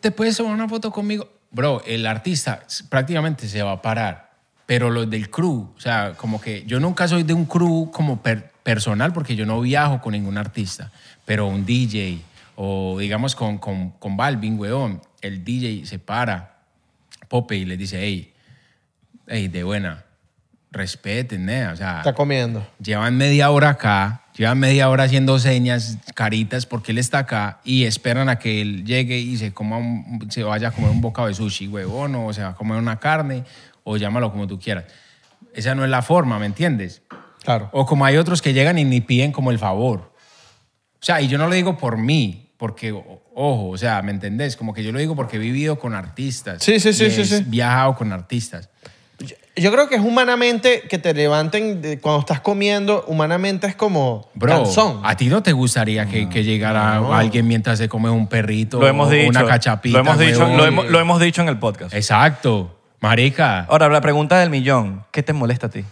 ¿te puedes tomar una foto conmigo? Bro, el artista s- prácticamente se va a parar, pero los del crew, o sea, como que yo nunca soy de un crew como per- personal porque yo no viajo con ningún artista, pero un DJ o digamos con, con, con Balvin, weón, el DJ se para, Pope, y le dice, hey, hey, de buena, respeten, nea, o sea, Está comiendo. llevan media hora acá, llevan media hora haciendo señas, caritas, porque él está acá y esperan a que él llegue y se, coma un- se vaya a comer un bocado de sushi, huevón, o se va a comer una carne, o llámalo como tú quieras. Esa no es la forma, ¿me entiendes? Claro. O como hay otros que llegan y ni piden como el favor. O sea, y yo no lo digo por mí, porque, o- ojo, o sea, ¿me entendés? Como que yo lo digo porque he vivido con artistas. Sí, sí, sí, y sí, he sí. Viajado con artistas. Yo creo que es humanamente que te levanten de- cuando estás comiendo, humanamente es como Bro, calzón. a ti no te gustaría que, que llegara alguien mientras se come un perrito Lo hemos o dicho. una cachapita. Lo hemos dicho, huevón? Eh. lo hemos, lo hemos dicho en el podcast. Exacto. Marica, Ahora, la pregunta del millón. ¿Qué te molesta a ti?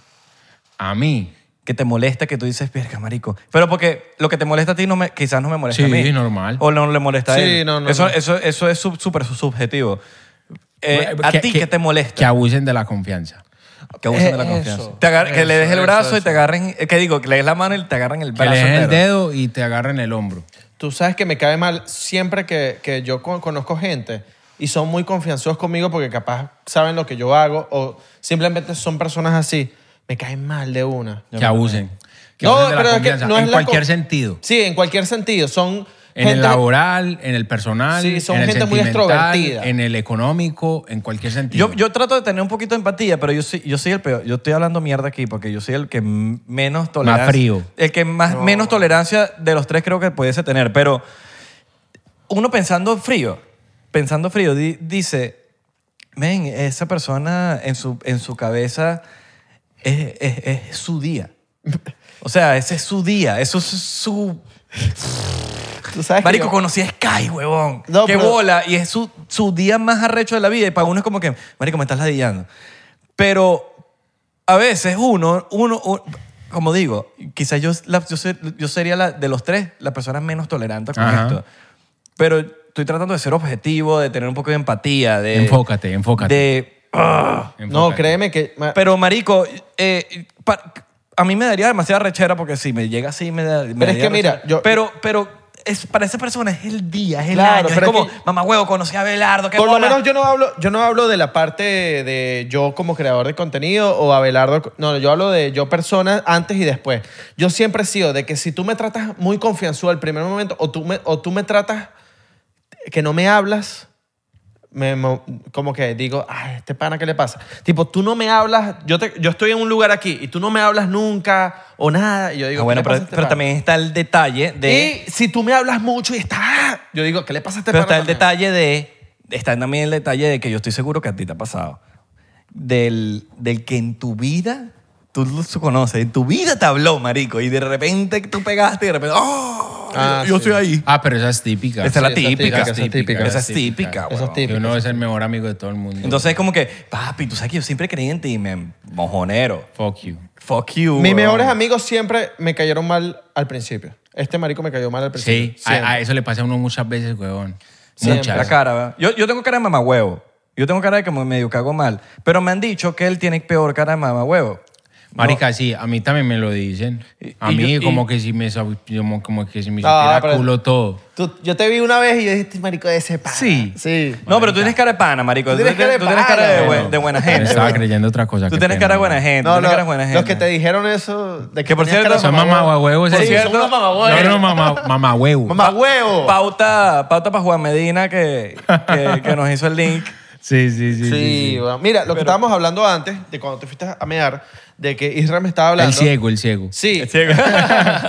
a mí. que te molesta que tú dices, verga, marico. Pero porque lo que te molesta a ti no me, quizás no me molesta Sí, a mí. normal. O no le molesta a Sí, él. no, no, eso, no. Eso, eso es sub- súper subjetivo. Eh, ¿A ti qué te Que molesta? abusen de la confianza. Que abusen de la Eh, confianza. eso, Te agar- que le eso, des el eso, brazo y eso. te agarren... eh, ¿Qué digo? Que le des la mano y te agarren el Que brazo le den el entero. dedo y te agarren el hombro. Tú sabes que me cae mal siempre que, que yo con- conozco gente y son muy confianzudos conmigo porque capaz saben lo que yo hago o simplemente son personas así. Me caen mal de una. Que abusen. Que No, abusen de la pero es que confianza. no es en la cualquier co- sentido. Sí, en cualquier sentido. Son En el gente- laboral, en el personal, Sí, son en el gente muy sentimental, extrovertida. en el económico, en cualquier sentido. Yo, yo trato de tener un poquito de empatía, pero yo soy, yo soy el peor. Yo estoy hablando mierda aquí porque yo soy el que m- menos tolerancia. frío. El que más, menos tolerancia de los tres creo que pudiese tener. Pero uno pensando frío, pensando frío, di- dice, men, esa persona en su, en su cabeza es, es- es su día. O sea, ese es su día. Eso es su... Tú sabes que Marico, yo- conocí a Sky, huevón. No, que pero- bola. Y es su, su día más arrecho de la vida. Y para uno es como que, Marico, me estás ladillando. Pero a veces uno, uno, un- como digo, quizás yo, la- yo, ser- yo sería la, de los tres la persona menos tolerante con Ajá. esto. Pero estoy tratando de ser objetivo, de tener un poco de empatía, de... Enfócate, enfócate. De... No, Enfócate. créeme que... ma- Pero, marico, eh, pa- a mí me daría demasiada rechera porque si me llega así, me da. Pero me es daría que mira, rechera. yo- pero, pero es, para esa persona es el día, es el Claro, año. Es pero es como, que- mamá huevo, conocí a Belardo, qué Por lo bola". menos yo no hablo, yo no hablo de la parte de, de yo como creador de contenido o Abelardo. No, yo hablo de yo persona antes y después. Yo siempre he sido de que si tú me tratas muy confianzudo al primer momento o tú me, o tú me tratas que no me hablas, me mo- como que digo, ay, este pana, ¿qué le pasa? Tipo, tú no me hablas, yo, te, yo estoy en un lugar aquí y tú no me hablas nunca o nada. Y yo digo, Ah, "¿Qué bueno, le pasa pero, a este pero pana?". también está el detalle de. Y si tú me hablas mucho y estás, "Ah", yo digo, ¿qué le pasa a este pero está pana también?". el detalle de. Está también el detalle de que yo estoy seguro que a ti te ha pasado. Del, del que en tu vida. Tú lo conoces, en tu vida te habló, marico, y de repente tú pegaste y de repente, ¡oh! Ah, yo sí. estoy ahí. Ah, pero esa es típica. Esa es la Sí, esa es típica, típica. esa es típica. Esa es típica, Esa es huevón. típica. Que uno es el mejor amigo de todo el Mm. mundo. Entonces es como que, papi, tú sabes que yo siempre creí en ti, men, mojonero. fuck you. Fuck you. Mis weón. mejores amigos siempre me cayeron mal al principio. Este marico me cayó mal al Sí, principio. a, Siempre. a eso le pasa a uno muchas veces, huevón. Siempre. Muchas. La cara, ¿verdad? Yo, yo tengo cara de mamahuevo. Yo tengo cara de que me medio cago mal. Pero me han dicho que él tiene peor cara de mamahuevo. Marica, sí, a mí también me lo dicen. Y- A y mí yo- y- Ah, como que si me sab- como, como que si me No, sintiera pero- culo todo. Tú- yo te vi una vez y yo dije, este marico de ese pana. Sí. Sí. No, pero tú tienes cara de pana, marico. Tú tienes cara de tú tienes cara pana, de, bueno, buen- de buena Me gente. estaba weón. creyendo otra cosa. Tú qué tienes pena, cara de weón. buena gente. No, tú tienes lo- cara de buena gente. los que te dijeron eso. De Que por tenías cara cierto, de Son mamahuevo. mamahuevo. Sí, cierto. son unos No, mamahuevos. no, mamá, mamahuevo. Mamahuevo. Pauta, pauta para Juan Medina que, que, que nos hizo (laughs) el link. Sí, sí, Sí, sí. sí, sí. weón. Mira, lo que estábamos hablando antes, de cuando te fuiste a mear, de que Israel me estaba hablando. El ciego, el ciego. Sí. (laughs)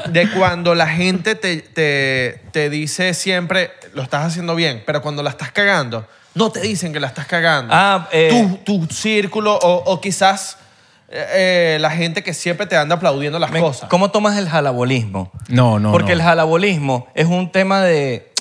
De cuando la gente te, te, te dice siempre, lo estás haciendo bien, pero cuando la estás cagando, no te dicen que la estás cagando. Ah, eh. tu, tu círculo o, o quizás eh, eh, la gente que siempre te anda aplaudiendo las Me- cosas. ¿Cómo tomas el jalabolismo? No, no, Porque no. el jalabolismo es un tema de...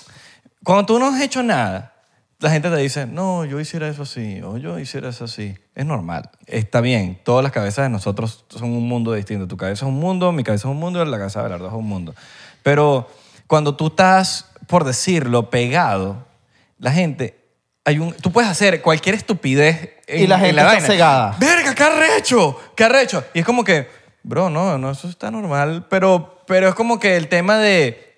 Cuando tú no has hecho nada, la gente te dice, no, yo hiciera eso así, o yo hiciera eso así. Es normal, está bien. Todas las cabezas de nosotros son un mundo distinto. Tu cabeza es un mundo, mi cabeza es un mundo, la cabeza de Belardo es un mundo. Pero cuando tú estás, por decirlo, pegado, la gente... Hay un, tú puedes hacer cualquier estupidez en- Y la en gente está vaina. cegada. ¡Verga, qué arrecho! ¡Qué arrecho! Y es como que, bro, no, no, eso está normal. Pero, pero es como que el tema de,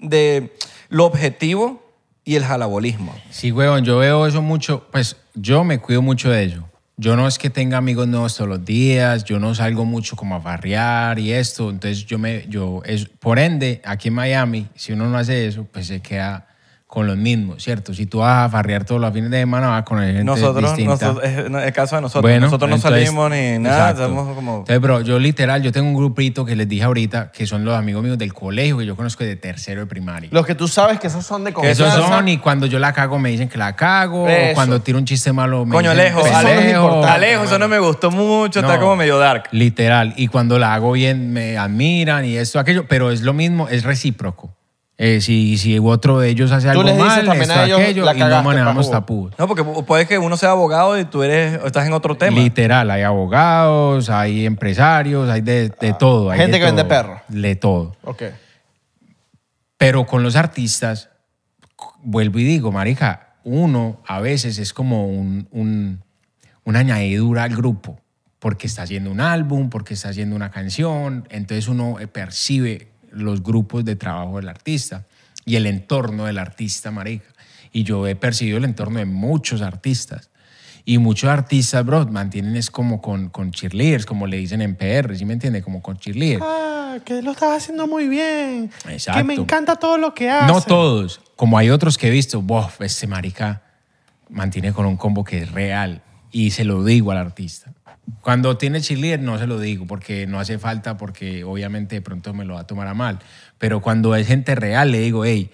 de lo objetivo y el jalabolismo. Sí, weón, yo veo eso mucho, pues yo me cuido mucho de ello. Yo no es que tenga amigos nuevos todos los días, yo no salgo mucho como a barriar y esto, entonces yo me, yo, es, por ende, aquí en Miami, si uno no hace eso, pues se queda con los mismos, ¿cierto? Si tú vas a barriar todos los fines de semana, vas con gente Nosotros, distinta. nosotros- es el caso de nosotros, Bueno, nosotros no entonces- salimos ni nada, exacto. estamos como... Entonces, bro, yo literal, yo tengo un grupito que les dije ahorita, que son los amigos míos del colegio que yo conozco de tercero de primaria. Los que tú sabes que esos son de Que esos confianza. son y cuando yo la cago me dicen que la cago, o Eso. cuando tiro un chiste malo me Coño, dicen "Pues Alejo, "Pendejo". Alejo, Alejo, hermano. eso no me gustó mucho, está No. como medio dark. Literal, y cuando la hago bien me admiran y esto, aquello, pero es lo mismo, es recíproco. Eh, si, si otro de ellos hace Tú algo les dices mal, también esto, a ellos, aquello, "La y no cagaste, manejamos pajú". tapujos. No, porque puede que uno sea abogado y tú eres, o estás en otro tema. Literal, hay abogados, hay empresarios, hay de, de todo. hay Ah. gente de que vende todo, perro. De todo. Ok. Pero con los artistas, c- vuelvo y digo, marica, uno a veces es como un, un- una añadidura al grupo, porque está haciendo un álbum, porque está haciendo una canción, entonces uno eh, percibe los grupos de trabajo del artista y el entorno del artista, marica. Y yo he percibido el entorno de muchos artistas. Y muchos artistas, bro, mantienen es como con, con cheerleaders, como le dicen en PR, ¿sí me entiende? Como con cheerleaders. Ah, que lo estás haciendo muy bien. Exacto. Que me encanta todo lo que haces. No todos, como hay otros que he visto, bof, este marica mantiene con un combo que es real y se lo digo al artista. Cuando tiene cheerleader no se lo digo porque no hace falta porque obviamente de pronto me lo va a tomar a mal, pero cuando es gente real le digo, hey,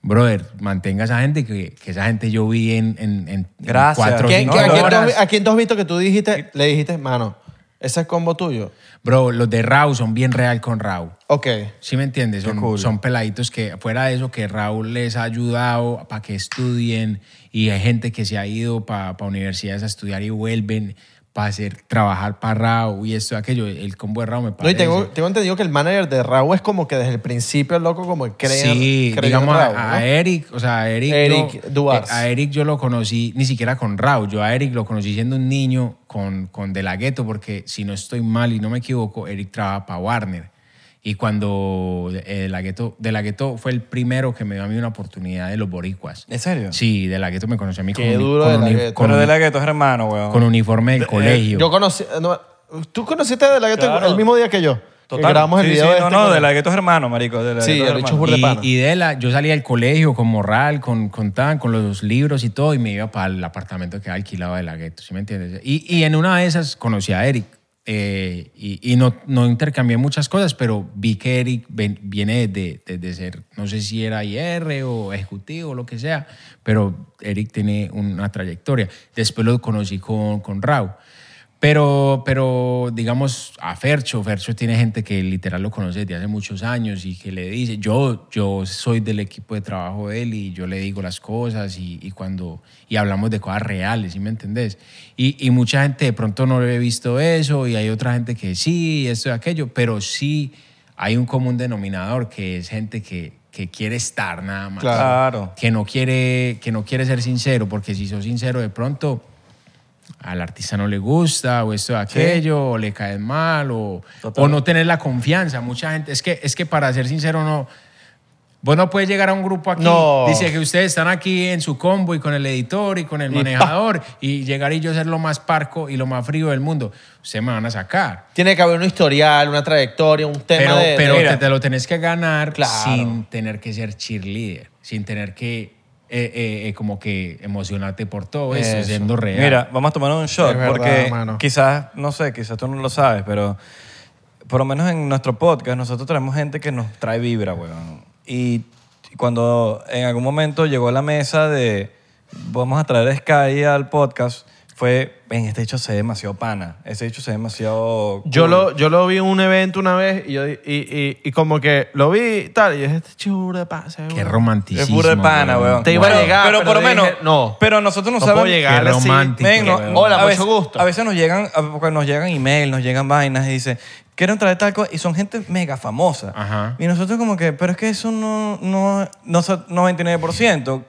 brother, mantenga a esa gente que, que esa gente yo vi en, en, en Gracias. cuatro o ¿Quién- cinco ¿Qué- No, a, no, quién tú, no. has- a quién tú has visto que tú dijiste, le dijiste, mano, ese es combo tuyo? Bro, los de Raúl son bien real con Raúl. Ok. ¿Sí me entiendes? Son, son peladitos que, fuera de eso, que Raúl les ha ayudado para que estudien y hay gente que se ha ido para universidades a estudiar y vuelven para hacer, trabajar para Raúl y esto, aquello. El combo de Raúl me No, y parece. tengo, tengo entendido que el manager de Raúl es como que desde el principio el loco como que cree, sí, cree en digamos Raúl, a, ¿no? a Eric, o sea, a Eric, Eric yo, Duarte. eh, a Eric yo lo conocí ni siquiera con Raúl, yo a Eric lo conocí siendo un niño con, con De La Ghetto, porque si no estoy mal y no me equivoco, Eric trabaja para Warner. Y cuando eh, De La Ghetto, De La Ghetto fue el primero que me dio a mí una oportunidad de los boricuas. ¿En serio? Sí, De La Ghetto me conoció a mí con, Qué uni- duro con De La uni- Ghetto. con Pero de uni- la Eh, gueto es hermano, weón. con uniforme del colegio. Yo conocí... eh, no, ¿Tú conociste de la gueto Claro. el mismo día que yo? Que grabamos el Sí, video sí, de no, este no, con- de la gueto es hermano, marico. De la Sí, Gueto es el bicho hermano. burda de y, pana. y de la, yo salía del colegio con morral, con, con tan, con los libros y todo, y me iba para el apartamento que alquilaba de la gueto, ¿sí me entiendes? Y, y en una de esas conocí a Eric. eh, y y no, no intercambié muchas cosas, pero vi que Eric ven- viene desde, desde ser, no sé si era IR o ejecutivo o lo que sea, pero Eric tiene una trayectoria. Después lo conocí con, con Rau. Pero, pero digamos, a Fercho, Fercho tiene gente que literal lo conoce desde hace muchos años y que le dice, yo, yo soy del equipo de trabajo de él y yo le digo las cosas y, y cuando, y hablamos de cosas reales, ¿sí me entendés? Y, y mucha gente de pronto no le he visto eso y hay otra gente que sí, esto y aquello, pero sí hay un común denominador que es gente que, que quiere estar nada más Claro. que no quiere que no quiere ser sincero porque si sos sincero de pronto al artista no le gusta o esto o aquello o le caes mal o, Total. o no tener la confianza mucha gente es que es que para ser sincero no vos no puedes llegar a un grupo aquí No. dice que ustedes están aquí en su combo y con el editor y con el manejador y llegar y yo ser lo más parco y lo más frío del mundo ustedes me van a sacar Tiene que haber un historial, una trayectoria, un tema pero, de... pero de- te, te lo tenés que ganar Claro. sin tener que ser cheerleader, sin tener que eh, eh, eh, como que emocionarte por todo eso, Eso. siendo real. Mira, vamos a tomar un shot Es verdad, porque mano. quizás, no sé, quizás tú no lo sabes, pero por lo menos en nuestro podcast nosotros tenemos gente que nos trae vibra, weón. Y cuando en algún momento llegó a la mesa de vamos a traer a Sky al podcast, fue, ven, este hecho se ve demasiado pana, este hecho se ve demasiado... Yo cool". lo, yo lo vi en un evento una vez y, yo, y, y, y como que lo vi y tal. Y dije, este chico es burda de pana. se ve Qué burda". romanticismo. Es burda de pana, weón. Te iba a Pero- llegar, Pero, pero por lo menos, dije, no. Pero nosotros No no, puedo sabemos... llegar. Qué Dale, sí. romántico. Men, no- weón. no, Hola, a mucho veces- gusto. A veces nos llegan, a- porque nos llegan email, nos llegan vainas y dicen, quiero traer tal cosa. Y son gente mega famosa. Ajá. Y nosotros como que, pero es que eso no, no, no so- 99%.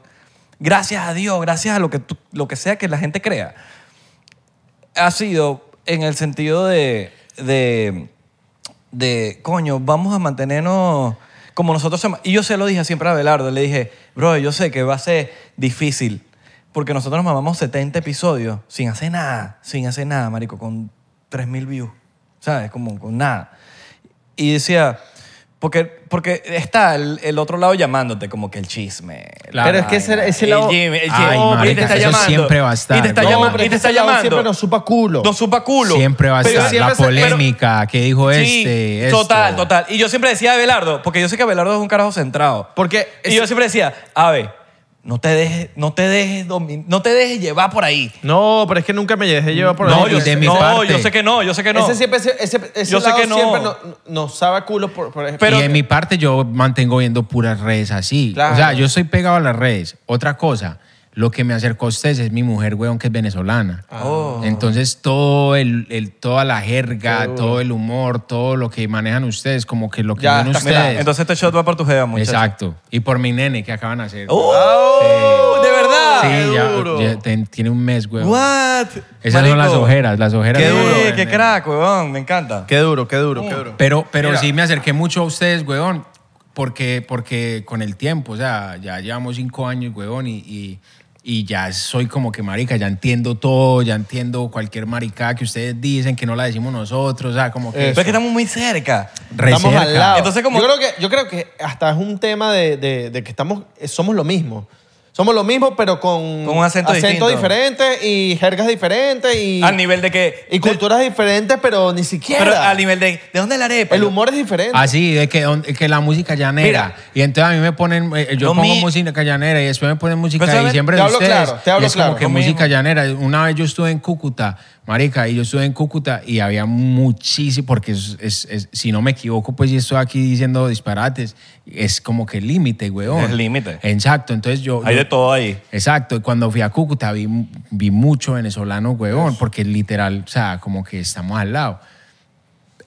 Gracias a Dios, gracias a lo que, tú- lo que sea que la gente crea. Ha sido en el sentido de, de, de, coño, vamos a mantenernos como nosotros. somos. Y yo se lo dije siempre a Abelardo, le dije, bro, yo sé que va a ser difícil, porque nosotros nos mamamos 70 episodios sin hacer nada, sin hacer nada, marico, con 3.000 views, ¿sabes? Como con nada. Y decía, porque, porque está el, el otro lado llamándote, como que el chisme. la Pero es que ese- vaina, ese el lado- Jimmy, Ay, el Jimmy. Oh, pero y marica, te está eso llamando. siempre va a estar, Y te está, no, llama- pero y te está Ese lado llamando. Siempre nos supa culo. No supa culo. Siempre va a Pero estar siempre la se- pero- polémica que dijo este. esto. Total, total. Y yo siempre decía a Abelardo, porque yo sé que Abelardo es un carajo centrado. Porque y yo siempre decía, Ave, no te dejes, no te dejes, domin- no te dejes llevar por ahí. No, pero es que nunca me dejé llevar por No, ahí. yo, y sé- de mi no, parte. yo sé que no, yo sé que no. Ese siempre, ese, ese, ese Yo sé lado que no. siempre no- no- nos sabe a culo por, por ejemplo. Pero- y en mi parte yo mantengo viendo puras redes así. Claro. O sea, yo estoy pegado a las redes. Otra cosa, lo que me acercó a ustedes es mi mujer, weón, que es venezolana. Oh. Entonces, todo el, el- toda la jerga, todo el humor, todo lo que manejan ustedes, como que lo que Ya ven está, ustedes. Mira, entonces este shot va por tu jeva, muchacho. Exacto. Y por mi nene que acaban de hacer. (laughs) ¡Oh! ¡De verdad! sí, ya, duro. ya ten- tiene un mes, weón. What? Esas son las Marico. ojeras, las ojeras. Qué de- duro, de- qué crack, weón, me encanta. Qué duro, qué duro, Mm. qué duro. Pero, pero Mira. sí me acerqué mucho a ustedes, weón, porque, porque con el tiempo, o sea, ya llevamos cinco años, weón, y, y, y ya soy como que marica, ya entiendo todo, ya entiendo cualquier maricada que ustedes dicen, que no la decimos nosotros, o sea, como que... Pero es que estamos muy cerca. re estamos cerca. al lado. Entonces, como- yo, creo que, yo creo que hasta es un tema de, de- de que estamos, eh, somos lo mismo. Somos lo mismo, pero con, Con un acento distinto. diferente y jergas diferentes y, Al nivel de que... y culturas diferentes, pero ni siquiera. Pero al nivel de... ¿De dónde es la arepa? el humor es diferente. Así, de Ah, que, don- que la música llanera. Mira. y entonces a mí me ponen, eh, yo Lo pongo mi- música llanera y después me ponen música Pero, de ¿sabes? diciembre Te de hablo ustedes. claro, te hablo y es como claro. que Lo música llanera. Una vez yo estuve en Cúcuta, marica, y yo estuve en Cúcuta y había muchísimo, porque es- es- es- si no me equivoco, pues y estoy aquí diciendo disparates, es como que límite, weón. Es límite. Exacto, entonces yo... Hay yo- de todo ahí. Exacto, y cuando fui a Cúcuta vi, vi mucho venezolano, huevón, porque literal, o sea, como que estamos al lado.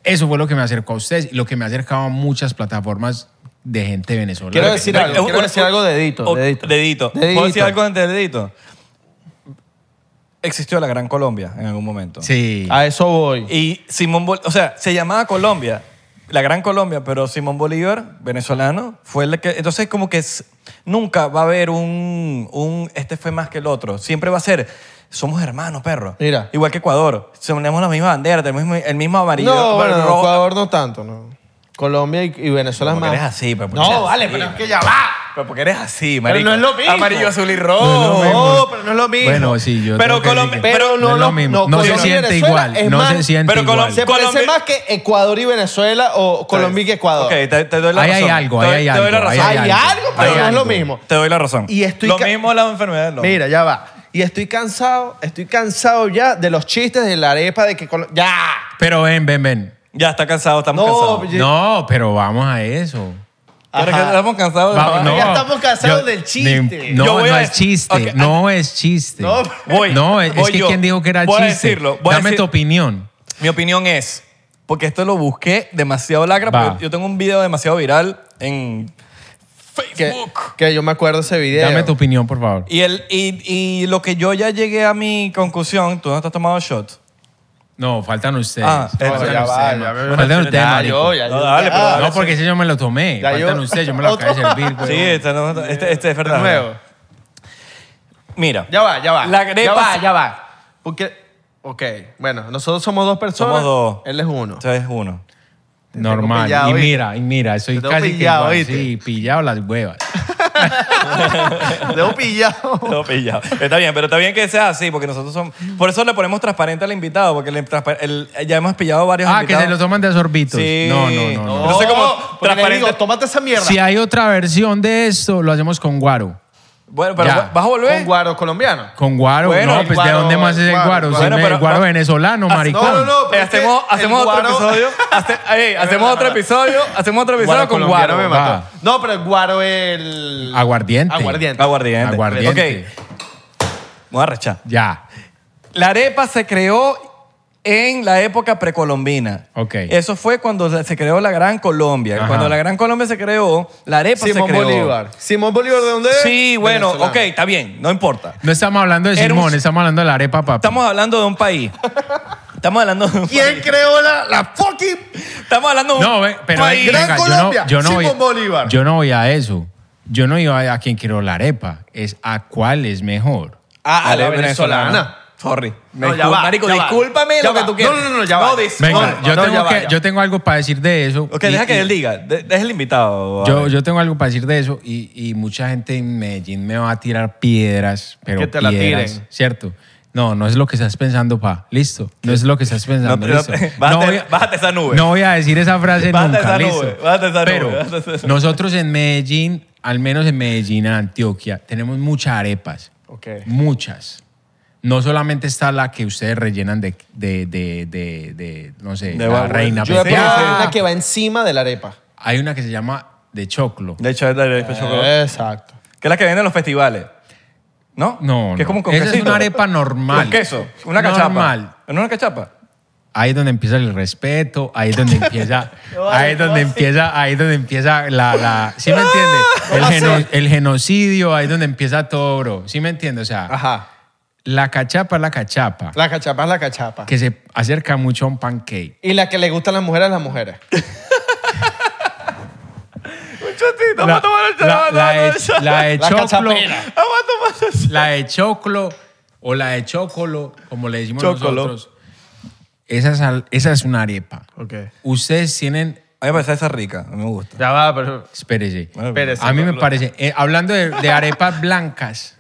Eso fue lo que me acercó a ustedes y lo que me ha acercado a muchas plataformas de gente venezolana. Quiero decir algo, Eh, quiero un- decir un- algo de dedito, o- dedito. Dedito. ¿Puedo Dedito. decir algo antes del dedito? Existió la Gran Colombia en algún momento. Sí. A eso voy. Y Simón Bolívar, o sea, se llamaba Colombia, la Gran Colombia, pero Simón Bolívar, venezolano, fue el que... Entonces, como que s- nunca va a haber un, un... Este fue más que el otro. Siempre va a ser... Somos hermanos, perro. Mira. Igual que Ecuador. Tenemos la misma bandera, tenemos el mismo, el mismo amarillo. No, bueno, rojo. Ecuador no tanto, no. Colombia y, y Venezuela Porque más. eres así, pero porque No, eres vale, así, pero es marico. que ya va. Pero porque eres así, marico. no es lo mismo. Amarillo, azul y No, rojo. oh, pero no es lo mismo. Bueno, sí, yo Pero tengo que Colombia- decir que pero no, es lo- lo mismo. no, No, se Colombia y siente Venezuela igual, es no más- se siente pero igual. Colombia- Se parece Colombia- más que Ecuador y Venezuela o Colombia y Ecuador. Ok, te, te doy la Ahí hay razón. algo, Te ahí doy- hay te doy la algo, ahí razón. Hay, hay algo, algo, pero no hay es lo algo. mismo. Te doy la razón. Y estoy lo ca- mismo la enfermedad. del lomo. Mira, ya va. Y estoy cansado, estoy cansado ya de los chistes de la arepa de que Colo- ya. Pero ven, ven, ven. Ya está cansado, estamos No, cansados. Oye. No, pero vamos a eso. Pero es que Ajá. (laughs) estamos cansados. de Vamos, la- no. Ya estamos cansados del chiste. No, Yo voy no a es decir- chiste. Ok, no es chiste. No, voy, No, es, es voy que yo. ¿quién dijo que era Voy a chiste? decirlo, voy a Dame decir- tu opinión. Mi opinión es, porque esto lo busqué demasiado lacra, Va. porque yo tengo un video demasiado viral en Facebook. Que yo me acuerdo ese video. Dame tu opinión, por favor. Y, el, y, y lo que yo ya llegué a mi conclusión, tú no te has tomado shot. No, faltan ustedes. Ah, No, faltan ya va, ustedes, ya ma- va. faltan ustedes, Ya, marico. yo, ya, No, yo, dale, ya. pero dale. No, porque ese yo me lo tomé. Ya faltan yo- ustedes, yo me lo acabé (laughs) de Otro. servir, güey. Sí, este, no- este- este es Ah, De verdad. nuevo. Mira. Ya va, ya va. La arepa- ya va, ya va. Porque, ok, bueno, nosotros somos dos personas. Somos dos. Él es uno. (laughs) Entonces es uno. Normal. Te tengo pillado, y ¿viste? mira, y mira, soy Te tengo casi pillado, que ¿viste? igual. Sí, pillado (laughs) las huevas. Debo pillado. Todo pillado. Está bien, pero está bien que sea así, porque nosotros somos... Por eso le ponemos transparente al invitado, porque le transpa- el- ya hemos pillado varios Ah, que invitados. se lo toman de sorbitos. Sí. No, no, no. no. No, Entonces, como porque le transparente- digo, tómate esa mierda. Si hay otra versión de esto, lo hacemos con guaro. Bueno, pero Ya. ¿vas a Un volver? guaro colombiano. Con guaro, Bueno, no, pues guaro, ¿de dónde más es el guaro, guaro. guaro? Si Bueno, me- pero- guaro venezolano, (laughs) maricón. no, no, Eh, pero es que hacemos hacemos el otro guaro- (laughs) episodio. Hace- ey, hacemos otro episodio. Hacemos otro episodio Guaro con colombiano guaro. Ah. me va. mató. No, pero el guaro el... Aguardiente. Aguardiente. Aguardiente. Aguardiente. Ok, me voy a arrechar. Ya. La arepa se creó en la época precolombina. Ok. Eso fue cuando se creó la Gran Colombia. Ajá. Cuando la Gran Colombia se creó, la arepa Simón se creó. Bolívar. Simón Bolívar, ¿de dónde es? Sí, bueno, Venezolano. ok, está bien, no importa. No estamos hablando de Era un- Simón, estamos hablando de la arepa, papi. Estamos hablando de un país. Estamos hablando de un ¿Quién país. creó la, la fucking...? Estamos hablando de un No, ve, pero País. ve, Gran yo no- Colombia, yo no, Simón voy- Bolívar. Yo no voy a eso. Yo no iba a, a quién quiero la arepa. Es a cuál es mejor. Ah, a la Arepa venezolana. Sorry. No, Me ya discul- va, Marico, ya va. discúlpame Ya lo que va. tú quieras. No, no, no, ya va. Venga, No, discúlpame. yo, no, tengo ya va, que- ya. yo tengo algo para decir de eso. Ok, y- deja que y- él diga. de- Es el invitado. Yo, yo tengo algo para decir de eso y, y mucha gente en Medellín me va a tirar piedras, pero Que te la piedras, tiren. ¿cierto? No, no es lo que estás pensando, pa. Listo. No es lo que estás pensando, No te- no listo. te- bájate- voy a- bájate esa nube. No voy a decir esa frase Bájate nunca, esa nube, listo. bájate esa nube, pero bájate esa- nosotros en Medellín, al menos en Medellín, Antioquia, tenemos muchas arepas. Ok. Muchas. No solamente está la que ustedes rellenan de, de, de, de- de, no sé, la De ba- reina Yo he pepeada. probado una que va encima de la arepa. Hay una que se llama de choclo. De hecho, es la Eh. arepa de chocolate. Exacto. Que es la que venden en los festivales. ¿No? No, Que no. es como con Esa quesito. es una arepa normal. Con queso. Una cachapa. Normal. ¿No una cachapa? Ahí es donde empieza el respeto, ahí (laughs) es donde empieza, ahí es donde empieza, ahí es donde empieza la, la ¿sí (laughs) me entiende? El, geno- el genocidio, ahí es donde empieza todo, bro. ¿Sí me entiende? O sea, Ajá. la cachapa es la cachapa, La cachapa es la cachapa. que se acerca mucho a un pancake. Y la que le gustan las mujeres, las mujeres. Vamos a tomar el la, la de- la (laughs) de La choclo, cachapera. Vamos a tomar el la de choclo o la de chocolo, como le decimos Chocolo. nosotros. Esa es, al- esa es una arepa. Ok. Ustedes tienen A mí me parece esa rica. A mí me gusta. Ya va, pero... Ah, Espérese. Espérese, a mí me lo- parece. eh, hablando de, de arepas blancas.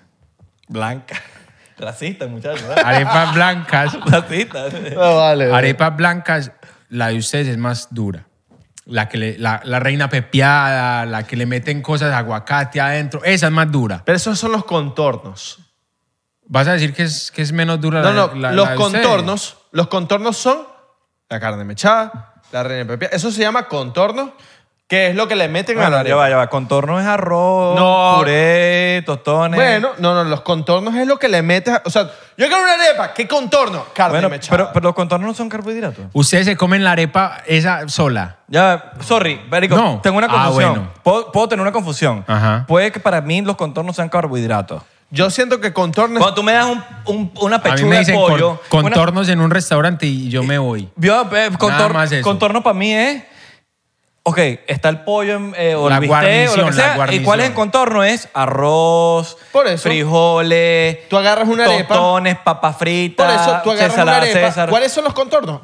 Blanca. Racista, muchachos. Arepas blancas. (laughs) Racista. No, vale. Arepas blancas, la de ustedes es más dura. La, que le- la, la reina pepiada, la que le meten cosas de aguacate adentro, esa es más dura. Pero esos son los contornos. ¿Vas a decir que es, que es menos dura No, la no, la- la los de ustedes? contornos, los contornos son la carne mechada, la reina pepia. Eso se llama contorno, que es lo que le meten a la Bueno, ya va, arepa. ya va. Contorno es arroz, No. puré, tostones. Bueno, no, no, los contornos es lo que le metes, a- o sea, yo quiero una arepa, ¿qué contorno? Carne Bueno, mechada. pero, pero los contornos no son carbohidratos. Ustedes se comen la arepa esa sola. Ya, sorry, Marico, No. tengo una Ah, confusión. bueno. puedo, puedo tener una confusión. Ajá. Puede que para mí los contornos sean carbohidratos. yo siento que contorno Cuando tú me das un- un- una A mí pechuga me dicen de con- pollo. una- contornos en un restaurante y yo me voy. Yo, eh, Nada contor- más eso. contorno para mí es. Ok, está el pollo en- eh, o La el bistec o lo guarnición, que la sea. ¿Y guarnición. cuál es el contorno? Es arroz, Por eso. frijoles, Tú agarras una arepa. tostones, papas fritas, Por eso tú agarras una ensalada arepa. César. ¿Cuáles son los contornos?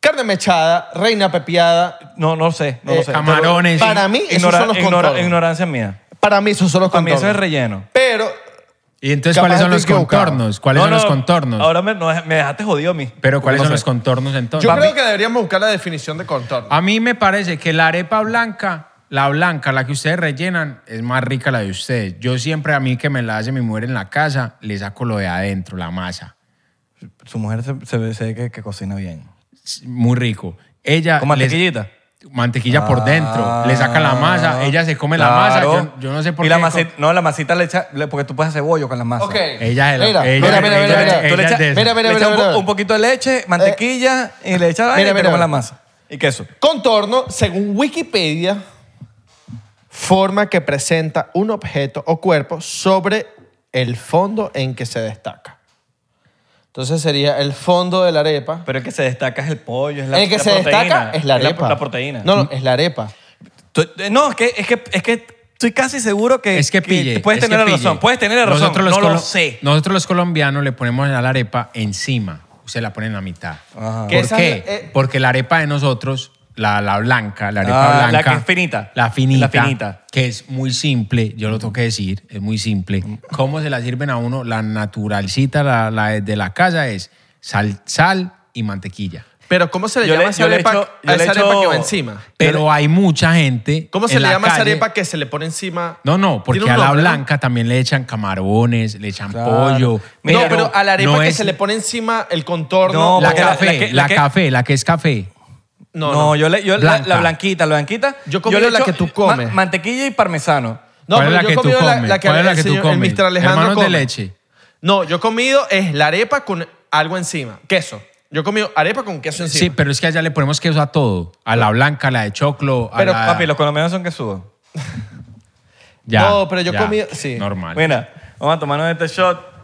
Carne mechada, reina pepiada. No, no lo sé, no Eh, lo sé. Camarones. Para mí esos Ignora- son los ignora- contornos. Ignorancia mía. Para mí esos son los Para mí contornos. eso es relleno. Pero ¿Y entonces Capaz cuáles son estoy los equivocado. contornos? ¿Cuáles No, son los no, contornos? Ahora me, no, me dejaste jodido a mí. Pero ¿cuáles No son sé. los contornos entonces? yo creo que deberíamos buscar la definición de contorno. A mí me parece que la arepa blanca, la blanca, la que ustedes rellenan, es más rica la de ustedes. Yo siempre, a mí que me la hace mi mujer en la casa, le saco lo de adentro, la masa. Su mujer se, se ve se ve que, que cocina bien. Es Muy rico. Ella... ¿Con Ah, les- mantequillita? Ah, mantequilla por dentro. Le saca la masa, ella se come la masa. Claro. Yo, yo no sé por y qué. La masita, no, la masita le echa. le- porque tú puedes hacer bollo con la masa. Ok. Ella es de la- Mira, ella- mira, mira, ella- mira, mira. ella- Tú le es echas- de esas. Mira, mira, le mira, echas un, po- mira. un poquito de leche, mantequilla y le echas Mira, y te mira, comes mira. la masa. Y queso. Contorno, según Wikipedia, forma que presenta un objeto o cuerpo sobre el fondo en que se destaca. Entonces sería el fondo de la arepa. Pero el que se destaca es el pollo, es la, el que la se proteína. destaca es la arepa. La, proteína. No, no, es la arepa. Tú- eh, no, es que, es, que, es que estoy casi seguro que. Es que pille. puedes es que tener la pille. razón. Puedes tener la razón. Nosotros los no lo colo- sé. Nosotros los colombianos le ponemos a la arepa encima. Usted la pone en la mitad. Ajá. Que ¿Por esa qué? es la- eh. Porque la arepa de nosotros, la, la blanca, la arepa Ah, la blanca. que es finita. La finita. La finita. Que es muy simple, yo lo tengo que decir, es muy simple. ¿Cómo se la sirven a uno? La naturalcita la, la de la casa es sal, sal y mantequilla. Pero ¿cómo se le Yo llama le- a esa yo le arepa, echo- a yo le esa arepa echo- que va encima? Pero hay mucha gente. ¿Cómo se en le la llama a esa calle- arepa que se le pone encima? No, no, Tiene porque un a la nombre, ¿no? blanca también le echan camarones, le echan Claro. pollo. Mira, no, pero a la arepa no que es- se le pone encima el contorno. No, o- La porque la- café, la la, que- la que- café, la que es café. no, No, no. yo, le, yo la- La, Blanca. blanquita, la blanquita. Yo comí le la echo que tú ma- comes. mantequilla y parmesano. No, ¿Cuál pero es la yo que he tú comido la, comes? la que, ¿Cuál es la el que tú señor- el comes? Mr. Alejandro Hermanos de come. leche. No, yo he comido es la arepa con algo encima, queso. Yo he comido arepa con queso Sí. encima. pero es que allá le ponemos queso a todo. A la blanca, a la de choclo, a Pero, la- papi, los colombianos son que subo. Ya, No, pero yo ya, comí- sí. Normal. Mira, vamos a tomarnos este shot.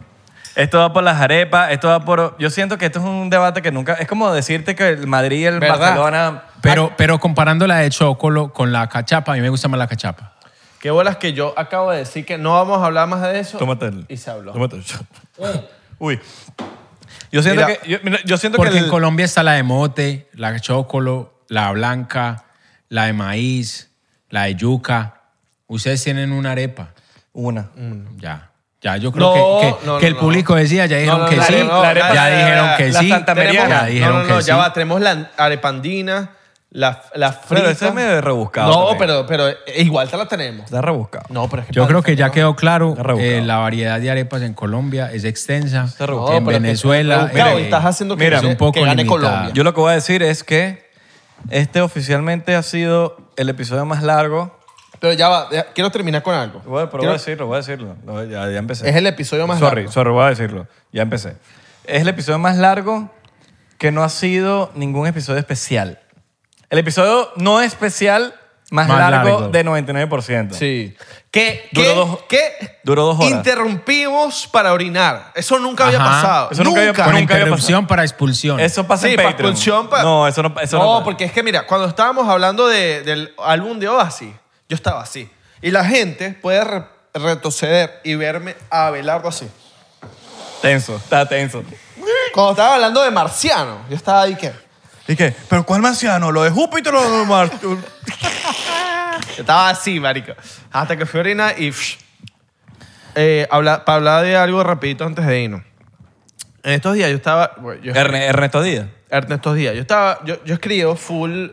Esto va por las arepas, esto va por... Yo siento que esto es un debate que nunca... Es como decirte que el Madrid y el ¿Verdad? Barcelona... pero, pero comparando la de choclo con la cachapa, a mí me gusta más la cachapa. Qué bolas que yo acabo de decir que no vamos a hablar más de eso. Tómate el- Y se habló. tómate el shot. Mm. Uy. Yo siento Mira. que... Yo, mira, yo siento que... Porque el- en Colombia está la de mote, la de chocolo, la blanca, la de maíz, la de yuca. Ustedes tienen una arepa. Una. Mm. Ya. Ya, yo creo No, que, que- no, que no, el no. público decía, ya dijeron no, que la sí, arepa- la arepa- ya la- dijeron la- que la sí, Santa María. ya No, dijeron no, no, no, que ya sí. va. Tenemos la arepandina, la, la frita. Pero ese es medio rebuscado No, también. pero, pero eh, igual te la tenemos. Está rebuscado. No, pero es que Yo para- creo que ya quedó claro, Está rebuscado. eh, la variedad de arepas en Colombia es extensa, No, en pero es que- Venezuela. Rebuscado, eh, y estás haciendo que, mira, gane- un poco que gane limitada. Colombia. Ah. Yo lo que voy a decir es que este oficialmente ha sido el episodio más largo. Pero ya va, ya- quiero terminar con algo. Bueno, pero voy a Quiero- decirlo, voy a decirlo. No, ya, ya empecé. es el episodio más sorry, largo. sorry, voy a decirlo. Ya empecé. Es el episodio más largo que no ha sido ningún episodio especial. El episodio no especial más, Más largo, largo. de 99%. Sí. ¿Qué, Duró qué- dos- qué duró dos horas. Interrumpimos para orinar. Eso nunca había Ajá. pasado. Eso nunca nunca. había con nunca había interrupción para expulsión. Eso pasa Sí, en pa' Patreon. expulsión, pa- No, eso no eso no, porque es que mira, cuando estábamos hablando de- del álbum de Oasis, yo estaba así. Y la gente puede re- retroceder y verme a Abelardo así. Tenso, está tenso. Cuando estaba hablando de Marciano, yo estaba ahí que... ¿Y qué? ¿Pero cuál marciano? ¿Lo de Júpiter o lo de Marte? Yo estaba así, marico. Hasta que fui a orinar y... psh. Eh, habla- para hablar de algo rapidito antes de irnos. En estos días yo estaba... bueno, yo- (laughs) Erne- Ernesto Díaz. Ernesto Díaz. Yo estaba, yo, yo escribo full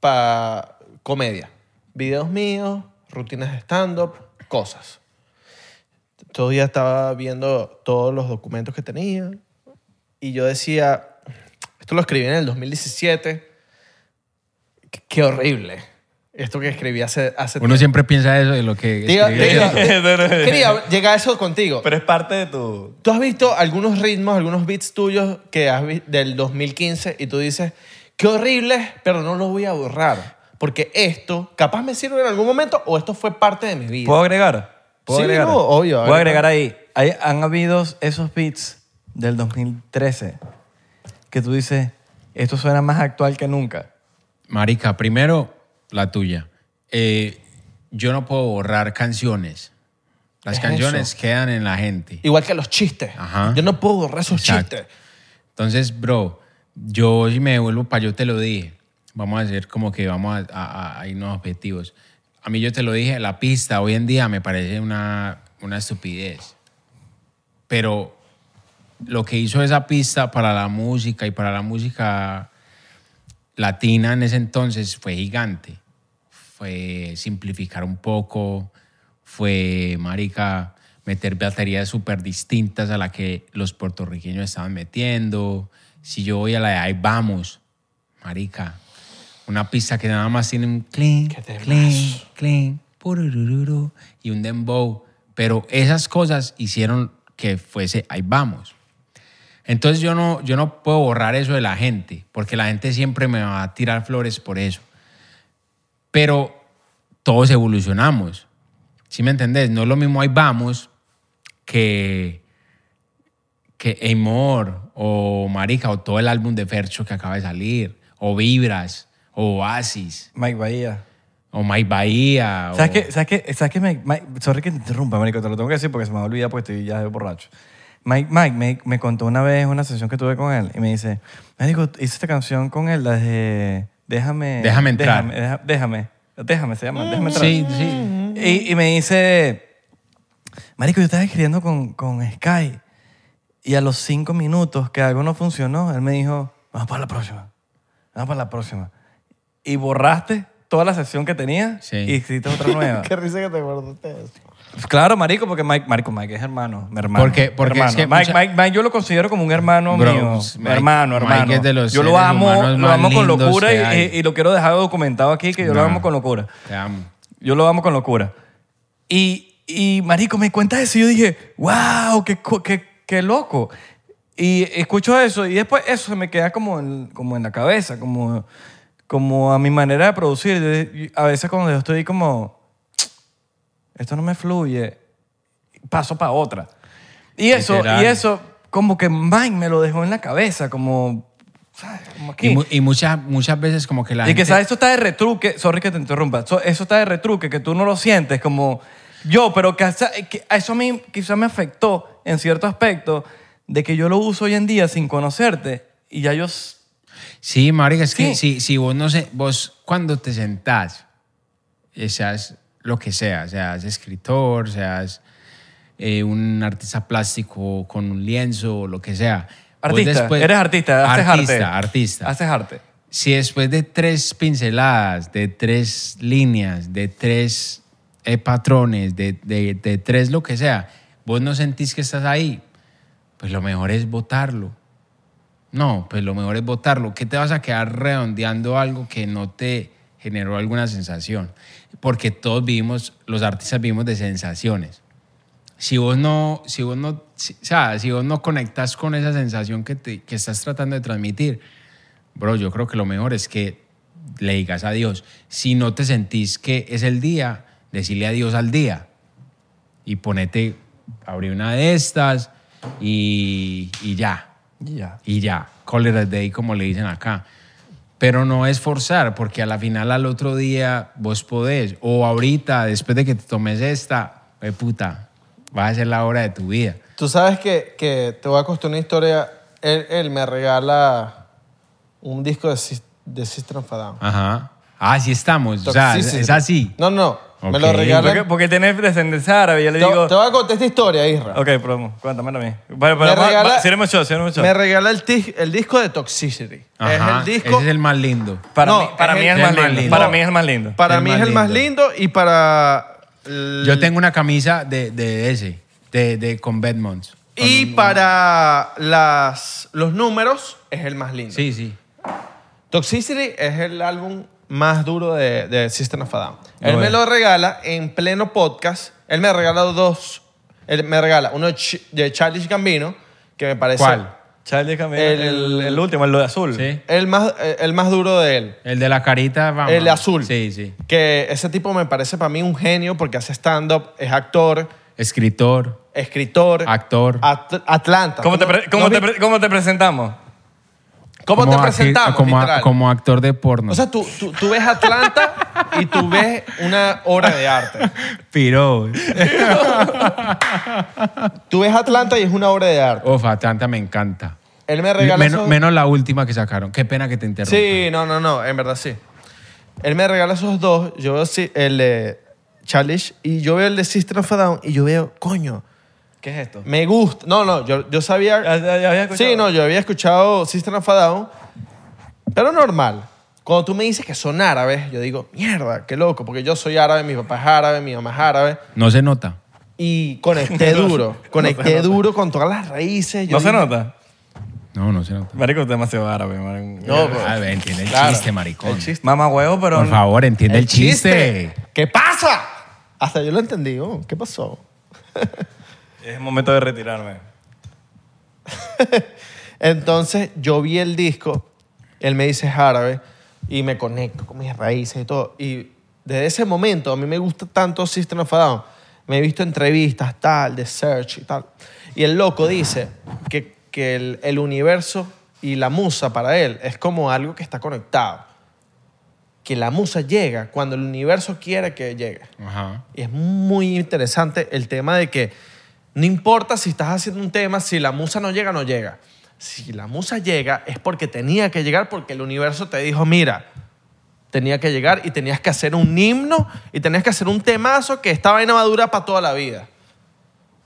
para comedia. Videos míos, rutinas de stand-up, cosas. Todo día estaba viendo todos los documentos que tenía y yo decía, esto lo escribí en el 2017, qué, qué horrible. Esto que escribí hace, hace Uno tiempo. siempre piensa eso de lo que... Diga- escribe. diga- Quería llegar a eso contigo. Pero es parte de tu... ¿Tú has visto algunos ritmos, algunos beats tuyos que has vi- del 2015 y tú dices, qué horrible, pero no lo voy a borrar? Porque esto capaz me sirve en algún momento o esto fue parte de mi vida. ¿Puedo agregar? ¿Puedo Sí, agregar? no, obvio, Voy a agrega. agregar ahí. Ahí Han habido esos beats del 2013 que tú dices, esto suena más actual que nunca. Marica, primero la tuya. Eh, yo no puedo borrar canciones. Las Es canciones eso. quedan en la gente. Igual que los chistes. Ajá. Yo no puedo borrar esos Exacto. chistes. Entonces, bro, yo si me devuelvo para yo te lo dije. Vamos a hacer como que vamos a, a- a irnos a objetivos. A mí yo te lo dije, la pista hoy en día me parece una, una estupidez. Pero lo que hizo esa pista para la música y para la música latina en ese entonces fue gigante. Fue simplificar un poco, fue, marica, meter baterías súper distintas a las que los puertorriqueños estaban metiendo. Si yo voy a la de ahí vamos, marica, una pista que nada más tiene un clean, clean, clean, pururururu, y un dembow. Pero esas cosas hicieron que fuese ahí vamos. Entonces yo no, yo no puedo borrar eso de la gente, porque la gente siempre me va a tirar flores por eso. Pero todos evolucionamos. ¿Sí me entendés? No es lo mismo ahí vamos que que Amor o Marica o todo el álbum de Fercho que acaba de salir o Vibras o Oasis Mike Bahía. o My Bahía. ¿Sabes o- qué? ¿Sabes qué? ¿Sabes qué? Mike, Mike- sorry que te interrumpa, marico, te lo tengo que decir porque se me va a olvidar porque estoy ya de borracho. Mike, Mike me, me contó una vez una sesión que tuve con él y me dice, me dijo, hice esta canción con él, la de Déjame... Déjame entrar. Déjame, deja- déjame, déjame se Ah, llama, déjame entrar. Sí, sí. Y, y me dice, Marico, yo estaba escribiendo con, con Sky y a los cinco minutos que algo no funcionó, él me dijo, Vamos para la próxima. Vamos para la próxima. Y borraste toda la sesión que tenías Sí. y hiciste (laughs) otra nueva. Qué risa que te acordaste de eso. claro, marico, porque Mike, marico, Mike es hermano, mi hermano. Porque- mi porque hermano. es que Mike, mucha- Mike, Mike, yo lo considero como un hermano Bro, mío, Mike- mi hermano, Mike hermano. es de los yo lo seres amo, humanos lo más amo con lindos locura que y- hay. y- y lo quiero dejar documentado aquí que yo lo No. amo con locura. Te amo. Yo lo amo con locura. Y, y marico, me cuenta eso y yo dije, wow, qué, co- qué, qué loco. Y escucho eso y después eso se me queda como en, como en la cabeza, como, como a mi manera de producir. Yo- yo- a veces cuando yo estoy como, esto no me fluye, paso para otra. Y eso, Literal. y eso como que Mike me lo dejó en la cabeza, como, ¿sabes? Como aquí. Y, mu- y muchas, muchas veces como que la Y que gente... sabes, esto está de retruque, sorry que te interrumpa, so- eso está de retruque, que tú no lo sientes como yo, pero que, hasta- eh, que a eso a mí quizás me afectó en cierto aspecto de que yo lo uso hoy en día sin conocerte y ya yo... s- Sí, marica, es que Sí. si, si vos no sé, vos cuando te sentás, eh, seas lo que seas, seas escritor, seas eh, un artista plástico con un lienzo, lo que sea. vos Artista, después- eres artista, haces arte. Artista, artista. Haces arte. Si después de tres pinceladas, de tres líneas, de tres eh, patrones, de, de- de tres lo que sea, vos no sentís que estás ahí, pues lo mejor es votarlo. No, pues lo mejor es votarlo. ¿Qué te vas a quedar redondeando algo que no te generó alguna sensación? Porque todos vivimos, los artistas vivimos de sensaciones. Si vos no, si vos no, si- o sea, si vos no conectas con esa sensación que, te- que estás tratando de transmitir, bro, yo creo que lo mejor es que le digas a Dios. Si no te sentís que es el día, decirle adiós al día y ponete, abrí una de estas y, y ya. Ya. Y ya, cólera de ahí como le dicen acá. Pero no es forzar, porque a la final al otro día vos podés. O ahorita, después de que te tomes esta, eh, puta, vas a ser la hora de tu vida. Tú sabes que, que te voy a contar una historia. Él, él me regala un disco de, Sys- de System of a Down. Ajá. Así Ah, estamos. O sea, es, Toxicity. es así. No, no. Me lo Ok. regala. Porque, porque tienes descendencia árabe, yo le Te, digo... te voy a contar esta historia, Isra. Ok, promo, cuéntamelo a mí. Vale, Me pero va- regala- va- sírveme un shot, sírveme un shot. Me regala el, tis- el disco de Toxicity. Ajá. Es el disco. Ese es el más lindo. Para, No, mí, para es el- mí es el es más el lindo. más lindo. Para mí es el más lindo. para el mí más es el más lindo. lindo y para. el- Yo tengo una camisa de, de ese, de, de con Bedmonds. Y para las, los números es el más lindo. Sí, sí. Toxicity es el álbum más duro de, de System of a Down. Él Lo me es. lo regala en pleno podcast. Él me ha regalado dos. Él me regala uno de Ch- de Charlie Gambino, que me parece ¿Cuál? Charlie Camilo, el, El- el último, el de azul. Sí. el más, el más duro de él. El de la carita, vamos. El azul. Sí, sí. Que ese tipo me parece para mí un genio porque hace stand-up, es actor, Escritor, escritor. actor. At- Atlanta. ¿Cómo, te, ¿Cómo- pre- cómo no te vi- pre- cómo te presentamos? cómo te Como acti- presentamos? Como, literal? como actor de porno. O sea, tú, tú, tú ves Atlanta y tú ves una obra de arte. Piró. Tú ves Atlanta y es una obra de arte. Ofa, Atlanta me encanta. Él me regaló... Menos, menos la última que sacaron. Qué pena que te interrumpa. Sí, no, no, no, en verdad sí. Él me regala esos dos, yo veo sí, el de Challenge y yo veo el de System of a Down y yo veo, coño, ¿Qué es esto? me gusta. No, no, yo, yo sabía... Ya- ya- ya había escuchado. Sí, no, yo había escuchado System of a Down, pero normal. Cuando tú me dices que son árabes, yo digo, mierda, qué loco, porque yo soy árabe, mi papá es árabe, mi mamá es árabe. No se nota. Y (laughs) conecté duro, conecté duro con todas las raíces. yo ¿No se dije, nota? No, no se nota. Marico, es demasiado árabe, marico. No, pues. A ver, entiende Ah, el Claro. chiste, maricón. El chiste. Mamá huevo, pero... Por favor, entiende el, chiste. ¿Qué pasa? Hasta yo lo entendí. oh, ¿Qué pasó? Es momento de retirarme. Entonces yo vi el disco, él me dice es árabe y me conecto con mis raíces y todo. Y desde ese momento a mí me gusta tanto System of a Down. Me he visto entrevistas, tal, de Search y tal. Y el loco dice que, que el, el universo y la musa para él es como algo que está conectado. Que la musa llega cuando el universo quiere que llegue. Ajá. Y es muy interesante el tema de que no importa si estás haciendo un tema, si la musa no llega, no llega. Si la musa llega es porque tenía que llegar, porque el universo te dijo, mira, tenía que llegar y tenías que hacer un himno y tenías que hacer un temazo que esta vaina va a durar para toda la vida.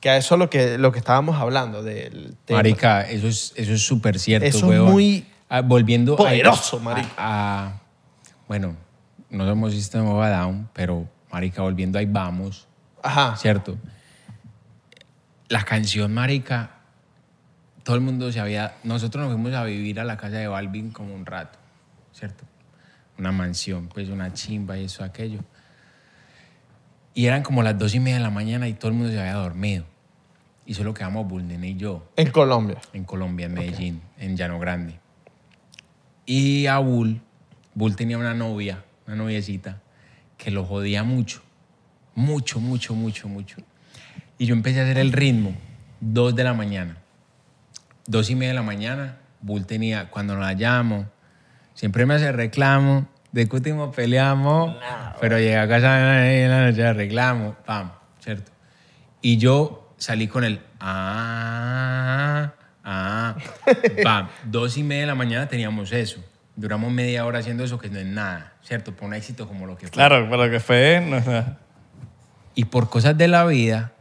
Que a eso es lo que, lo que estábamos hablando del tema. Marica, eso es eso es súper cierto, Eso es huevón. muy ah, volviendo a- Poderoso, marico. a, a- bueno, no somos System of a Down, pero marica, volviendo ahí vamos, Ajá. ¿cierto? La canción, marica, todo el mundo se había... Nosotros nos fuimos a vivir a la casa de Balvin como un rato, ¿cierto? Una mansión, pues una chimba y eso, aquello. Y eran como las dos y media de la mañana y todo el mundo se había dormido. Y solo quedamos Bulnene y yo En Colombia. en Colombia, en Medellín, en Llano Grande. Y a Bull, Bull tenía una novia, una noviecita, que lo jodía mucho. Mucho, mucho, mucho, mucho. Y yo empecé a hacer el ritmo, dos de la mañana. Dos y media de la mañana, Bull tenía, cuando nos hallamos, siempre me hace reclamo, discutimos, peleamos, pero llega a casa en la noche de reclamo, pam, ¿cierto? Y yo salí con el ah, ah, pam. Dos y media de la mañana teníamos eso. Duramos media hora haciendo eso, que no es nada, ¿cierto? Por un éxito como lo que fue. Claro, pero que fue... no, no. Y por cosas de la vida,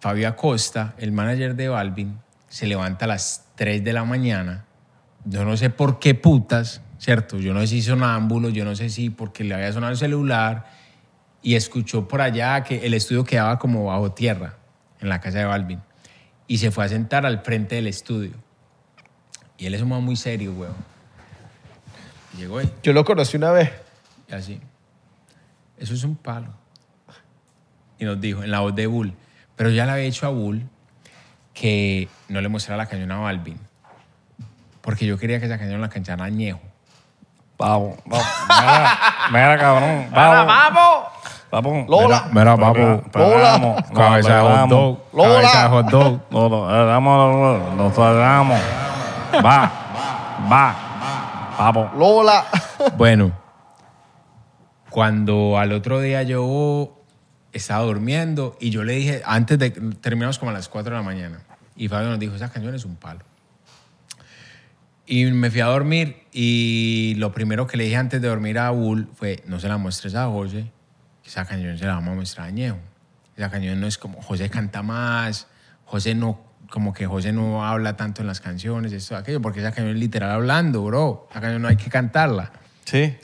Fabio Acosta, el manager de Balvin, se levanta a las 3 de la mañana. Yo no sé por qué putas, ¿cierto? Yo no sé si sonámbulo, yo no sé si porque le había sonado el celular y escuchó por allá que el estudio quedaba como bajo tierra en la casa de Balvin. Y se fue a sentar al frente del estudio. Y él es un man muy serio, weón. Y Llegó él. Yo lo conocí una vez. Y así. Eso es un palo. Y nos dijo, en la voz de Bull. Pero ya le había dicho a Bull que no le mostrara la canción a Balvin. Porque yo quería que esa canción la canchara Añejo. Pavo, pavo. Mira, mira, cabrón. Pavo. Papo. Lola. Mira, mira, papo. Lola. Perdamos. Cabeza de hot dog. Lola. Cabeza de hot dog. No, eh, no, perdamos, no perdamos. Va, va, papo. Lola. Bueno, cuando al otro día yo estaba durmiendo y yo le dije, antes de terminamos como a las 4 de la mañana, y Fabio nos dijo, esa canción es un palo. Y me fui a dormir y lo primero que le dije antes de dormir a Bull fue, no se la muestres a José, que esa canción se la vamos a mostrar a Ñejo. Esa canción no es como, José canta más, José no, como que José no habla tanto en las canciones, esto, aquello, porque esa canción es literal hablando, bro. Esa canción no hay que cantarla Sí,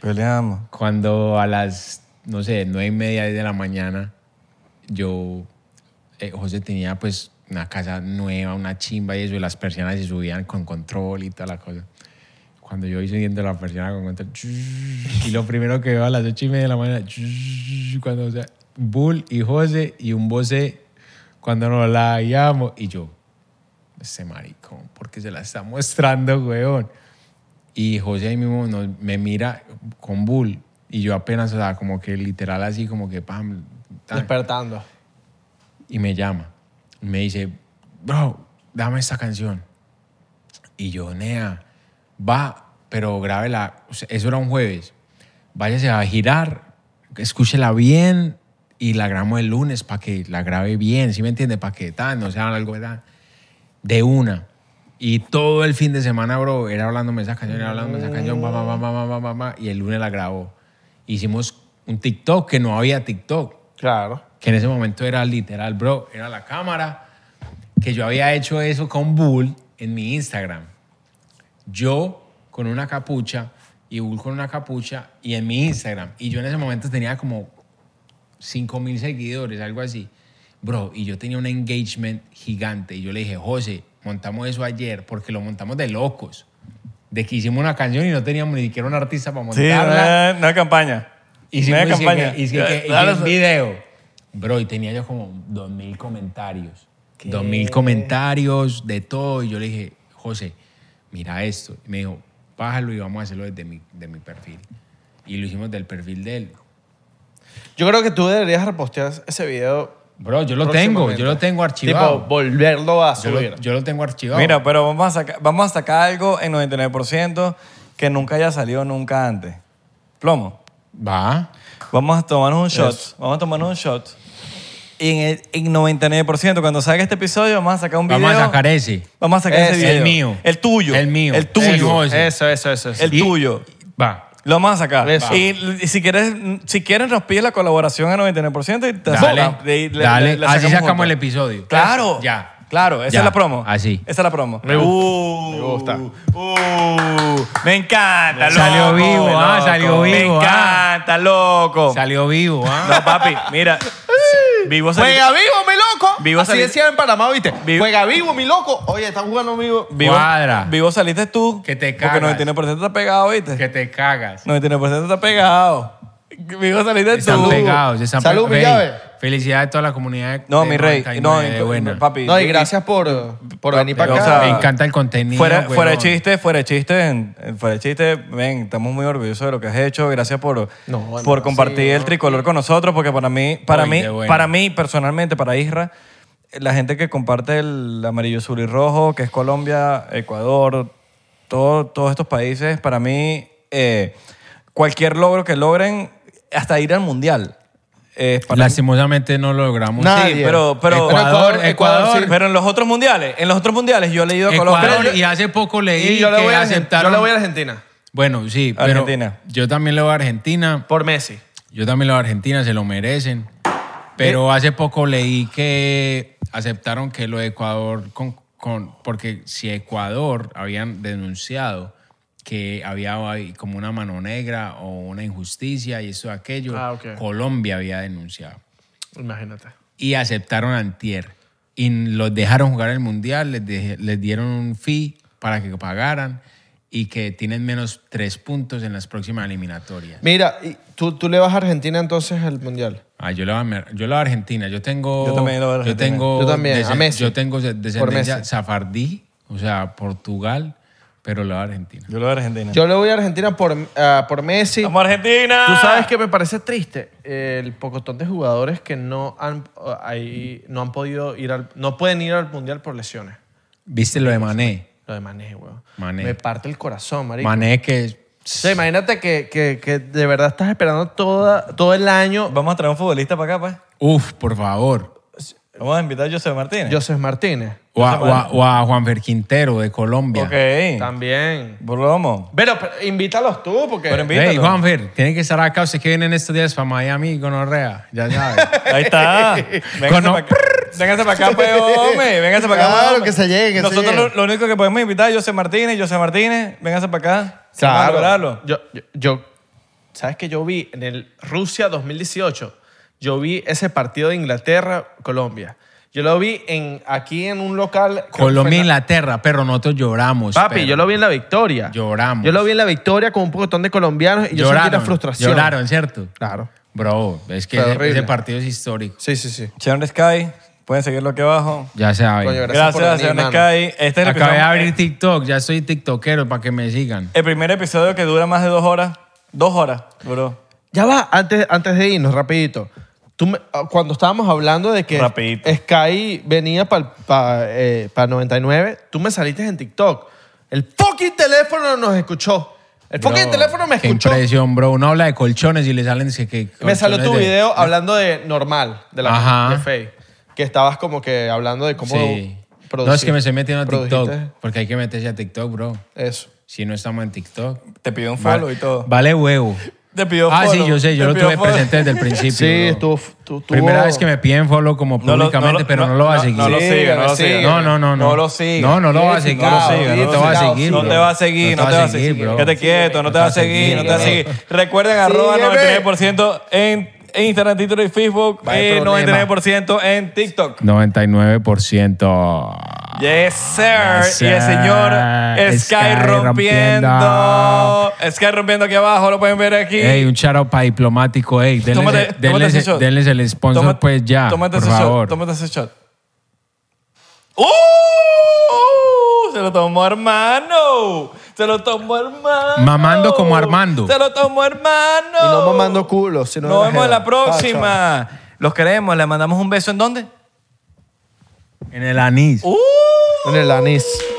peleamos. cuando a las, no sé, nueve y media diez de la mañana, yo, eh, José tenía pues una casa nueva, una chimba y eso, y las persianas se subían con control y toda la cosa. Cuando yo iba subiendo la persiana con control, (laughs) y lo primero que veo a las ocho y media de la mañana, (laughs) cuando, o sea, Bull y José y un voce cuando nos la hallamos, y yo, ese maricón, porque se la está mostrando, weón. Y José ahí mismo nos- me mira con Bull y yo apenas, o sea, como que literal así, como que pam, tan, Despertando. y me llama. Y me dice, bro, dame esta canción. Y yo, nea, va, pero grábela. O sea, eso era un jueves. Váyase a girar, escúchela bien y la grabamos el lunes para que la grabe bien, ¿sí me entiende? Para que tal, no sea algo ¿verdad? de una. Y todo el fin de semana, bro, era hablándome de esa canción, era hablándome de esa canción, mamá, mamá, mamá, mamá, y el lunes la grabó. Hicimos un TikTok que no había TikTok Claro. que en ese momento era literal, bro, era la cámara, que yo había hecho eso con Bull en mi Instagram. Yo con una capucha y Bull con una capucha y en mi Instagram. Y yo en ese momento tenía como 5 mil seguidores, algo así. Bro, y yo tenía un engagement gigante. Y yo le dije, José, montamos eso ayer porque lo montamos de locos. De que hicimos una canción y no teníamos ni siquiera un artista para Sí, montarla. no, no hay campaña. no Hicimos hay y sí campaña. que- e- y sí que- y sí Dale un su- video. Bro, y tenía yo como dos mil comentarios. Dos mil comentarios de todo. Y yo le dije, José, mira esto. Y me dijo, bájalo y vamos a hacerlo desde mi, de mi perfil. Y lo hicimos del perfil de él. Yo creo que tú deberías repostear ese video. Bro, yo lo tengo, yo lo tengo archivado. Tipo, volverlo a yo, lo, subir. yo lo tengo archivado. Mira, pero vamos a, saca- vamos a sacar algo en 99% que nunca haya salido nunca antes. Plomo. Va. Vamos a tomarnos un shot. Vamos a tomarnos un shot. Y en, el, en 99%, cuando salga este episodio, vamos a sacar un video. Vamos a sacar ese. Vamos a sacar ese Ese. video. El mío. El tuyo. El mío. El El tuyo. mío. El, José. Eso, eso, eso. eso. Y- tuyo. Va. Lo vamos a sacar. Eso. Y, l- si quieres, si quieren, nos pide la colaboración a 99% y te Dale. y le- dale. le- le Así sacamos juntos. el episodio. Claro. Ya. Claro, esa Ya, Ah, es la promo. así. Esa es la promo. Me gusta, Uh, me gusta. uh, me encanta, loco. Salió vivo, ah, loco. salió vivo, Me ah. encanta, loco. Salió vivo, ¿ah? No, papi, mira. Vivo salió- Juega vivo, mi loco. Vivo Así salir- decía en Panamá, ¿viste? Vivo- Juega vivo, mi loco. Oye, están jugando vivo. vivo, Cuadra. Vivo saliste tú. Que te Porque cagas. 99% está pegado, ¿viste? Que te cagas. 99% está pegado. Vivo saliste tú. Están pegados. Están Salud, pe- mi Rey, llave. Felicidades a toda la comunidad. de- No, de mi rey. No, 99, bueno. papi. No, y yo- gracias por, por venir para o acá. sea, Me encanta el contenido. Fuera, huevón. fuera de chiste, fuera de chiste, en- en- fuera de chiste, ven, estamos muy orgullosos de lo que has hecho. Gracias por, No, por no, compartir el tricolor con nosotros, porque para mí, para Oy, mí, qué bueno. para mí personalmente, para Isra, la gente que comparte el amarillo, azul y rojo, que es Colombia, Ecuador, todo- todos estos países, para mí, eh, cualquier logro que logren, hasta ir al mundial, eh, para Lastimosamente no lo logramos. Nada. Sí, Nadie. pero, pero, Ecuador, Ecuador, sí. pero en los otros mundiales, en los otros mundiales yo he leído a Colombia. Ecuador y hace poco leí Y yo le que voy a Argen- yo aceptaron. le voy a Argentina. Bueno, sí, Argentina. pero yo también le voy a Argentina. Por Messi. Yo también lo de Argentina, se lo merecen. Eh. Pero hace poco leí que aceptaron que lo de Ecuador, con, con- porque si Ecuador habían denunciado que había ahí como una mano negra o una injusticia y eso aquello, Ah, ok. Colombia había denunciado. Imagínate. Y aceptaron antier. Y los dejaron jugar el Mundial, les, dej- les dieron un fee para que pagaran y que tienen menos tres puntos en las próximas eliminatorias. Mira, y tú, tú le vas a Argentina entonces al Mundial. Ah, yo le voy a, Mer- yo le voy a Argentina. Yo tengo. Yo también le voy a Argentina. Yo tengo. Yo también, a dese- Messi. Yo tengo de- descendencia Messi. safardí, o sea, Portugal, pero le voy a Argentina. Yo lo de Argentina. Yo le voy a Argentina por, ah, por Messi. ¡Vamos Argentina! Tú sabes que me parece triste el pocotón de jugadores que no han, ah, ahí, no han podido ir al... No pueden ir al Mundial por lesiones. ¿Viste lo de Mané? Lo de Mané, weón. Mané. Me parte el corazón, marico. Mané que. O sea, imagínate que, que- que de verdad estás esperando toda, todo el año Vamos a traer un futbolista para acá, pues. Uf, por favor. Vamos a invitar a José Martínez. Joseph Martínez. O a, o a- o a Juanfer Quintero de Colombia. Ok. También. Bromo. Pero, pero invítalos tú, porque... Pero invítalo. Hey, Juanfer, tiene que estar acá. Usted que viene en estos días para Miami, gonorrea. Ya (laughs) sabes. Ahí (laughs) está. Con- Véngase para acá. Véngase para acá, pues, hombre. Véngase para acá. Claro, hombre. que se llegue, que se Nosotros llegue. Lo, lo único que podemos invitar es José Martínez. José Martínez, véngase para acá. Vamos a Claro. lograrlo. Yo, yo, yo- ¿Sabes que yo vi en el Rusia 2018? Yo vi ese partido de Inglaterra-Colombia. Yo lo vi en, aquí en un local. creo que fue Colombia, en la- Inglaterra, pero nosotros lloramos. Papi, perro. yo lo vi en la victoria. Lloramos. Yo lo vi en la victoria con un pocotón de colombianos y yo sentí la Lloraron. frustración. Lloraron, ¿cierto? Claro. Bro, es que Fue ese- horrible. ese partido es histórico. Sí, sí, sí. Sharon Sky, pueden seguirlo aquí abajo. Ya saben. Coño, Gracias por Gracias, a venir, Sharon mano. Sky. Este es el Acabé de episodio- abrir TikTok, ya soy TikTokero para que me sigan. El primer episodio que dura más de dos horas. Dos horas, bro. Ya va, antes, antes de irnos, rapidito. Tú me- ah, cuando estábamos hablando de que Rapidito. Sky venía eh, para 99, tú me saliste en TikTok. El fucking teléfono nos escuchó. El fucking Bro, teléfono me qué escuchó. impresión, bro. Uno habla de colchones y le salen que, que Me salió tu colchones de- video hablando de normal, de la Ajá. de Faye. Que estabas como que hablando de cómo Sí. producir. No, es que me estoy metiendo a TikTok. Produjiste Porque hay que meterse a TikTok, bro. Eso. Si no estamos en TikTok. Te pidió un follow vale- y todo. Vale huevo. Te pidió Ah, sí, follow, yo sé, yo te lo pidió tuve follow. presente desde el principio. Sí, bro. estuvo, tu- tuvo- Primera vez que me piden follow como No lo- no públicamente, lo- pero no, no- lo va a no- seguir. no lo sigue, no lo sigue. No, no, no. No lo sigue. No, no lo va a Sí, seguir. no lo sigue, No te va a no lo seguir. sigue. No bro. te va a seguir, no te va a seguir. bro. Quédate quieto, no te va a seguir, no te va a seguir. Recuerden, arroba Sígueme. 99% en en Instagram, Twitter y Facebook. eh, Vaya Y problema. 99% en TikTok. 99%. Yes, sir. Yes, Y el señor sir. Sky Sky rompiendo. rompiendo. Sky rompiendo aquí abajo, lo pueden ver aquí. Ey, un shout out para diplomático. Ey, denles, Tómate- denles- tómate ese shot. denles el sponsor, Toma- pues ya. Tómate por ese favor. shot. Tómate ese shot. ¡Uh! Se lo tomó hermano. Se lo tomó hermano. Mamando como Armando. Se lo tomó hermano. Y no mamando culo, sino Nos la vemos en la jeva. Chao, próxima. Los queremos. Le mandamos un beso. ¿En dónde? En el anís. En el anís.